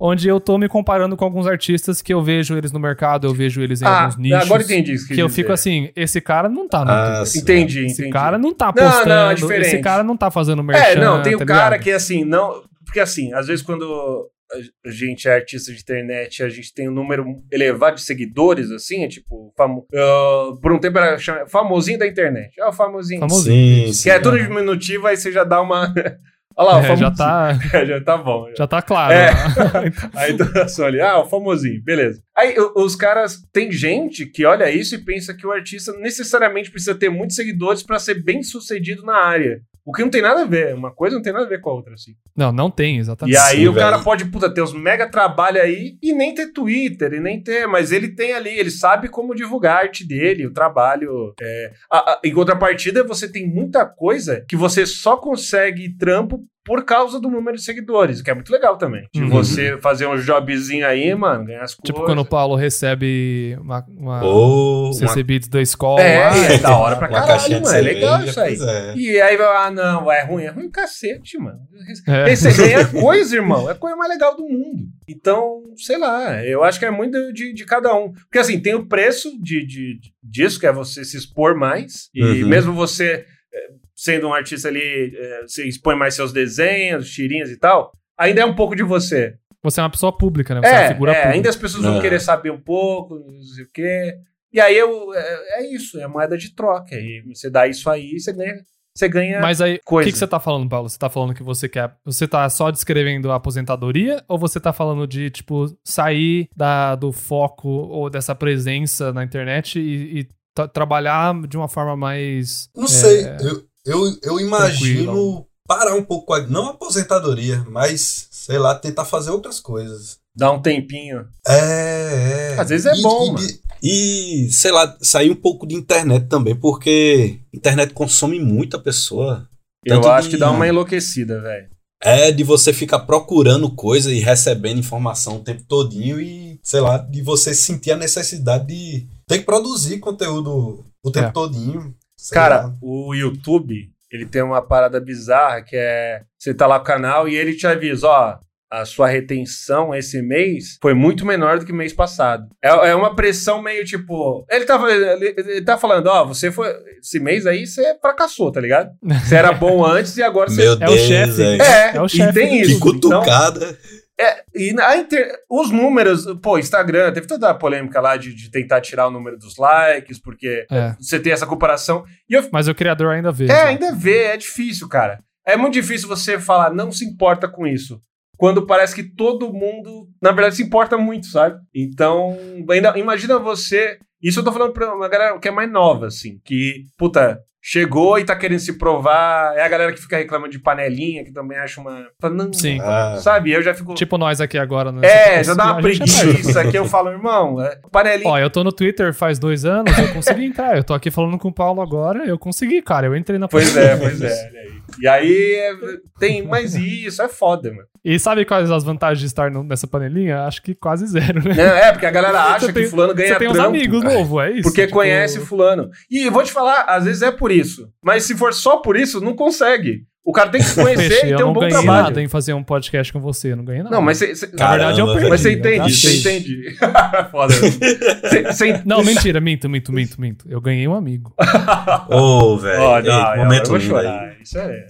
Speaker 1: onde eu tô me comparando com alguns artistas que eu vejo eles no mercado, eu vejo eles em
Speaker 2: Ah,
Speaker 1: alguns nichos.
Speaker 2: agora entendi isso
Speaker 1: Que eu fico
Speaker 2: assim.
Speaker 1: assim, esse cara não tá no
Speaker 3: Ah, sim.
Speaker 2: Entendi,
Speaker 1: Esse
Speaker 2: entendi.
Speaker 1: cara não tá
Speaker 2: Não, não, é
Speaker 1: postando, esse
Speaker 2: diferente.
Speaker 1: cara não tá fazendo merchan.
Speaker 2: É, não, tem o
Speaker 1: tá
Speaker 2: cara
Speaker 1: ligado?
Speaker 2: que assim, não. Porque assim, às vezes quando a gente é artista de internet, a gente tem um número elevado de seguidores, assim, é tipo, famo... ah, por um tempo era chamado famosinho da internet. É o famosinho.
Speaker 1: Famosinho.
Speaker 3: Sim,
Speaker 2: Que
Speaker 3: sim.
Speaker 2: é tudo diminutivo, aí você já dá uma. (laughs) Olha lá, o
Speaker 1: É, já
Speaker 2: famosinho.
Speaker 1: tá,
Speaker 2: (laughs) É, já tá bom. já.
Speaker 1: já tá claro.
Speaker 2: É.
Speaker 1: né?
Speaker 2: A (laughs) entonação ali, ah, o famosinho, beleza. Aí o- os caras, tem gente que olha isso e pensa que o artista necessariamente precisa ter muitos seguidores pra ser bem sucedido na área. O que não tem nada a ver, uma coisa não tem nada a ver com a outra, assim.
Speaker 1: Não, não tem, exatamente.
Speaker 2: e aí
Speaker 3: sim,
Speaker 2: o cara
Speaker 3: velho.
Speaker 2: pode, puta, ter uns mega trabalho aí e nem ter Twitter, e nem ter, mas ele tem ali, ele sabe como divulgar a arte dele, o trabalho. é. A- a- em contrapartida, você tem muita coisa que você só consegue trampo por causa do número de seguidores, que é muito legal também. De
Speaker 1: Uhum.
Speaker 2: você fazer uns jobzinho aí, mano, ganhar as
Speaker 1: Tipo quando o
Speaker 2: coisas.
Speaker 1: Paulo recebe uma, uma
Speaker 3: Ou
Speaker 1: os
Speaker 3: uma,
Speaker 1: recebidos da escola. lá,
Speaker 2: É, é da hora pra
Speaker 3: uma
Speaker 2: caralho,
Speaker 3: caixinha de
Speaker 2: mano. É
Speaker 3: cerveja.
Speaker 2: legal isso aí.
Speaker 3: pois é.
Speaker 2: E aí vai, ah, não, é ruim, é ruim cacete, mano.
Speaker 1: É.
Speaker 2: Esse ganha
Speaker 1: (laughs)
Speaker 2: é coisa, irmão. É a coisa mais legal do mundo. Então, sei lá, eu acho que é muito de, de cada um. Porque assim, tem o preço de, de, de- disso, que é você se expor mais. E
Speaker 3: Uhum.
Speaker 2: mesmo você eh, sendo um artista ali, eh, você expõe mais seus desenhos, tirinhas e tal. Ainda é um pouco de você.
Speaker 1: Você é uma pessoa pública, né? Você é, uma
Speaker 2: É,
Speaker 1: figura
Speaker 2: é,
Speaker 1: pública.
Speaker 2: ainda as pessoas vão
Speaker 3: Ah.
Speaker 2: querer saber um pouco, não sei o quê. E aí eu, é, é isso, é moeda de troca. E você dá isso aí, você ganha, você ganha
Speaker 1: Mas aí, o
Speaker 2: coisa.
Speaker 1: que, que você tá falando, Paulo? Você tá falando que você quer. Você tá só descrevendo a aposentadoria? Ou você tá falando de, tipo, sair da, do foco ou dessa presença na internet e, e tra- trabalhar de uma forma mais.
Speaker 3: Não
Speaker 1: é,
Speaker 3: sei, eu, eu, eu imagino parar um pouco, com a, não a aposentadoria, mas, sei lá, tentar fazer outras coisas.
Speaker 2: Dá um tempinho.
Speaker 3: É, é.
Speaker 2: Às vezes é bom,
Speaker 3: e,
Speaker 2: mano.
Speaker 3: E, sei lá, sair um pouco de internet também, porque internet consome muita pessoa.
Speaker 2: Eu
Speaker 3: Tanto
Speaker 2: acho
Speaker 3: de-
Speaker 2: que dá uma enlouquecida, velho.
Speaker 3: É de você ficar procurando coisa e recebendo informação o tempo todinho e, sei lá, de você sentir a necessidade de ter que produzir conteúdo o tempo
Speaker 1: É.
Speaker 3: todinho. sei
Speaker 2: Cara,
Speaker 3: lá.
Speaker 2: o YouTube, ele tem uma parada bizarra que é você tá lá no canal e ele te avisa, ó, a sua retenção esse mês foi muito menor do que mês passado. É, é uma pressão meio tipo. Ele tá, ele, ele tá falando, ó, você foi. Esse mês aí você fracassou, tá ligado? Você era
Speaker 3: (laughs)
Speaker 2: bom antes e agora você.
Speaker 3: meu
Speaker 1: é o
Speaker 3: Deus,
Speaker 1: chefe.
Speaker 3: velho.
Speaker 2: É,
Speaker 1: É o
Speaker 2: e
Speaker 1: chefe
Speaker 2: tem
Speaker 1: do
Speaker 2: isso.
Speaker 3: que
Speaker 2: Então,
Speaker 3: cutucada.
Speaker 2: E na inter- os números, pô, Instagram, teve toda a polêmica lá de, de tentar tirar o número dos likes, porque
Speaker 1: É.
Speaker 2: você tem essa comparação. E eu
Speaker 1: Mas o criador ainda vê.
Speaker 2: É,
Speaker 1: né?
Speaker 2: ainda vê, é difícil, cara. É muito difícil você falar, não se importa com isso. Quando parece que todo mundo, na verdade, se importa muito, sabe? Então, ainda, imagina você. Isso eu tô falando pra uma galera que é mais nova, assim, que, puta, chegou e tá querendo se provar. É a galera que fica reclamando de panelinha, que também acha uma. Fala, não,
Speaker 1: Sim.
Speaker 3: Ah,
Speaker 2: sabe? Eu já fico.
Speaker 1: Tipo nós aqui agora, né?
Speaker 2: é,
Speaker 1: Esse-
Speaker 2: já dá uma
Speaker 1: a gente é nerd.
Speaker 2: preguiça que eu falo, irmão, é, panelinha.
Speaker 1: Ó, eu tô no Twitter faz dois anos, eu consegui entrar. Eu tô aqui falando com o Paulo agora, eu consegui, cara. Eu entrei na
Speaker 2: Pois é, pois é. olha aí. E aí é, tem mais isso, é foda, mano.
Speaker 1: E sabe quais as vantagens de estar no- nessa panelinha? Acho que quase zero, né?
Speaker 2: Não, é, porque a galera acha
Speaker 1: Você tem-
Speaker 2: que fulano ganha
Speaker 1: Você tem uns
Speaker 2: trampo,
Speaker 1: amigos novos, é isso.
Speaker 2: Porque
Speaker 1: tipo-
Speaker 2: conhece fulano. E eu vou te falar, às vezes é por isso. Mas se for só por isso, não consegue. O cara tem que se
Speaker 1: (laughs)
Speaker 2: conhecer
Speaker 1: Peixe,
Speaker 2: e
Speaker 1: eu
Speaker 2: ter um
Speaker 1: não
Speaker 2: bom
Speaker 1: ganhei
Speaker 2: trabalho.
Speaker 1: nada em fazer um podcast com você, eu não ganhei nada.
Speaker 2: Não, mas você. você-
Speaker 1: Na verdade, eu
Speaker 3: Caramba,
Speaker 1: perdi. né?
Speaker 2: Mas você
Speaker 1: eu
Speaker 2: entende,
Speaker 1: gastei.
Speaker 2: você entende. (laughs) Foda. Você- você
Speaker 1: (laughs)
Speaker 2: entende.
Speaker 1: Não, mentira, minto, minto, minto, minto. Eu ganhei um
Speaker 2: (laughs)
Speaker 1: amigo.
Speaker 3: Ô,
Speaker 1: É,
Speaker 3: velho.
Speaker 2: Ó,
Speaker 3: ei,
Speaker 2: não, é, eu- eu
Speaker 3: momento
Speaker 2: vou
Speaker 3: lindo aí.
Speaker 2: chorar. Isso é.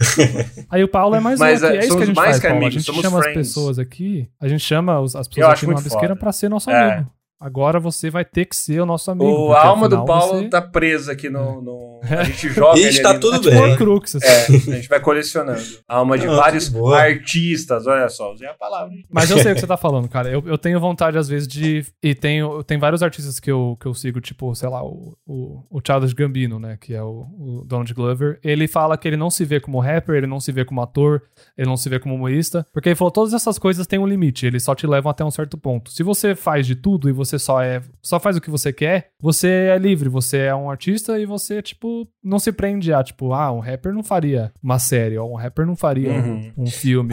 Speaker 1: Aí o Paulo é mais
Speaker 2: Mas,
Speaker 1: um aqui.
Speaker 2: é,
Speaker 1: É isso que
Speaker 2: somos
Speaker 1: a gente
Speaker 2: mais
Speaker 1: faz,
Speaker 2: que
Speaker 1: Paulo.
Speaker 2: amigos,
Speaker 1: a gente
Speaker 2: somos
Speaker 1: chama as
Speaker 2: friends.
Speaker 1: pessoas aqui, a gente chama os- as
Speaker 2: Eu
Speaker 1: pessoas
Speaker 2: acho
Speaker 1: aqui no
Speaker 2: muito
Speaker 1: Rabisqueira
Speaker 2: foda.
Speaker 1: pra ser nosso
Speaker 2: É.
Speaker 1: amigo. Agora você vai ter que ser o nosso amigo.
Speaker 2: O
Speaker 1: porque
Speaker 2: a alma do
Speaker 1: afinal
Speaker 2: Paulo
Speaker 1: você
Speaker 2: tá presa aqui no. no-
Speaker 1: (laughs)
Speaker 2: a gente joga.
Speaker 3: E
Speaker 2: ele
Speaker 3: está
Speaker 2: ali no-
Speaker 3: tudo
Speaker 1: é
Speaker 3: bem.
Speaker 1: um crux, assim.
Speaker 2: É, a gente vai colecionando. A alma de
Speaker 3: Não,
Speaker 2: vários
Speaker 3: tudo boa.
Speaker 2: artistas, olha só, usei a palavra.
Speaker 1: Mas eu sei
Speaker 3: (laughs)
Speaker 1: o que você tá falando, cara. Eu, eu tenho vontade, às vezes, de. E tenho, tem vários artistas que eu, que eu sigo, tipo, sei lá, o, o, o Childish Gambino, né? Que é o, o Donald Glover. Ele fala que ele não se vê como rapper, ele não se vê como ator, ele não se vê como humorista. Porque ele falou: todas essas coisas têm um limite, eles só te levam até um certo ponto. Se você faz de tudo e você só é. só faz o que você quer, você é livre, você é um artista e você, tipo, não se prende a, tipo, ah, um rapper não faria uma série, ou um rapper não faria
Speaker 2: Uhum.
Speaker 1: um filme,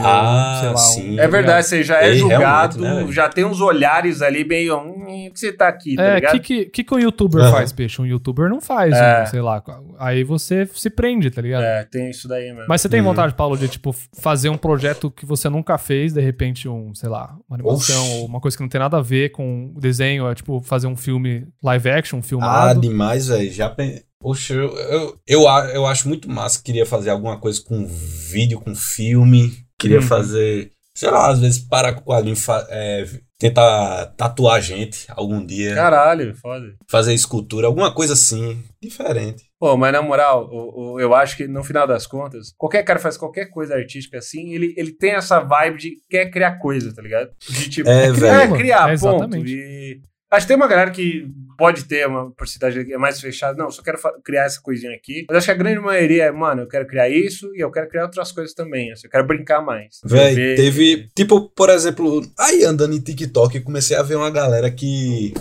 Speaker 1: ou,
Speaker 3: Ah,
Speaker 1: sei lá, um-
Speaker 3: sim.
Speaker 2: É verdade, você já é
Speaker 3: Ei,
Speaker 2: julgado,
Speaker 3: realmente, né?
Speaker 2: já tem uns olhares ali meio. Hum, o que você tá aqui, tá
Speaker 1: É, o
Speaker 2: ligado?
Speaker 1: que, que, que, que um youtuber
Speaker 3: Aham.
Speaker 1: faz, peixe? Um youtuber não faz,
Speaker 2: É.
Speaker 1: um, sei lá. Aí você se prende, tá ligado?
Speaker 2: É, tem isso daí mesmo.
Speaker 1: Mas você tem
Speaker 3: Uhum.
Speaker 1: vontade, Paulo, de, tipo, fazer um projeto que você nunca fez, de repente, um, sei lá, uma animação
Speaker 3: Oxi.
Speaker 1: ou uma coisa que não tem nada a ver com desenho, é tipo fazer um filme live action, um
Speaker 3: Ah,
Speaker 1: filmado.
Speaker 3: demais, velho. Já pen... Poxa, eu, eu, eu, a- eu acho muito massa. Queria fazer alguma coisa com vídeo, com filme. Queria
Speaker 1: Hum.
Speaker 3: fazer, sei lá, às vezes parar com o quadrinho, fa- é, tentar tatuar a gente algum dia,
Speaker 2: Ah. Caralho, foda.
Speaker 3: fazer escultura, alguma coisa assim, diferente.
Speaker 2: Pô, mas na moral, o- o- eu acho que no final das contas, qualquer cara que faz qualquer coisa artística assim, ele, ele tem essa vibe de quer criar coisa, tá ligado? De tipo, criar,
Speaker 3: É, velho.
Speaker 2: é criar,
Speaker 1: É,
Speaker 2: ponto.
Speaker 1: exatamente.
Speaker 2: E acho que tem uma galera que pode ter uma porcentagem que é mais fechada, não, eu só quero fa- criar essa coisinha aqui. Mas acho que a grande maioria é, mano, eu quero criar isso e eu quero criar outras coisas também, assim, eu quero brincar mais.
Speaker 3: Véi,
Speaker 2: Ver-
Speaker 3: teve, tipo, por exemplo, aí andando em TikTok, eu comecei a ver uma galera que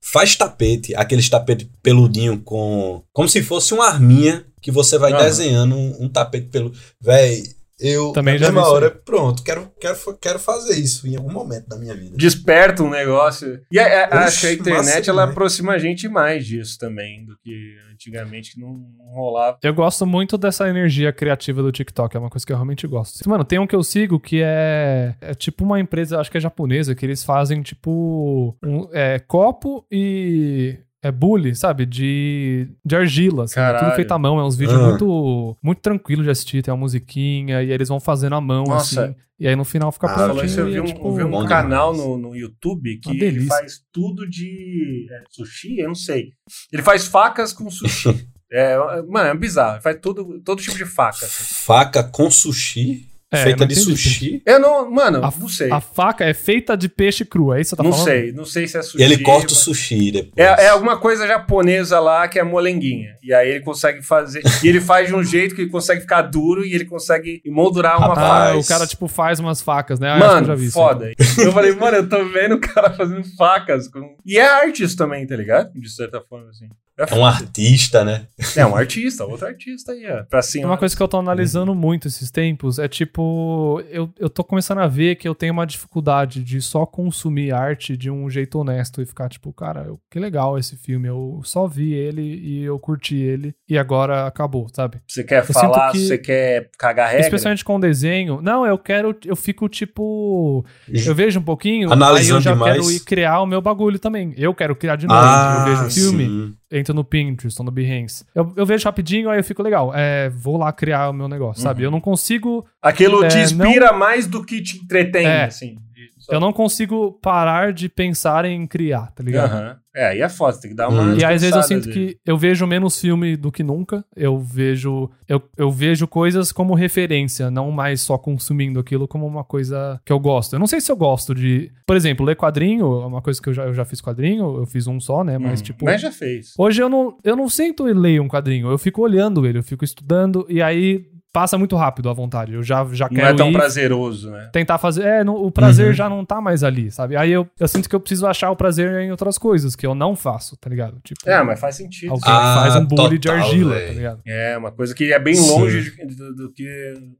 Speaker 3: faz tapete, aqueles tapete peludinho com, como se fosse uma arminha que você vai
Speaker 2: Aham.
Speaker 3: desenhando um, um tapete peludo. Véi, eu
Speaker 1: Também
Speaker 3: na
Speaker 1: já vi
Speaker 3: mesma
Speaker 1: isso
Speaker 3: hora, pronto, quero, quero, fa- quero fazer isso em algum momento da minha vida.
Speaker 2: desperta um negócio. E a- a- acho que a
Speaker 3: Oxe,
Speaker 2: internet
Speaker 3: massa
Speaker 2: ela
Speaker 3: demais.
Speaker 2: aproxima a gente mais disso também do que antigamente que não, não rolava.
Speaker 1: Eu gosto muito dessa energia criativa do TikTok, é uma coisa que eu realmente gosto. Mano, tem um que eu sigo que é, é tipo uma empresa, acho que é japonesa, que eles fazem tipo um, é, copo e é bully, sabe? De, de argila, assim,
Speaker 2: Caralho.
Speaker 1: tudo feito à mão. É uns vídeos
Speaker 3: Ah.
Speaker 1: muito muito tranquilo de assistir, tem uma musiquinha e eles vão fazendo à mão,
Speaker 2: Nossa.
Speaker 1: assim. E aí no final fica
Speaker 3: Ah,
Speaker 2: Você falou
Speaker 1: prontinho
Speaker 2: isso, eu
Speaker 1: e
Speaker 2: vi
Speaker 1: é,
Speaker 2: um,
Speaker 1: tipo,
Speaker 2: eu vi um
Speaker 3: bom
Speaker 2: canal
Speaker 3: demais.
Speaker 2: no, no YouTube que
Speaker 1: Uma
Speaker 2: ele
Speaker 1: delícia.
Speaker 2: faz tudo de é, sushi, eu não sei. Ele faz facas com sushi.
Speaker 3: (laughs)
Speaker 2: É, mano, é bizarro. Ele faz tudo, todo tipo de faca.
Speaker 3: Faca com sushi,
Speaker 1: É,
Speaker 3: feita
Speaker 1: não
Speaker 3: de
Speaker 1: entendi.
Speaker 3: sushi.
Speaker 2: Eu não, mano,
Speaker 1: A-
Speaker 2: não sei.
Speaker 1: A faca é feita de peixe cru, é isso que você tá
Speaker 2: não
Speaker 1: falando?
Speaker 2: sei, não sei se é
Speaker 3: E
Speaker 2: sushi.
Speaker 3: ele corta o
Speaker 2: mas-
Speaker 3: sushi depois.
Speaker 2: É, é alguma coisa japonesa lá que é molenguinha. E aí ele consegue fazer. e ele faz de um jeito que ele consegue ficar duro e ele consegue moldurar uma
Speaker 3: Rapaz.
Speaker 2: faca.
Speaker 1: Ah, o cara, tipo, faz umas facas, né? Ah, eu acho que eu já
Speaker 2: Mano,
Speaker 1: vi isso.
Speaker 2: foda. Eu falei, mano, eu tô vendo o cara fazendo facas. com- E é arte isso também, tá ligado? De certa forma, assim.
Speaker 3: É um artista, né?
Speaker 2: É um artista, outro artista aí, ó. Pra
Speaker 1: Tem
Speaker 2: cima.
Speaker 1: É uma coisa que eu tô
Speaker 3: Uhum.
Speaker 1: analisando muito esses tempos, é tipo, eu, eu tô começando a ver que eu tenho uma dificuldade de só consumir arte de um jeito honesto e ficar tipo, cara, eu- que legal esse filme, eu só vi ele e eu curti ele e agora acabou, sabe?
Speaker 2: Você quer
Speaker 1: sinto
Speaker 2: falar,
Speaker 1: que-
Speaker 2: você quer cagar
Speaker 3: É,
Speaker 2: regra.
Speaker 1: Especialmente com desenho. Não, eu quero, eu fico tipo, eu vejo um pouquinho, aí eu
Speaker 3: Analisando
Speaker 1: já
Speaker 3: demais.
Speaker 1: quero ir criar o meu bagulho também. Eu quero criar de novo,
Speaker 3: Ah,
Speaker 1: eu vejo o filme,
Speaker 3: sim.
Speaker 1: entro no Pinterest ou no Behance. Eu, eu vejo rapidinho, aí eu fico legal. É, vou lá criar o meu negócio,
Speaker 3: Uhum.
Speaker 1: sabe? Eu não consigo.
Speaker 2: Aquilo te
Speaker 1: É,
Speaker 2: inspira mais do que te entretém,
Speaker 1: É.
Speaker 2: assim. Só-
Speaker 1: Eu não consigo parar de pensar em criar, tá ligado?
Speaker 2: Aham. É, aí é foda, tem que dar uma.
Speaker 3: Hum.
Speaker 1: E aí, às vezes eu
Speaker 2: descansada
Speaker 1: sinto
Speaker 2: dele.
Speaker 1: que eu vejo menos filme do que nunca. Eu vejo eu, eu vejo coisas como referência, não mais só consumindo aquilo como uma coisa que eu gosto. Eu não sei se eu gosto de, por exemplo, ler quadrinho, é uma coisa que eu já, eu já fiz quadrinho, eu fiz um só, né? Mas
Speaker 2: Hum,
Speaker 1: tipo,
Speaker 2: Mas já fez.
Speaker 1: Hoje eu não, eu não sinto e leio um quadrinho, eu fico olhando ele, eu fico estudando e aí passa muito rápido à vontade. Eu já, já
Speaker 2: Não é
Speaker 1: quero
Speaker 2: tão
Speaker 1: ir
Speaker 2: prazeroso, né?
Speaker 1: tentar fazer. É, não- o prazer
Speaker 3: Uhum.
Speaker 1: já não tá mais ali, sabe? Aí eu, eu sinto que eu preciso achar o prazer em outras coisas que eu não faço, tá ligado? Tipo,
Speaker 2: É, mas faz sentido.
Speaker 1: alguém
Speaker 3: Ah,
Speaker 1: faz um bullying de
Speaker 3: total,
Speaker 1: argila,
Speaker 3: véi.
Speaker 1: tá ligado?
Speaker 2: É, uma coisa que é bem
Speaker 3: Sim.
Speaker 2: longe de- do, do que.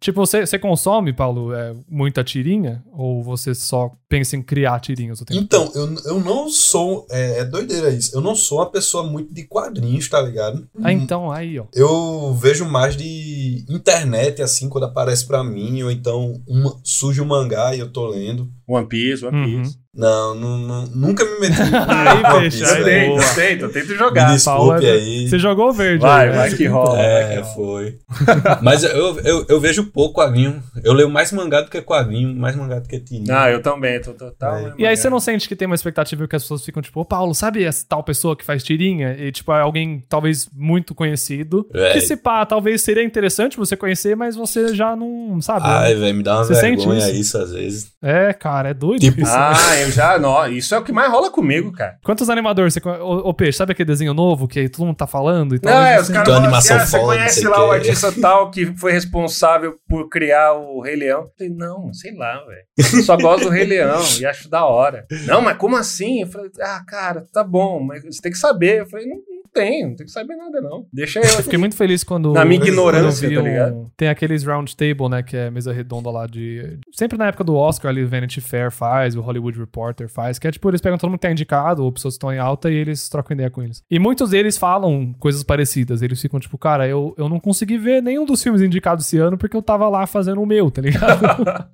Speaker 1: Tipo, você, você consome, Paulo, é, muita tirinha? Ou você só pensa em criar tirinhas o tempo
Speaker 3: Então, eu, eu não sou. É, é doideira isso. Eu não sou uma pessoa muito de quadrinhos, tá ligado?
Speaker 1: todo? Ah, então, aí, ó.
Speaker 3: Eu vejo mais de internet, assim, quando aparece pra mim, ou então uma- surge um mangá e eu tô lendo.
Speaker 2: One Piece, One
Speaker 1: Uhum.
Speaker 2: Piece.
Speaker 3: Não, não, não- nunca me meti com
Speaker 1: Aí,
Speaker 3: One
Speaker 1: bicho,
Speaker 3: Piece,
Speaker 1: aí,
Speaker 3: velho.
Speaker 1: boa.
Speaker 2: eu tento, eu tento
Speaker 3: Me
Speaker 2: jogar.
Speaker 1: Paula,
Speaker 3: desculpe aí.
Speaker 1: Você jogou o verde
Speaker 2: Vai,
Speaker 1: aí,
Speaker 2: vai
Speaker 1: né?
Speaker 2: que rola. vai que
Speaker 3: É,
Speaker 2: rola.
Speaker 3: foi. (laughs) Mas eu, eu, eu vejo pouco quadrinho. Eu leio mais mangá do que quadrinho, mais mangá do que tirinha.
Speaker 2: Não, eu também, tô total.
Speaker 3: É.
Speaker 2: né,
Speaker 1: E aí
Speaker 2: mano?
Speaker 1: você não sente que tem uma expectativa que as pessoas ficam tipo, ô Paulo, sabe essa tal pessoa que faz tirinha? E tipo, é alguém talvez muito conhecido.
Speaker 3: Véi.
Speaker 1: Que se pá, talvez seria interessante você conhecer, mas você já não sabe.
Speaker 3: Ai, velho, me dá uma
Speaker 1: Ah, Você sente
Speaker 3: vergonha isso às vezes.
Speaker 1: É, cara, é doido
Speaker 3: Tipo-
Speaker 1: isso.
Speaker 2: (laughs) Ah, eu já. Não, isso é o que mais rola comigo, cara.
Speaker 1: Quantos animadores você conhece? Ô, ô, Peixe, sabe aquele desenho novo que aí todo mundo tá falando e tal?
Speaker 2: Não, é, os caras falam
Speaker 3: Então,
Speaker 2: assim,
Speaker 3: animação
Speaker 2: ah, você
Speaker 3: foda,
Speaker 2: conhece
Speaker 3: sei
Speaker 2: lá
Speaker 3: que.
Speaker 2: o artista tal que foi responsável por criar o Rei Leão? Eu falei, não, sei lá, velho. Eu Só gosto do Rei Leão e acho da hora. Não, mas como assim? Eu falei, ah, cara, tá bom, mas você tem que saber. Eu falei, não, não tenho, não tem que saber nada, não. Deixa eu
Speaker 3: (laughs)
Speaker 2: (laughs)
Speaker 1: Eu fiquei muito feliz quando.
Speaker 2: Na minha
Speaker 1: quando eu
Speaker 2: ignorância,
Speaker 1: vi
Speaker 2: tá
Speaker 1: um-
Speaker 2: ligado?
Speaker 1: Tem aqueles round table, né? Que é mesa redonda lá de. Sempre na época do Oscar ali, o Vanity Fair faz, o Hollywood Reporter faz, que é tipo, eles pegam todo mundo que tá indicado, ou pessoas que estão em alta, e eles trocam ideia com eles. E muitos deles falam coisas parecidas. Eles ficam tipo, cara, eu, eu não consegui ver nenhum dos filmes indicados esse ano porque eu tava lá fazendo o meu, tá ligado?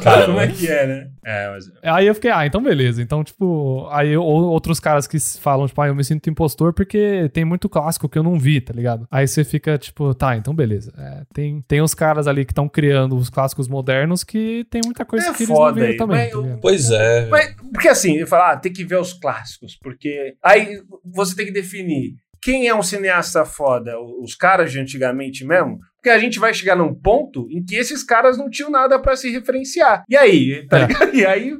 Speaker 3: Cara,
Speaker 2: Como é que é, né? É, mas.
Speaker 1: Aí eu fiquei, ah, então beleza. Então, tipo, aí eu- ou- outros caras que s- falam, tipo, ah, eu me sinto impostor porque tem muito clássico que eu não vi, tá ligado? Aí você fica, tipo, tá, então beleza. É, tem, tem uns caras ali que estão criando os clássicos modernos que tem muita coisa
Speaker 2: É
Speaker 1: que eles não
Speaker 2: foda
Speaker 1: viram
Speaker 2: aí,
Speaker 1: também.
Speaker 2: mas
Speaker 1: tá
Speaker 2: eu-
Speaker 1: ligado?
Speaker 3: Pois é. velho.
Speaker 2: Mas, porque assim, eu falo, ah, tem que ver os clássicos, porque aí você tem que definir quem é um cineasta foda, o- os caras de antigamente mesmo, porque a gente vai chegar num ponto em que esses caras não tinham nada pra se referenciar. E aí, tá
Speaker 1: É.
Speaker 2: ligado? E aí,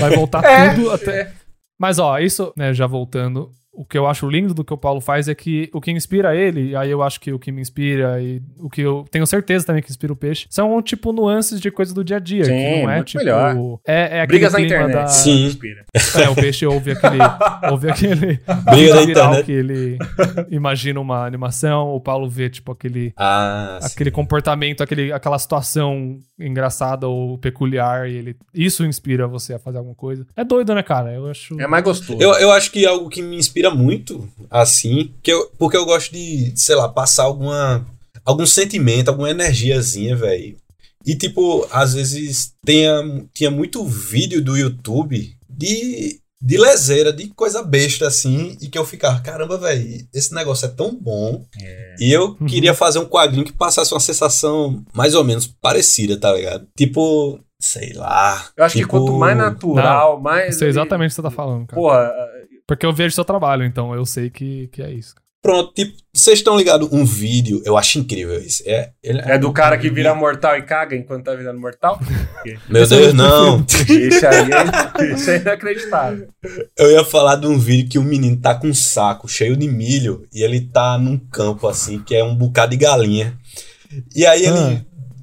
Speaker 1: Vai voltar
Speaker 2: É,
Speaker 1: tudo até. Mas ó, isso, né, já voltando, o que eu acho lindo do que o Paulo faz é que o que inspira ele, e aí eu acho que o que me inspira e o que eu tenho certeza também que inspira o peixe, são tipo nuances de coisas do dia a dia,
Speaker 2: Sim,
Speaker 1: que não é
Speaker 2: muito
Speaker 1: tipo
Speaker 2: melhor.
Speaker 1: é, é aquele
Speaker 2: brigas na
Speaker 1: clima
Speaker 2: internet.
Speaker 1: da-
Speaker 3: Sim.
Speaker 2: Inspira.
Speaker 1: (laughs) É, o peixe ouve aquele ouve aquele
Speaker 3: Briga da
Speaker 1: viral
Speaker 3: internet.
Speaker 1: que ele imagina uma animação, o Paulo vê tipo aquele
Speaker 3: Ah,
Speaker 2: Assim.
Speaker 3: sim.
Speaker 1: aquele comportamento, aquele, aquela situação engraçada ou peculiar, e ele. Isso inspira você a fazer alguma coisa. É doido, né, cara? Eu acho.
Speaker 2: É mais gostoso.
Speaker 3: Eu, eu acho que é algo que me inspira muito, assim, que eu, porque eu gosto de, sei lá, passar alguma, algum sentimento, alguma energiazinha, velho. E, tipo, às vezes tinha, tinha muito vídeo do YouTube de, de leseira, de coisa besta, assim, e que eu ficava, caramba, velho, esse negócio é tão bom. E eu
Speaker 1: Uhum.
Speaker 3: queria fazer um quadrinho que passasse uma sensação mais ou menos parecida, tá ligado? Tipo, sei lá.
Speaker 2: Eu acho que
Speaker 3: tipo-
Speaker 2: quanto mais natural, mais.
Speaker 1: Eu sei exatamente o que você tá falando, cara.
Speaker 2: Porra,
Speaker 1: Porque eu vejo seu trabalho, então eu sei que, que é isso.
Speaker 3: Pronto, tipo, vocês estão ligados? Um vídeo, eu acho incrível isso. É, ele-
Speaker 2: é do cara que vira mortal e caga enquanto tá
Speaker 1: (laughs)
Speaker 2: virando mortal?
Speaker 3: Meu Deus, não.
Speaker 2: Esse aí é, esse aí é inacreditável.
Speaker 3: Eu ia falar de um vídeo que o menino tá com um saco cheio de milho e ele tá num campo assim, que é um bocado de galinha. E aí ele
Speaker 1: Ah.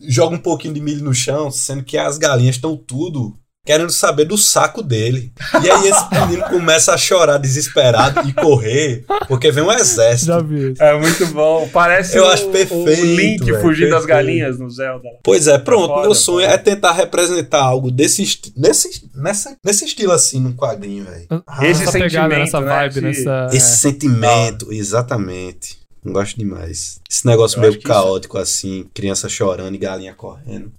Speaker 3: joga um pouquinho de milho no chão, sendo que as galinhas estão tudo querendo saber do saco dele. E aí esse menino começa a chorar desesperado e correr, porque vem um exército.
Speaker 1: Já vi isso.
Speaker 2: É muito bom. Parece
Speaker 3: Eu
Speaker 2: o,
Speaker 3: acho perfeito,
Speaker 2: o Link
Speaker 3: velho,
Speaker 2: fugindo das
Speaker 3: perfeito.
Speaker 2: galinhas no Zelda.
Speaker 3: Pois é, pronto.
Speaker 2: Foda,
Speaker 3: meu sonho
Speaker 2: foda.
Speaker 3: é tentar representar algo desse, esti- nesse, nessa, nesse estilo assim, num quadrinho, velho.
Speaker 2: Esse
Speaker 1: Ah, essa
Speaker 2: sentimento,
Speaker 1: pegada, nessa
Speaker 2: né,
Speaker 1: vibe,
Speaker 2: de-
Speaker 1: nessa.
Speaker 3: Esse sentimento, exatamente. Não gosto demais. Esse negócio
Speaker 2: Eu acho
Speaker 3: meio
Speaker 2: que isso-
Speaker 3: caótico assim, criança chorando e galinha correndo.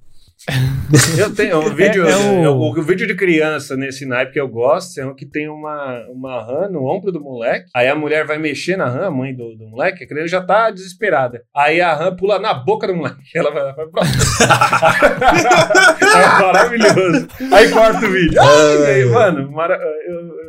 Speaker 2: (laughs) Eu tenho um
Speaker 1: (laughs)
Speaker 2: vídeo,
Speaker 1: É, é o-
Speaker 2: eu- o... o vídeo de criança nesse naipe que eu gosto é um que tem uma, uma rã no ombro do moleque. Aí a mulher vai mexer na rã, a mãe do, do moleque, a criança já tá desesperada. Aí a rã pula na boca do moleque. (laughs) Ela vai, vai
Speaker 3: (laughs)
Speaker 2: pra... é maravilhoso. Aí corta o vídeo. Ai, velho, mano, mara... eu, eu-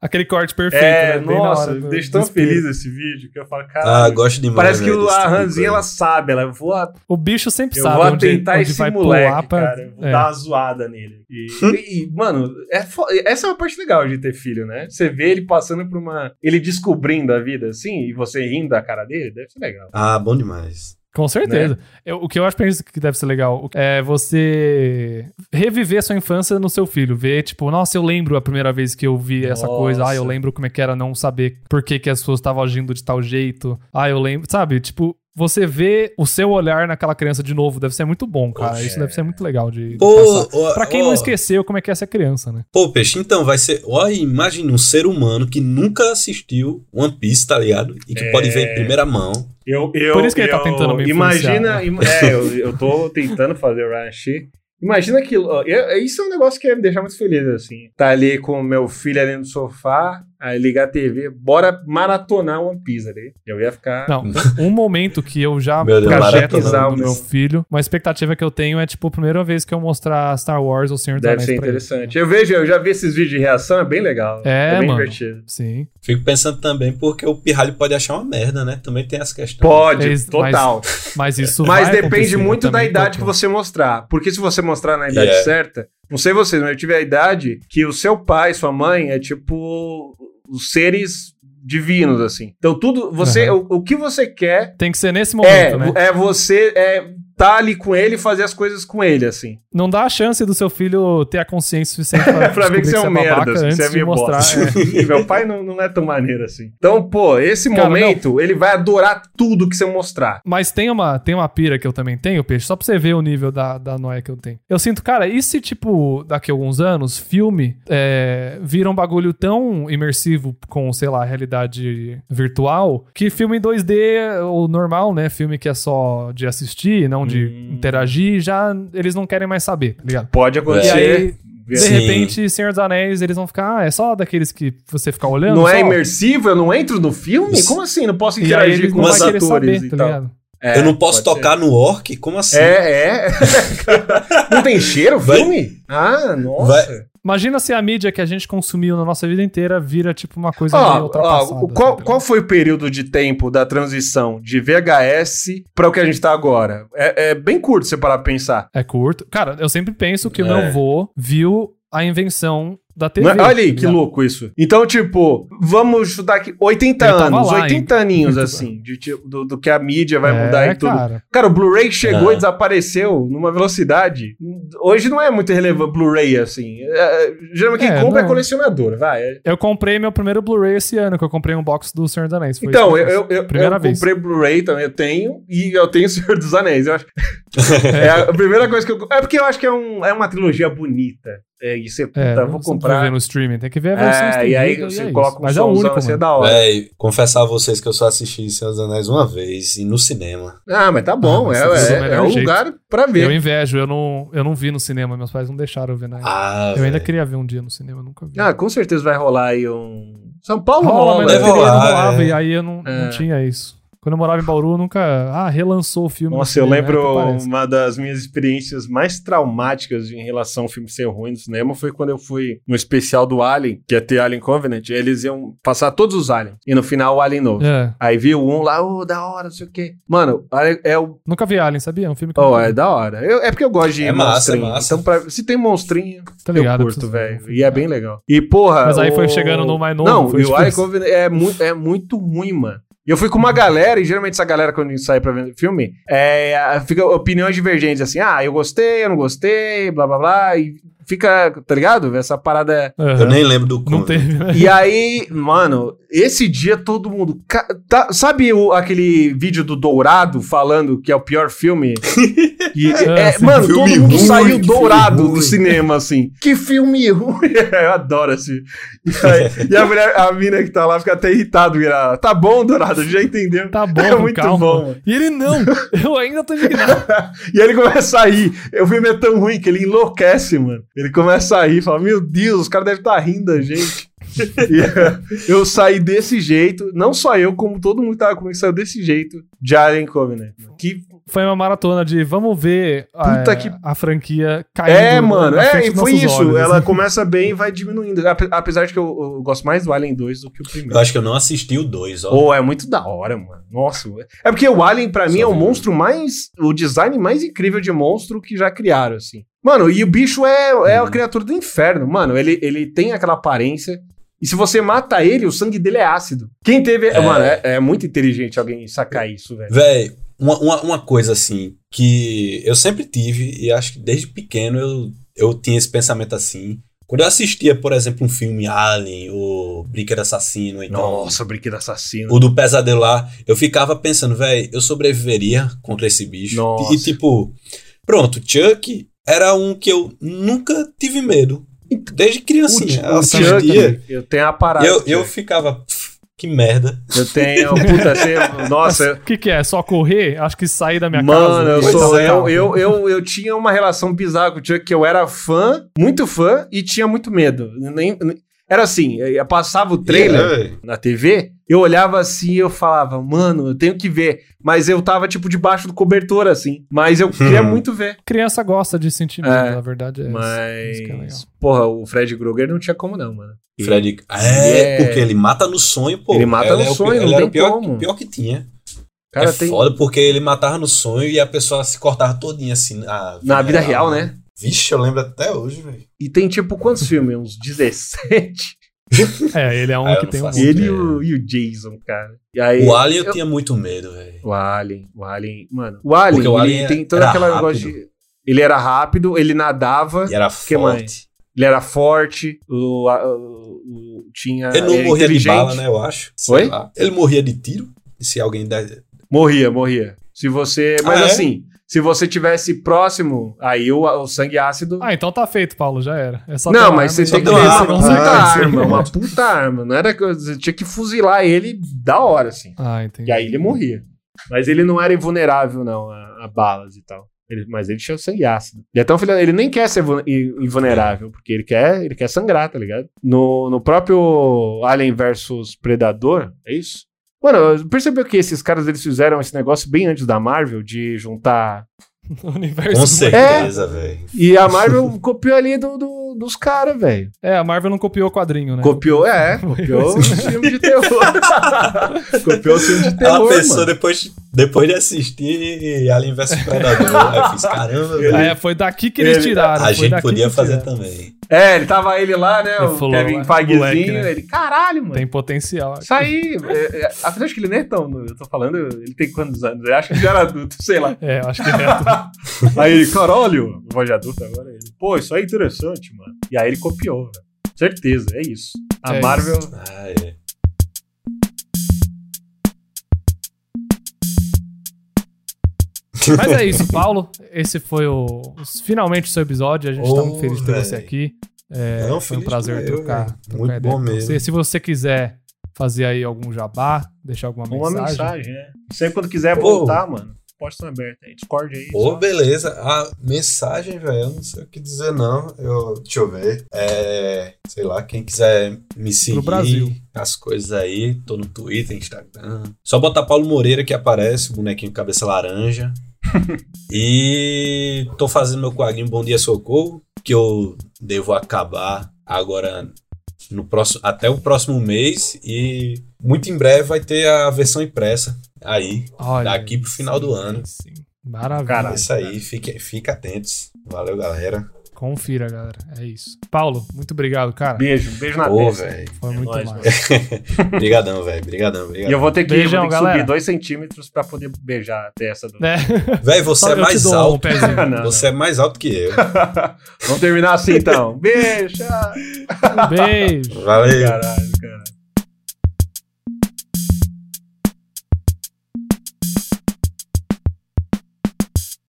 Speaker 1: Aquele corte perfeito,
Speaker 2: É,
Speaker 1: né? Bem na
Speaker 2: nossa,
Speaker 1: hora
Speaker 2: me
Speaker 1: do-
Speaker 2: deixa
Speaker 1: do
Speaker 2: tão
Speaker 1: desespero.
Speaker 2: feliz esse vídeo que eu falo,
Speaker 3: Ah,
Speaker 2: cara.
Speaker 3: gosto demais.
Speaker 2: Parece que
Speaker 3: velho,
Speaker 2: o-
Speaker 3: desse
Speaker 2: a
Speaker 3: tipo de
Speaker 2: ranzinha
Speaker 3: coisa.
Speaker 2: ela sabe, ela voa
Speaker 1: O bicho sempre
Speaker 2: eu
Speaker 1: sabe
Speaker 2: vou
Speaker 1: onde,
Speaker 2: atentar
Speaker 1: onde
Speaker 2: esse
Speaker 1: vai
Speaker 2: moleque,
Speaker 1: pular pra.
Speaker 2: cara. Eu Vou
Speaker 1: É.
Speaker 2: dar uma zoada nele. E, e, mano, é fo- essa é uma parte legal de ter filho, né? Você vê ele passando por uma... Ele descobrindo a vida, assim, e você rindo da cara dele, deve ser legal.
Speaker 3: Ah, bom demais.
Speaker 1: Com
Speaker 2: Né?
Speaker 1: certeza. Eu- o que eu acho pra isso que deve ser legal é você reviver sua infância no seu filho. Ver, tipo, nossa, eu lembro a primeira vez que eu vi essa
Speaker 2: Nossa.
Speaker 1: coisa. Ah, eu lembro como é que era não saber por que, que as pessoas estavam agindo de tal jeito. Ah, eu lembro. Sabe, tipo, você vê o seu olhar naquela criança de novo deve ser muito bom, cara.
Speaker 3: Poxa.
Speaker 1: Isso deve ser muito legal de, de
Speaker 3: Pô,
Speaker 1: passar.
Speaker 3: ó,
Speaker 1: Pra quem
Speaker 3: ó,
Speaker 1: não esqueceu como é que é ser criança, né?
Speaker 3: Pô, peixe, então vai ser. Ó, imagina um ser humano que nunca assistiu One Piece, tá ligado? E que pode
Speaker 2: É.
Speaker 3: ver em primeira mão.
Speaker 2: Eu, eu,
Speaker 1: Por isso que ele tá
Speaker 2: eu-
Speaker 1: tentando me influenciar,
Speaker 2: Imagina...
Speaker 1: né?
Speaker 2: im- É, eu, eu tô tentando fazer o Ryan Shi. Imagina que... ó, eu- isso é um negócio que ia me deixar muito feliz, assim. Tá ali com o meu filho ali no sofá, aí ligar a TV, bora maratonar One Piece ali. Eu ia ficar...
Speaker 1: Não, um momento que eu já
Speaker 3: Meu Deus,
Speaker 1: projeto
Speaker 2: maratonando
Speaker 1: no meu
Speaker 2: isso.
Speaker 1: filho, uma expectativa que eu tenho é, tipo, a primeira vez que eu mostrar Star Wars ou Senhor dos
Speaker 2: Deve
Speaker 1: Anéis
Speaker 2: ser
Speaker 1: pra ele.
Speaker 2: interessante. Eu vejo, eu já vi esses vídeos de reação, é bem legal.
Speaker 1: É,
Speaker 2: bem
Speaker 1: mano.
Speaker 2: divertido.
Speaker 1: Sim.
Speaker 3: Fico pensando também porque o pirralho pode achar uma merda, né? Também tem essa questão.
Speaker 2: Pode,
Speaker 1: Mas-
Speaker 2: total.
Speaker 1: Mas isso
Speaker 2: Mas,
Speaker 1: vai
Speaker 2: depende
Speaker 1: acontecer,
Speaker 2: muito
Speaker 1: eu
Speaker 2: da
Speaker 1: também
Speaker 2: idade que
Speaker 1: tô-
Speaker 2: você mostrar. Porque se você mostrar na idade
Speaker 3: Yeah.
Speaker 2: certa, não sei vocês, mas eu tive a idade que o seu pai, sua mãe, é tipo os seres divinos, assim. Então tudo, você, o, o que você quer
Speaker 1: Tem que ser nesse
Speaker 2: é,
Speaker 1: momento, né?
Speaker 2: é você é, tá ali com ele e fazer as coisas com ele, assim.
Speaker 1: Não dá a chance do seu filho ter a consciência suficiente pra,
Speaker 2: (laughs) pra ver que você é um merda,
Speaker 1: babaca
Speaker 2: que
Speaker 1: antes
Speaker 2: você é
Speaker 1: de
Speaker 2: meio
Speaker 1: mostrar.
Speaker 2: bosta. (laughs)
Speaker 1: é.
Speaker 2: Ih, Meu pai não, não é tão maneiro assim. Então, pô, esse
Speaker 1: Cara,
Speaker 2: momento, ele vai adorar tudo que você mostrar.
Speaker 1: Mas tem uma, tem uma pira que eu também tenho, Peixe, só pra você ver o nível da, da noia que eu tenho. Eu sinto, cara, e se, tipo, daqui a alguns anos, filme é, vira um bagulho tão imersivo com, sei lá, realidade virtual, que filme em 2D, ou normal, né, filme que é só de assistir, não questão de
Speaker 2: Hum.
Speaker 1: interagir, já eles não querem mais saber, tá ligado?
Speaker 2: Pode
Speaker 1: E
Speaker 2: acontecer.
Speaker 1: aí, De
Speaker 3: Sim.
Speaker 1: repente, Senhor dos Anéis, eles vão ficar, ah, é só daqueles que você ficar olhando.
Speaker 2: Não
Speaker 1: só?
Speaker 2: é imersivo? Eu não entro no filme?
Speaker 3: Isso.
Speaker 2: Como assim? Não posso
Speaker 1: E aí
Speaker 2: interagir
Speaker 1: eles
Speaker 2: com
Speaker 1: não
Speaker 2: os
Speaker 1: vão querer
Speaker 2: atores
Speaker 1: saber,
Speaker 2: e
Speaker 1: tá
Speaker 2: tal.
Speaker 1: ligado?
Speaker 2: É,
Speaker 3: eu não posso
Speaker 2: pode ser.
Speaker 3: tocar no orc? Como assim?
Speaker 2: É, (laughs) é. não tem cheiro o
Speaker 3: Vai-
Speaker 2: filme? Ah, nossa.
Speaker 1: Imagina se a mídia que a gente consumiu na nossa vida inteira vira, tipo, uma coisa meio
Speaker 2: Ó,
Speaker 1: ultrapassada.
Speaker 2: ó, qual,
Speaker 1: assim,
Speaker 2: qual foi Ah, o período de tempo da transição de VHS para o que a gente tá agora? É, é bem curto você parar pra pensar.
Speaker 1: É curto. Cara, eu sempre penso que o meu
Speaker 3: É.
Speaker 1: avô viu a invenção da TV.
Speaker 2: Não é- olha aí,
Speaker 1: tá
Speaker 2: que
Speaker 1: ligado?
Speaker 2: louco isso. Então, tipo, vamos chutar aqui 80
Speaker 1: Ele tava
Speaker 2: anos,
Speaker 1: lá, hein?
Speaker 2: 80
Speaker 1: (laughs)
Speaker 2: aninhos,
Speaker 1: Muito
Speaker 2: assim, de tipo- do, do que a mídia vai mudar
Speaker 1: é,
Speaker 2: e tudo.
Speaker 1: Cara.
Speaker 2: Cara, o Blu-ray chegou
Speaker 3: Ah.
Speaker 2: e desapareceu numa velocidade. Hoje não é muito relevante Blu-ray, assim. É, geralmente quem
Speaker 1: É,
Speaker 2: compra
Speaker 1: não.
Speaker 2: é colecionador, vai. É-
Speaker 1: Eu comprei meu primeiro Blu-ray esse ano, que eu comprei um box do Senhor dos Anéis. Foi
Speaker 2: Então,
Speaker 1: isso
Speaker 2: eu,
Speaker 1: que
Speaker 2: eu, eu,
Speaker 1: Primeira
Speaker 2: eu
Speaker 1: vez.
Speaker 2: comprei Blu-ray também, eu tenho, e eu tenho (laughs) o Senhor dos Anéis. Eu acho. é a primeira coisa que eu. É porque eu acho que é, um, é uma trilogia bonita. É, e você,
Speaker 1: É,
Speaker 2: puta,
Speaker 1: não
Speaker 2: vou
Speaker 1: você não vai ver
Speaker 2: comprar.
Speaker 1: no streaming, tem que ver a versão
Speaker 2: É, e
Speaker 1: estendida.
Speaker 2: aí você
Speaker 1: é
Speaker 2: coloca
Speaker 1: isso.
Speaker 2: um
Speaker 1: Mas é o
Speaker 2: somzão,
Speaker 1: único,
Speaker 2: você é
Speaker 1: mano.
Speaker 2: da hora.
Speaker 3: Véi, confessar a vocês que eu só assisti Senhor dos Anéis uma vez e no cinema.
Speaker 2: Ah, mas tá bom,
Speaker 1: Ah,
Speaker 2: é,
Speaker 1: mas
Speaker 2: é,
Speaker 1: é o
Speaker 2: é
Speaker 1: melhor
Speaker 2: um
Speaker 1: jeito.
Speaker 2: lugar pra
Speaker 1: Eu
Speaker 2: ver.
Speaker 1: invejo, eu não, eu não vi no cinema, meus pais não deixaram eu ver na época.
Speaker 3: Ah,
Speaker 1: Eu ainda
Speaker 3: véi.
Speaker 1: queria ver um dia no cinema, eu nunca vi.
Speaker 2: Ah, com certeza vai rolar aí um. São Paulo
Speaker 1: rola,
Speaker 2: rola. né?
Speaker 1: mas eu
Speaker 3: deve
Speaker 1: queria, não
Speaker 3: rolar,
Speaker 1: rolava,
Speaker 3: é.
Speaker 1: e aí eu não, não
Speaker 2: É.
Speaker 1: tinha isso. Quando eu morava em Bauru, eu nunca. Ah, relançou o filme.
Speaker 2: Nossa, eu
Speaker 1: no cinema,
Speaker 2: lembro
Speaker 1: né, até parece.
Speaker 2: uma das minhas experiências mais traumáticas em relação ao filme ser ruim no cinema foi quando eu fui no especial do Alien, que ia ter Alien Covenant, e eles iam passar todos os Aliens, e no final o Alien novo.
Speaker 1: É,
Speaker 2: Aí viu um lá, ô, da hora, não sei o quê. Mano, Alien é o.
Speaker 1: nunca vi Alien, sabia? É um filme que. eu
Speaker 2: Oh,
Speaker 1: nunca
Speaker 2: é
Speaker 1: vi.
Speaker 2: da hora. Eu- é porque eu gosto de
Speaker 3: É massa, é
Speaker 2: monstrinho.
Speaker 3: massa.
Speaker 2: Então, pra- se tem monstrinho,
Speaker 1: tá ligado?
Speaker 2: eu
Speaker 1: eu
Speaker 2: curto,
Speaker 1: preciso ver,
Speaker 2: velho.
Speaker 1: eu
Speaker 2: E é
Speaker 1: fico-
Speaker 2: bem legal. E, porra.
Speaker 1: né? Mas aí foi
Speaker 2: o-
Speaker 1: chegando no mais novo,
Speaker 2: Não,
Speaker 1: foi tipo
Speaker 2: e
Speaker 1: difícil.
Speaker 2: o Alien Covenant é, mu é muito ruim, mano. E eu fui com uma galera, e geralmente essa galera, quando a gente sai pra ver filme, é, a- fica opiniões divergentes, assim, ah, eu gostei, eu não gostei, blá blá blá, e fica, tá ligado? Essa parada
Speaker 1: Aham.
Speaker 3: Eu nem lembro do
Speaker 1: Não
Speaker 3: conto.
Speaker 1: teve, né?
Speaker 2: e aí, mano, esse dia todo mundo. ca- tá- sabe o- aquele vídeo do Dourado falando que é o pior filme?
Speaker 1: (laughs)
Speaker 2: E- é-
Speaker 1: Ah, sim.
Speaker 2: mano, todo
Speaker 3: Filme
Speaker 2: mundo
Speaker 3: ruim,
Speaker 2: saiu
Speaker 3: filme
Speaker 2: dourado
Speaker 3: ruim.
Speaker 2: do cinema, assim. Que filme ruim! (laughs) Eu adoro assim. E, aí- e a, mulher, a mina que tá lá fica até irritada. porque ela, Tá bom, Dourado, já entendeu.
Speaker 1: Tá bom,
Speaker 2: é muito
Speaker 1: calma.
Speaker 2: bom. mano.
Speaker 1: E ele
Speaker 2: (laughs)
Speaker 1: não, eu ainda tô indignado.
Speaker 2: E ele começa a rir. O filme é tão ruim que ele enlouquece, mano. Ele começa a rir, fala: Meu Deus, os caras devem estar rindo da gente. (laughs) E, eh, eu saí desse jeito, não só eu, como todo mundo que tava comigo, saiu desse jeito de Alien Covenant. Que
Speaker 1: Foi uma maratona de vamos ver a,
Speaker 2: Puta que-
Speaker 1: a franquia caindo.
Speaker 2: é,
Speaker 1: né?
Speaker 2: mano,
Speaker 1: na
Speaker 2: é,
Speaker 1: frente
Speaker 2: e
Speaker 1: dos
Speaker 2: foi
Speaker 1: nossos
Speaker 2: isso.
Speaker 1: olhos,
Speaker 2: Ela
Speaker 1: assim.
Speaker 2: começa bem e vai diminuindo. Ape- Apesar de que eu, eu gosto mais do Alien 2 do que o
Speaker 3: Eu
Speaker 2: primeiro.
Speaker 3: acho que eu não assisti o 2, ó.
Speaker 2: Pô, é muito da hora, mano. Nossa, é porque o Alien, pra mim, é o
Speaker 3: Só vi.
Speaker 2: monstro mais. O design mais incrível de monstro que já criaram, assim. Mano, e o bicho é, é
Speaker 3: Uhum.
Speaker 2: a criatura do inferno, mano. Ele, ele tem aquela aparência. E se você mata ele, o sangue dele é ácido. Quem teve.
Speaker 3: É.
Speaker 2: Mano, é, é muito inteligente alguém sacar isso, velho.
Speaker 3: Véi, uma, uma, uma coisa assim que eu sempre tive, e acho que desde pequeno eu, eu tinha esse pensamento assim. Quando eu assistia, por exemplo, um filme Alien, ou Brinquedo Assassino, ou então
Speaker 2: Nossa, brinquedo assassino.
Speaker 3: Uhum. o do Pesadelo lá, eu ficava pensando, véi, eu sobreviveria contra esse bicho.
Speaker 2: Nossa.
Speaker 3: E tipo, pronto, Chuck era um que eu nunca tive medo. Desde criancinha.
Speaker 2: Ch-
Speaker 3: eu
Speaker 2: Chuck,
Speaker 3: assistia,
Speaker 2: eu tenho a parada.
Speaker 3: eu, eu ficava, "Pff, que merda.
Speaker 2: Eu tenho. Puta,
Speaker 1: (laughs)
Speaker 2: você- (laughs) nossa, eu-
Speaker 1: O que, que é? Só correr? Acho que sair da minha
Speaker 2: Mano,
Speaker 1: casa.
Speaker 2: eu
Speaker 1: Pois
Speaker 2: sou.
Speaker 1: é,
Speaker 2: Eu,
Speaker 1: cara.
Speaker 2: eu, eu, eu tinha uma relação bizarra com o Chuck, que eu era fã, muito fã, e tinha muito medo. Nem, nem- era assim, eu eu passava o trailer
Speaker 3: É, véi.
Speaker 2: na TV, eu olhava assim e eu falava, mano, eu tenho que ver. Mas eu tava, tipo, debaixo do cobertor, assim. Mas eu queria
Speaker 3: Hum.
Speaker 2: muito ver.
Speaker 1: Criança gosta de sentir medo,
Speaker 2: É,
Speaker 1: na verdade é isso. Isso que é legal.
Speaker 2: Mas, porra, o Fred Krueger não tinha como não, mano.
Speaker 3: Freddy. É,
Speaker 2: É.
Speaker 3: porque ele mata no sonho, pô.
Speaker 2: Ele mata no
Speaker 3: é o pi-
Speaker 2: sonho,
Speaker 3: ele
Speaker 2: não
Speaker 3: era
Speaker 2: tem
Speaker 3: o pior,
Speaker 2: como.
Speaker 3: pior que tinha.
Speaker 2: O cara
Speaker 3: é
Speaker 2: tem...
Speaker 3: foda porque ele matava no sonho e a pessoa se cortava todinha assim. Na,
Speaker 2: Na vida real, né?
Speaker 3: Vixe, eu lembro até hoje, velho.
Speaker 2: E tem, tipo, quantos filmes? Uns 17?
Speaker 1: É, ele é um
Speaker 3: Ah, eu
Speaker 1: que
Speaker 3: não
Speaker 1: tem um.
Speaker 3: faço
Speaker 2: Ele e
Speaker 3: É.
Speaker 2: o, e o Jason, cara. E aí,
Speaker 3: O Alien eu, tinha muito medo, velho.
Speaker 2: O Alien, o Alien, mano. O Alien,
Speaker 3: Porque o
Speaker 2: ele
Speaker 3: Alien
Speaker 2: tem toda
Speaker 3: era
Speaker 2: aquela negócio de. Ele era rápido, ele nadava,
Speaker 3: E era
Speaker 2: que mais?
Speaker 3: forte.
Speaker 2: ele era forte, o, a- o- o- tinha.
Speaker 3: Ele não
Speaker 2: era
Speaker 3: morria de
Speaker 2: é inteligente.
Speaker 3: bala, né? Eu acho. Sei
Speaker 2: Oi?
Speaker 3: lá. Ele morria de tiro. E se alguém der.
Speaker 2: Morria, morria. Se você. Mas
Speaker 3: Ah, é?
Speaker 2: assim, se você tivesse próximo, aí o, o sangue ácido.
Speaker 1: Ah, então tá feito, Paulo, já era. É só ter
Speaker 2: não,
Speaker 1: uma arma
Speaker 2: mas você
Speaker 1: e
Speaker 2: tem que ter
Speaker 1: jogar
Speaker 3: uma
Speaker 1: lá, não
Speaker 2: uma
Speaker 3: arma,
Speaker 2: puta
Speaker 1: sei
Speaker 3: né?
Speaker 1: o que.
Speaker 2: arma, uma puta arma. Não era que você tinha que fuzilar ele da hora, assim.
Speaker 1: (laughs) Ah, entendi.
Speaker 2: E aí ele morria. Mas ele não era invulnerável, não, a,
Speaker 4: a balas e tal. Ele- mas ele tinha sangue ácido. E até o final, ele nem quer ser vu- i- invulnerável, porque ele quer, ele quer sangrar, tá ligado? No, no próprio Alien versus Predador, é isso? Mano, percebeu que esses caras eles fizeram esse negócio bem antes da Marvel de juntar.
Speaker 1: (laughs) O universo.
Speaker 3: Com certeza, velho.
Speaker 4: E a
Speaker 3: (laughs)
Speaker 4: Marvel copiou ali do, do- dos caras, velho.
Speaker 1: É, a Marvel não copiou o quadrinho, né?
Speaker 2: Copiou, é.
Speaker 4: Copiou os filmes de
Speaker 3: (laughs)
Speaker 4: terror. copiou os filmes de terror.
Speaker 3: Ela pensou
Speaker 4: mano.
Speaker 3: depois, depois de assistir Alien vs Predador. Aí eu fiz, caramba, velho.
Speaker 1: É, foi daqui que eles
Speaker 2: Ele-
Speaker 1: tiraram.
Speaker 3: A
Speaker 1: foi
Speaker 3: gente
Speaker 1: daqui
Speaker 3: podia
Speaker 1: que
Speaker 3: fazer
Speaker 1: tiraram.
Speaker 3: também.
Speaker 2: É, ele tava ele lá, né?
Speaker 1: Ele
Speaker 2: o
Speaker 1: falou,
Speaker 2: Kevin
Speaker 1: "Ué,
Speaker 2: Feigezinho.
Speaker 1: moleque, né?"
Speaker 2: Ele, caralho, mano.
Speaker 1: Tem potencial.
Speaker 2: Isso aí. É, é, afinal, acho que ele nem é tão. Eu tô falando, ele tem quantos anos? Eu acho que já era adulto, sei lá.
Speaker 1: É, eu acho que
Speaker 2: (laughs)
Speaker 1: é.
Speaker 2: Aí ele, caralho, voz de adulto agora. Ele, Pô, isso aí é interessante, mano. E aí ele copiou, velho. Certeza, é isso. A
Speaker 1: É
Speaker 2: Marvel.
Speaker 3: Ah, é.
Speaker 1: Mas é isso, Paulo. Esse foi o os- finalmente o seu episódio. A gente tá
Speaker 3: Ô,
Speaker 1: muito feliz de ter
Speaker 3: véi.
Speaker 1: você aqui. É,
Speaker 3: Não,
Speaker 1: foi um
Speaker 3: feliz
Speaker 1: prazer
Speaker 3: pra eu,
Speaker 1: trocar,
Speaker 3: véi.
Speaker 1: trocar
Speaker 3: Muito
Speaker 1: ideia
Speaker 3: bom
Speaker 1: com
Speaker 3: mesmo.
Speaker 1: você. Se você quiser fazer aí algum jabá, deixar alguma
Speaker 2: Uma
Speaker 1: mensagem.
Speaker 2: mensagem, né? Sempre quando quiser
Speaker 3: Pô.
Speaker 2: voltar, mano. Postas abertas aí, Discord aí.
Speaker 3: Pô,
Speaker 2: só.
Speaker 3: beleza. A mensagem, velho, eu não sei o que dizer, não. Eu, deixa eu ver. É, sei lá, quem quiser me seguir.
Speaker 1: Brasil.
Speaker 3: As coisas aí. Tô no Twitter, Instagram. Só botar Paulo Moreira que aparece, o bonequinho com
Speaker 1: (laughs)
Speaker 3: cabeça laranja. e tô fazendo meu quadrinho Bom Dia Socorro, que eu devo acabar agora no próximo, até o próximo mês. E muito em breve vai ter a versão impressa aí.
Speaker 1: Olha,
Speaker 3: Daqui pro final do ano.
Speaker 1: Sim. Maravilha.
Speaker 3: É
Speaker 2: Caralho.
Speaker 3: isso aí, fique, fica atentos. Valeu, galera.
Speaker 1: Confira, galera. É isso. Paulo, muito obrigado, cara.
Speaker 2: Beijo, beijo na
Speaker 3: Ô,
Speaker 2: testa.
Speaker 3: velho.
Speaker 1: Foi
Speaker 2: É
Speaker 1: muito
Speaker 2: nóis,
Speaker 1: massa.
Speaker 2: mano.
Speaker 3: Brigadão, velho. Brigadão,
Speaker 2: E eu
Speaker 3: brigadão.
Speaker 2: vou ter que,
Speaker 1: Beijão,
Speaker 2: eu vou ter que
Speaker 1: galera.
Speaker 2: subir dois centímetros pra poder beijar a testa do.
Speaker 1: Né?
Speaker 3: Velho, você
Speaker 1: Só
Speaker 3: é
Speaker 1: eu te
Speaker 3: mais
Speaker 1: dou um
Speaker 3: alto. (laughs)
Speaker 1: pezinho.
Speaker 2: (laughs) Não, não.
Speaker 3: Você é mais alto
Speaker 1: (laughs)
Speaker 3: que eu.
Speaker 2: Vamos terminar assim então. Beijo!
Speaker 1: Beijo.
Speaker 3: Valeu.
Speaker 2: Caralho, cara.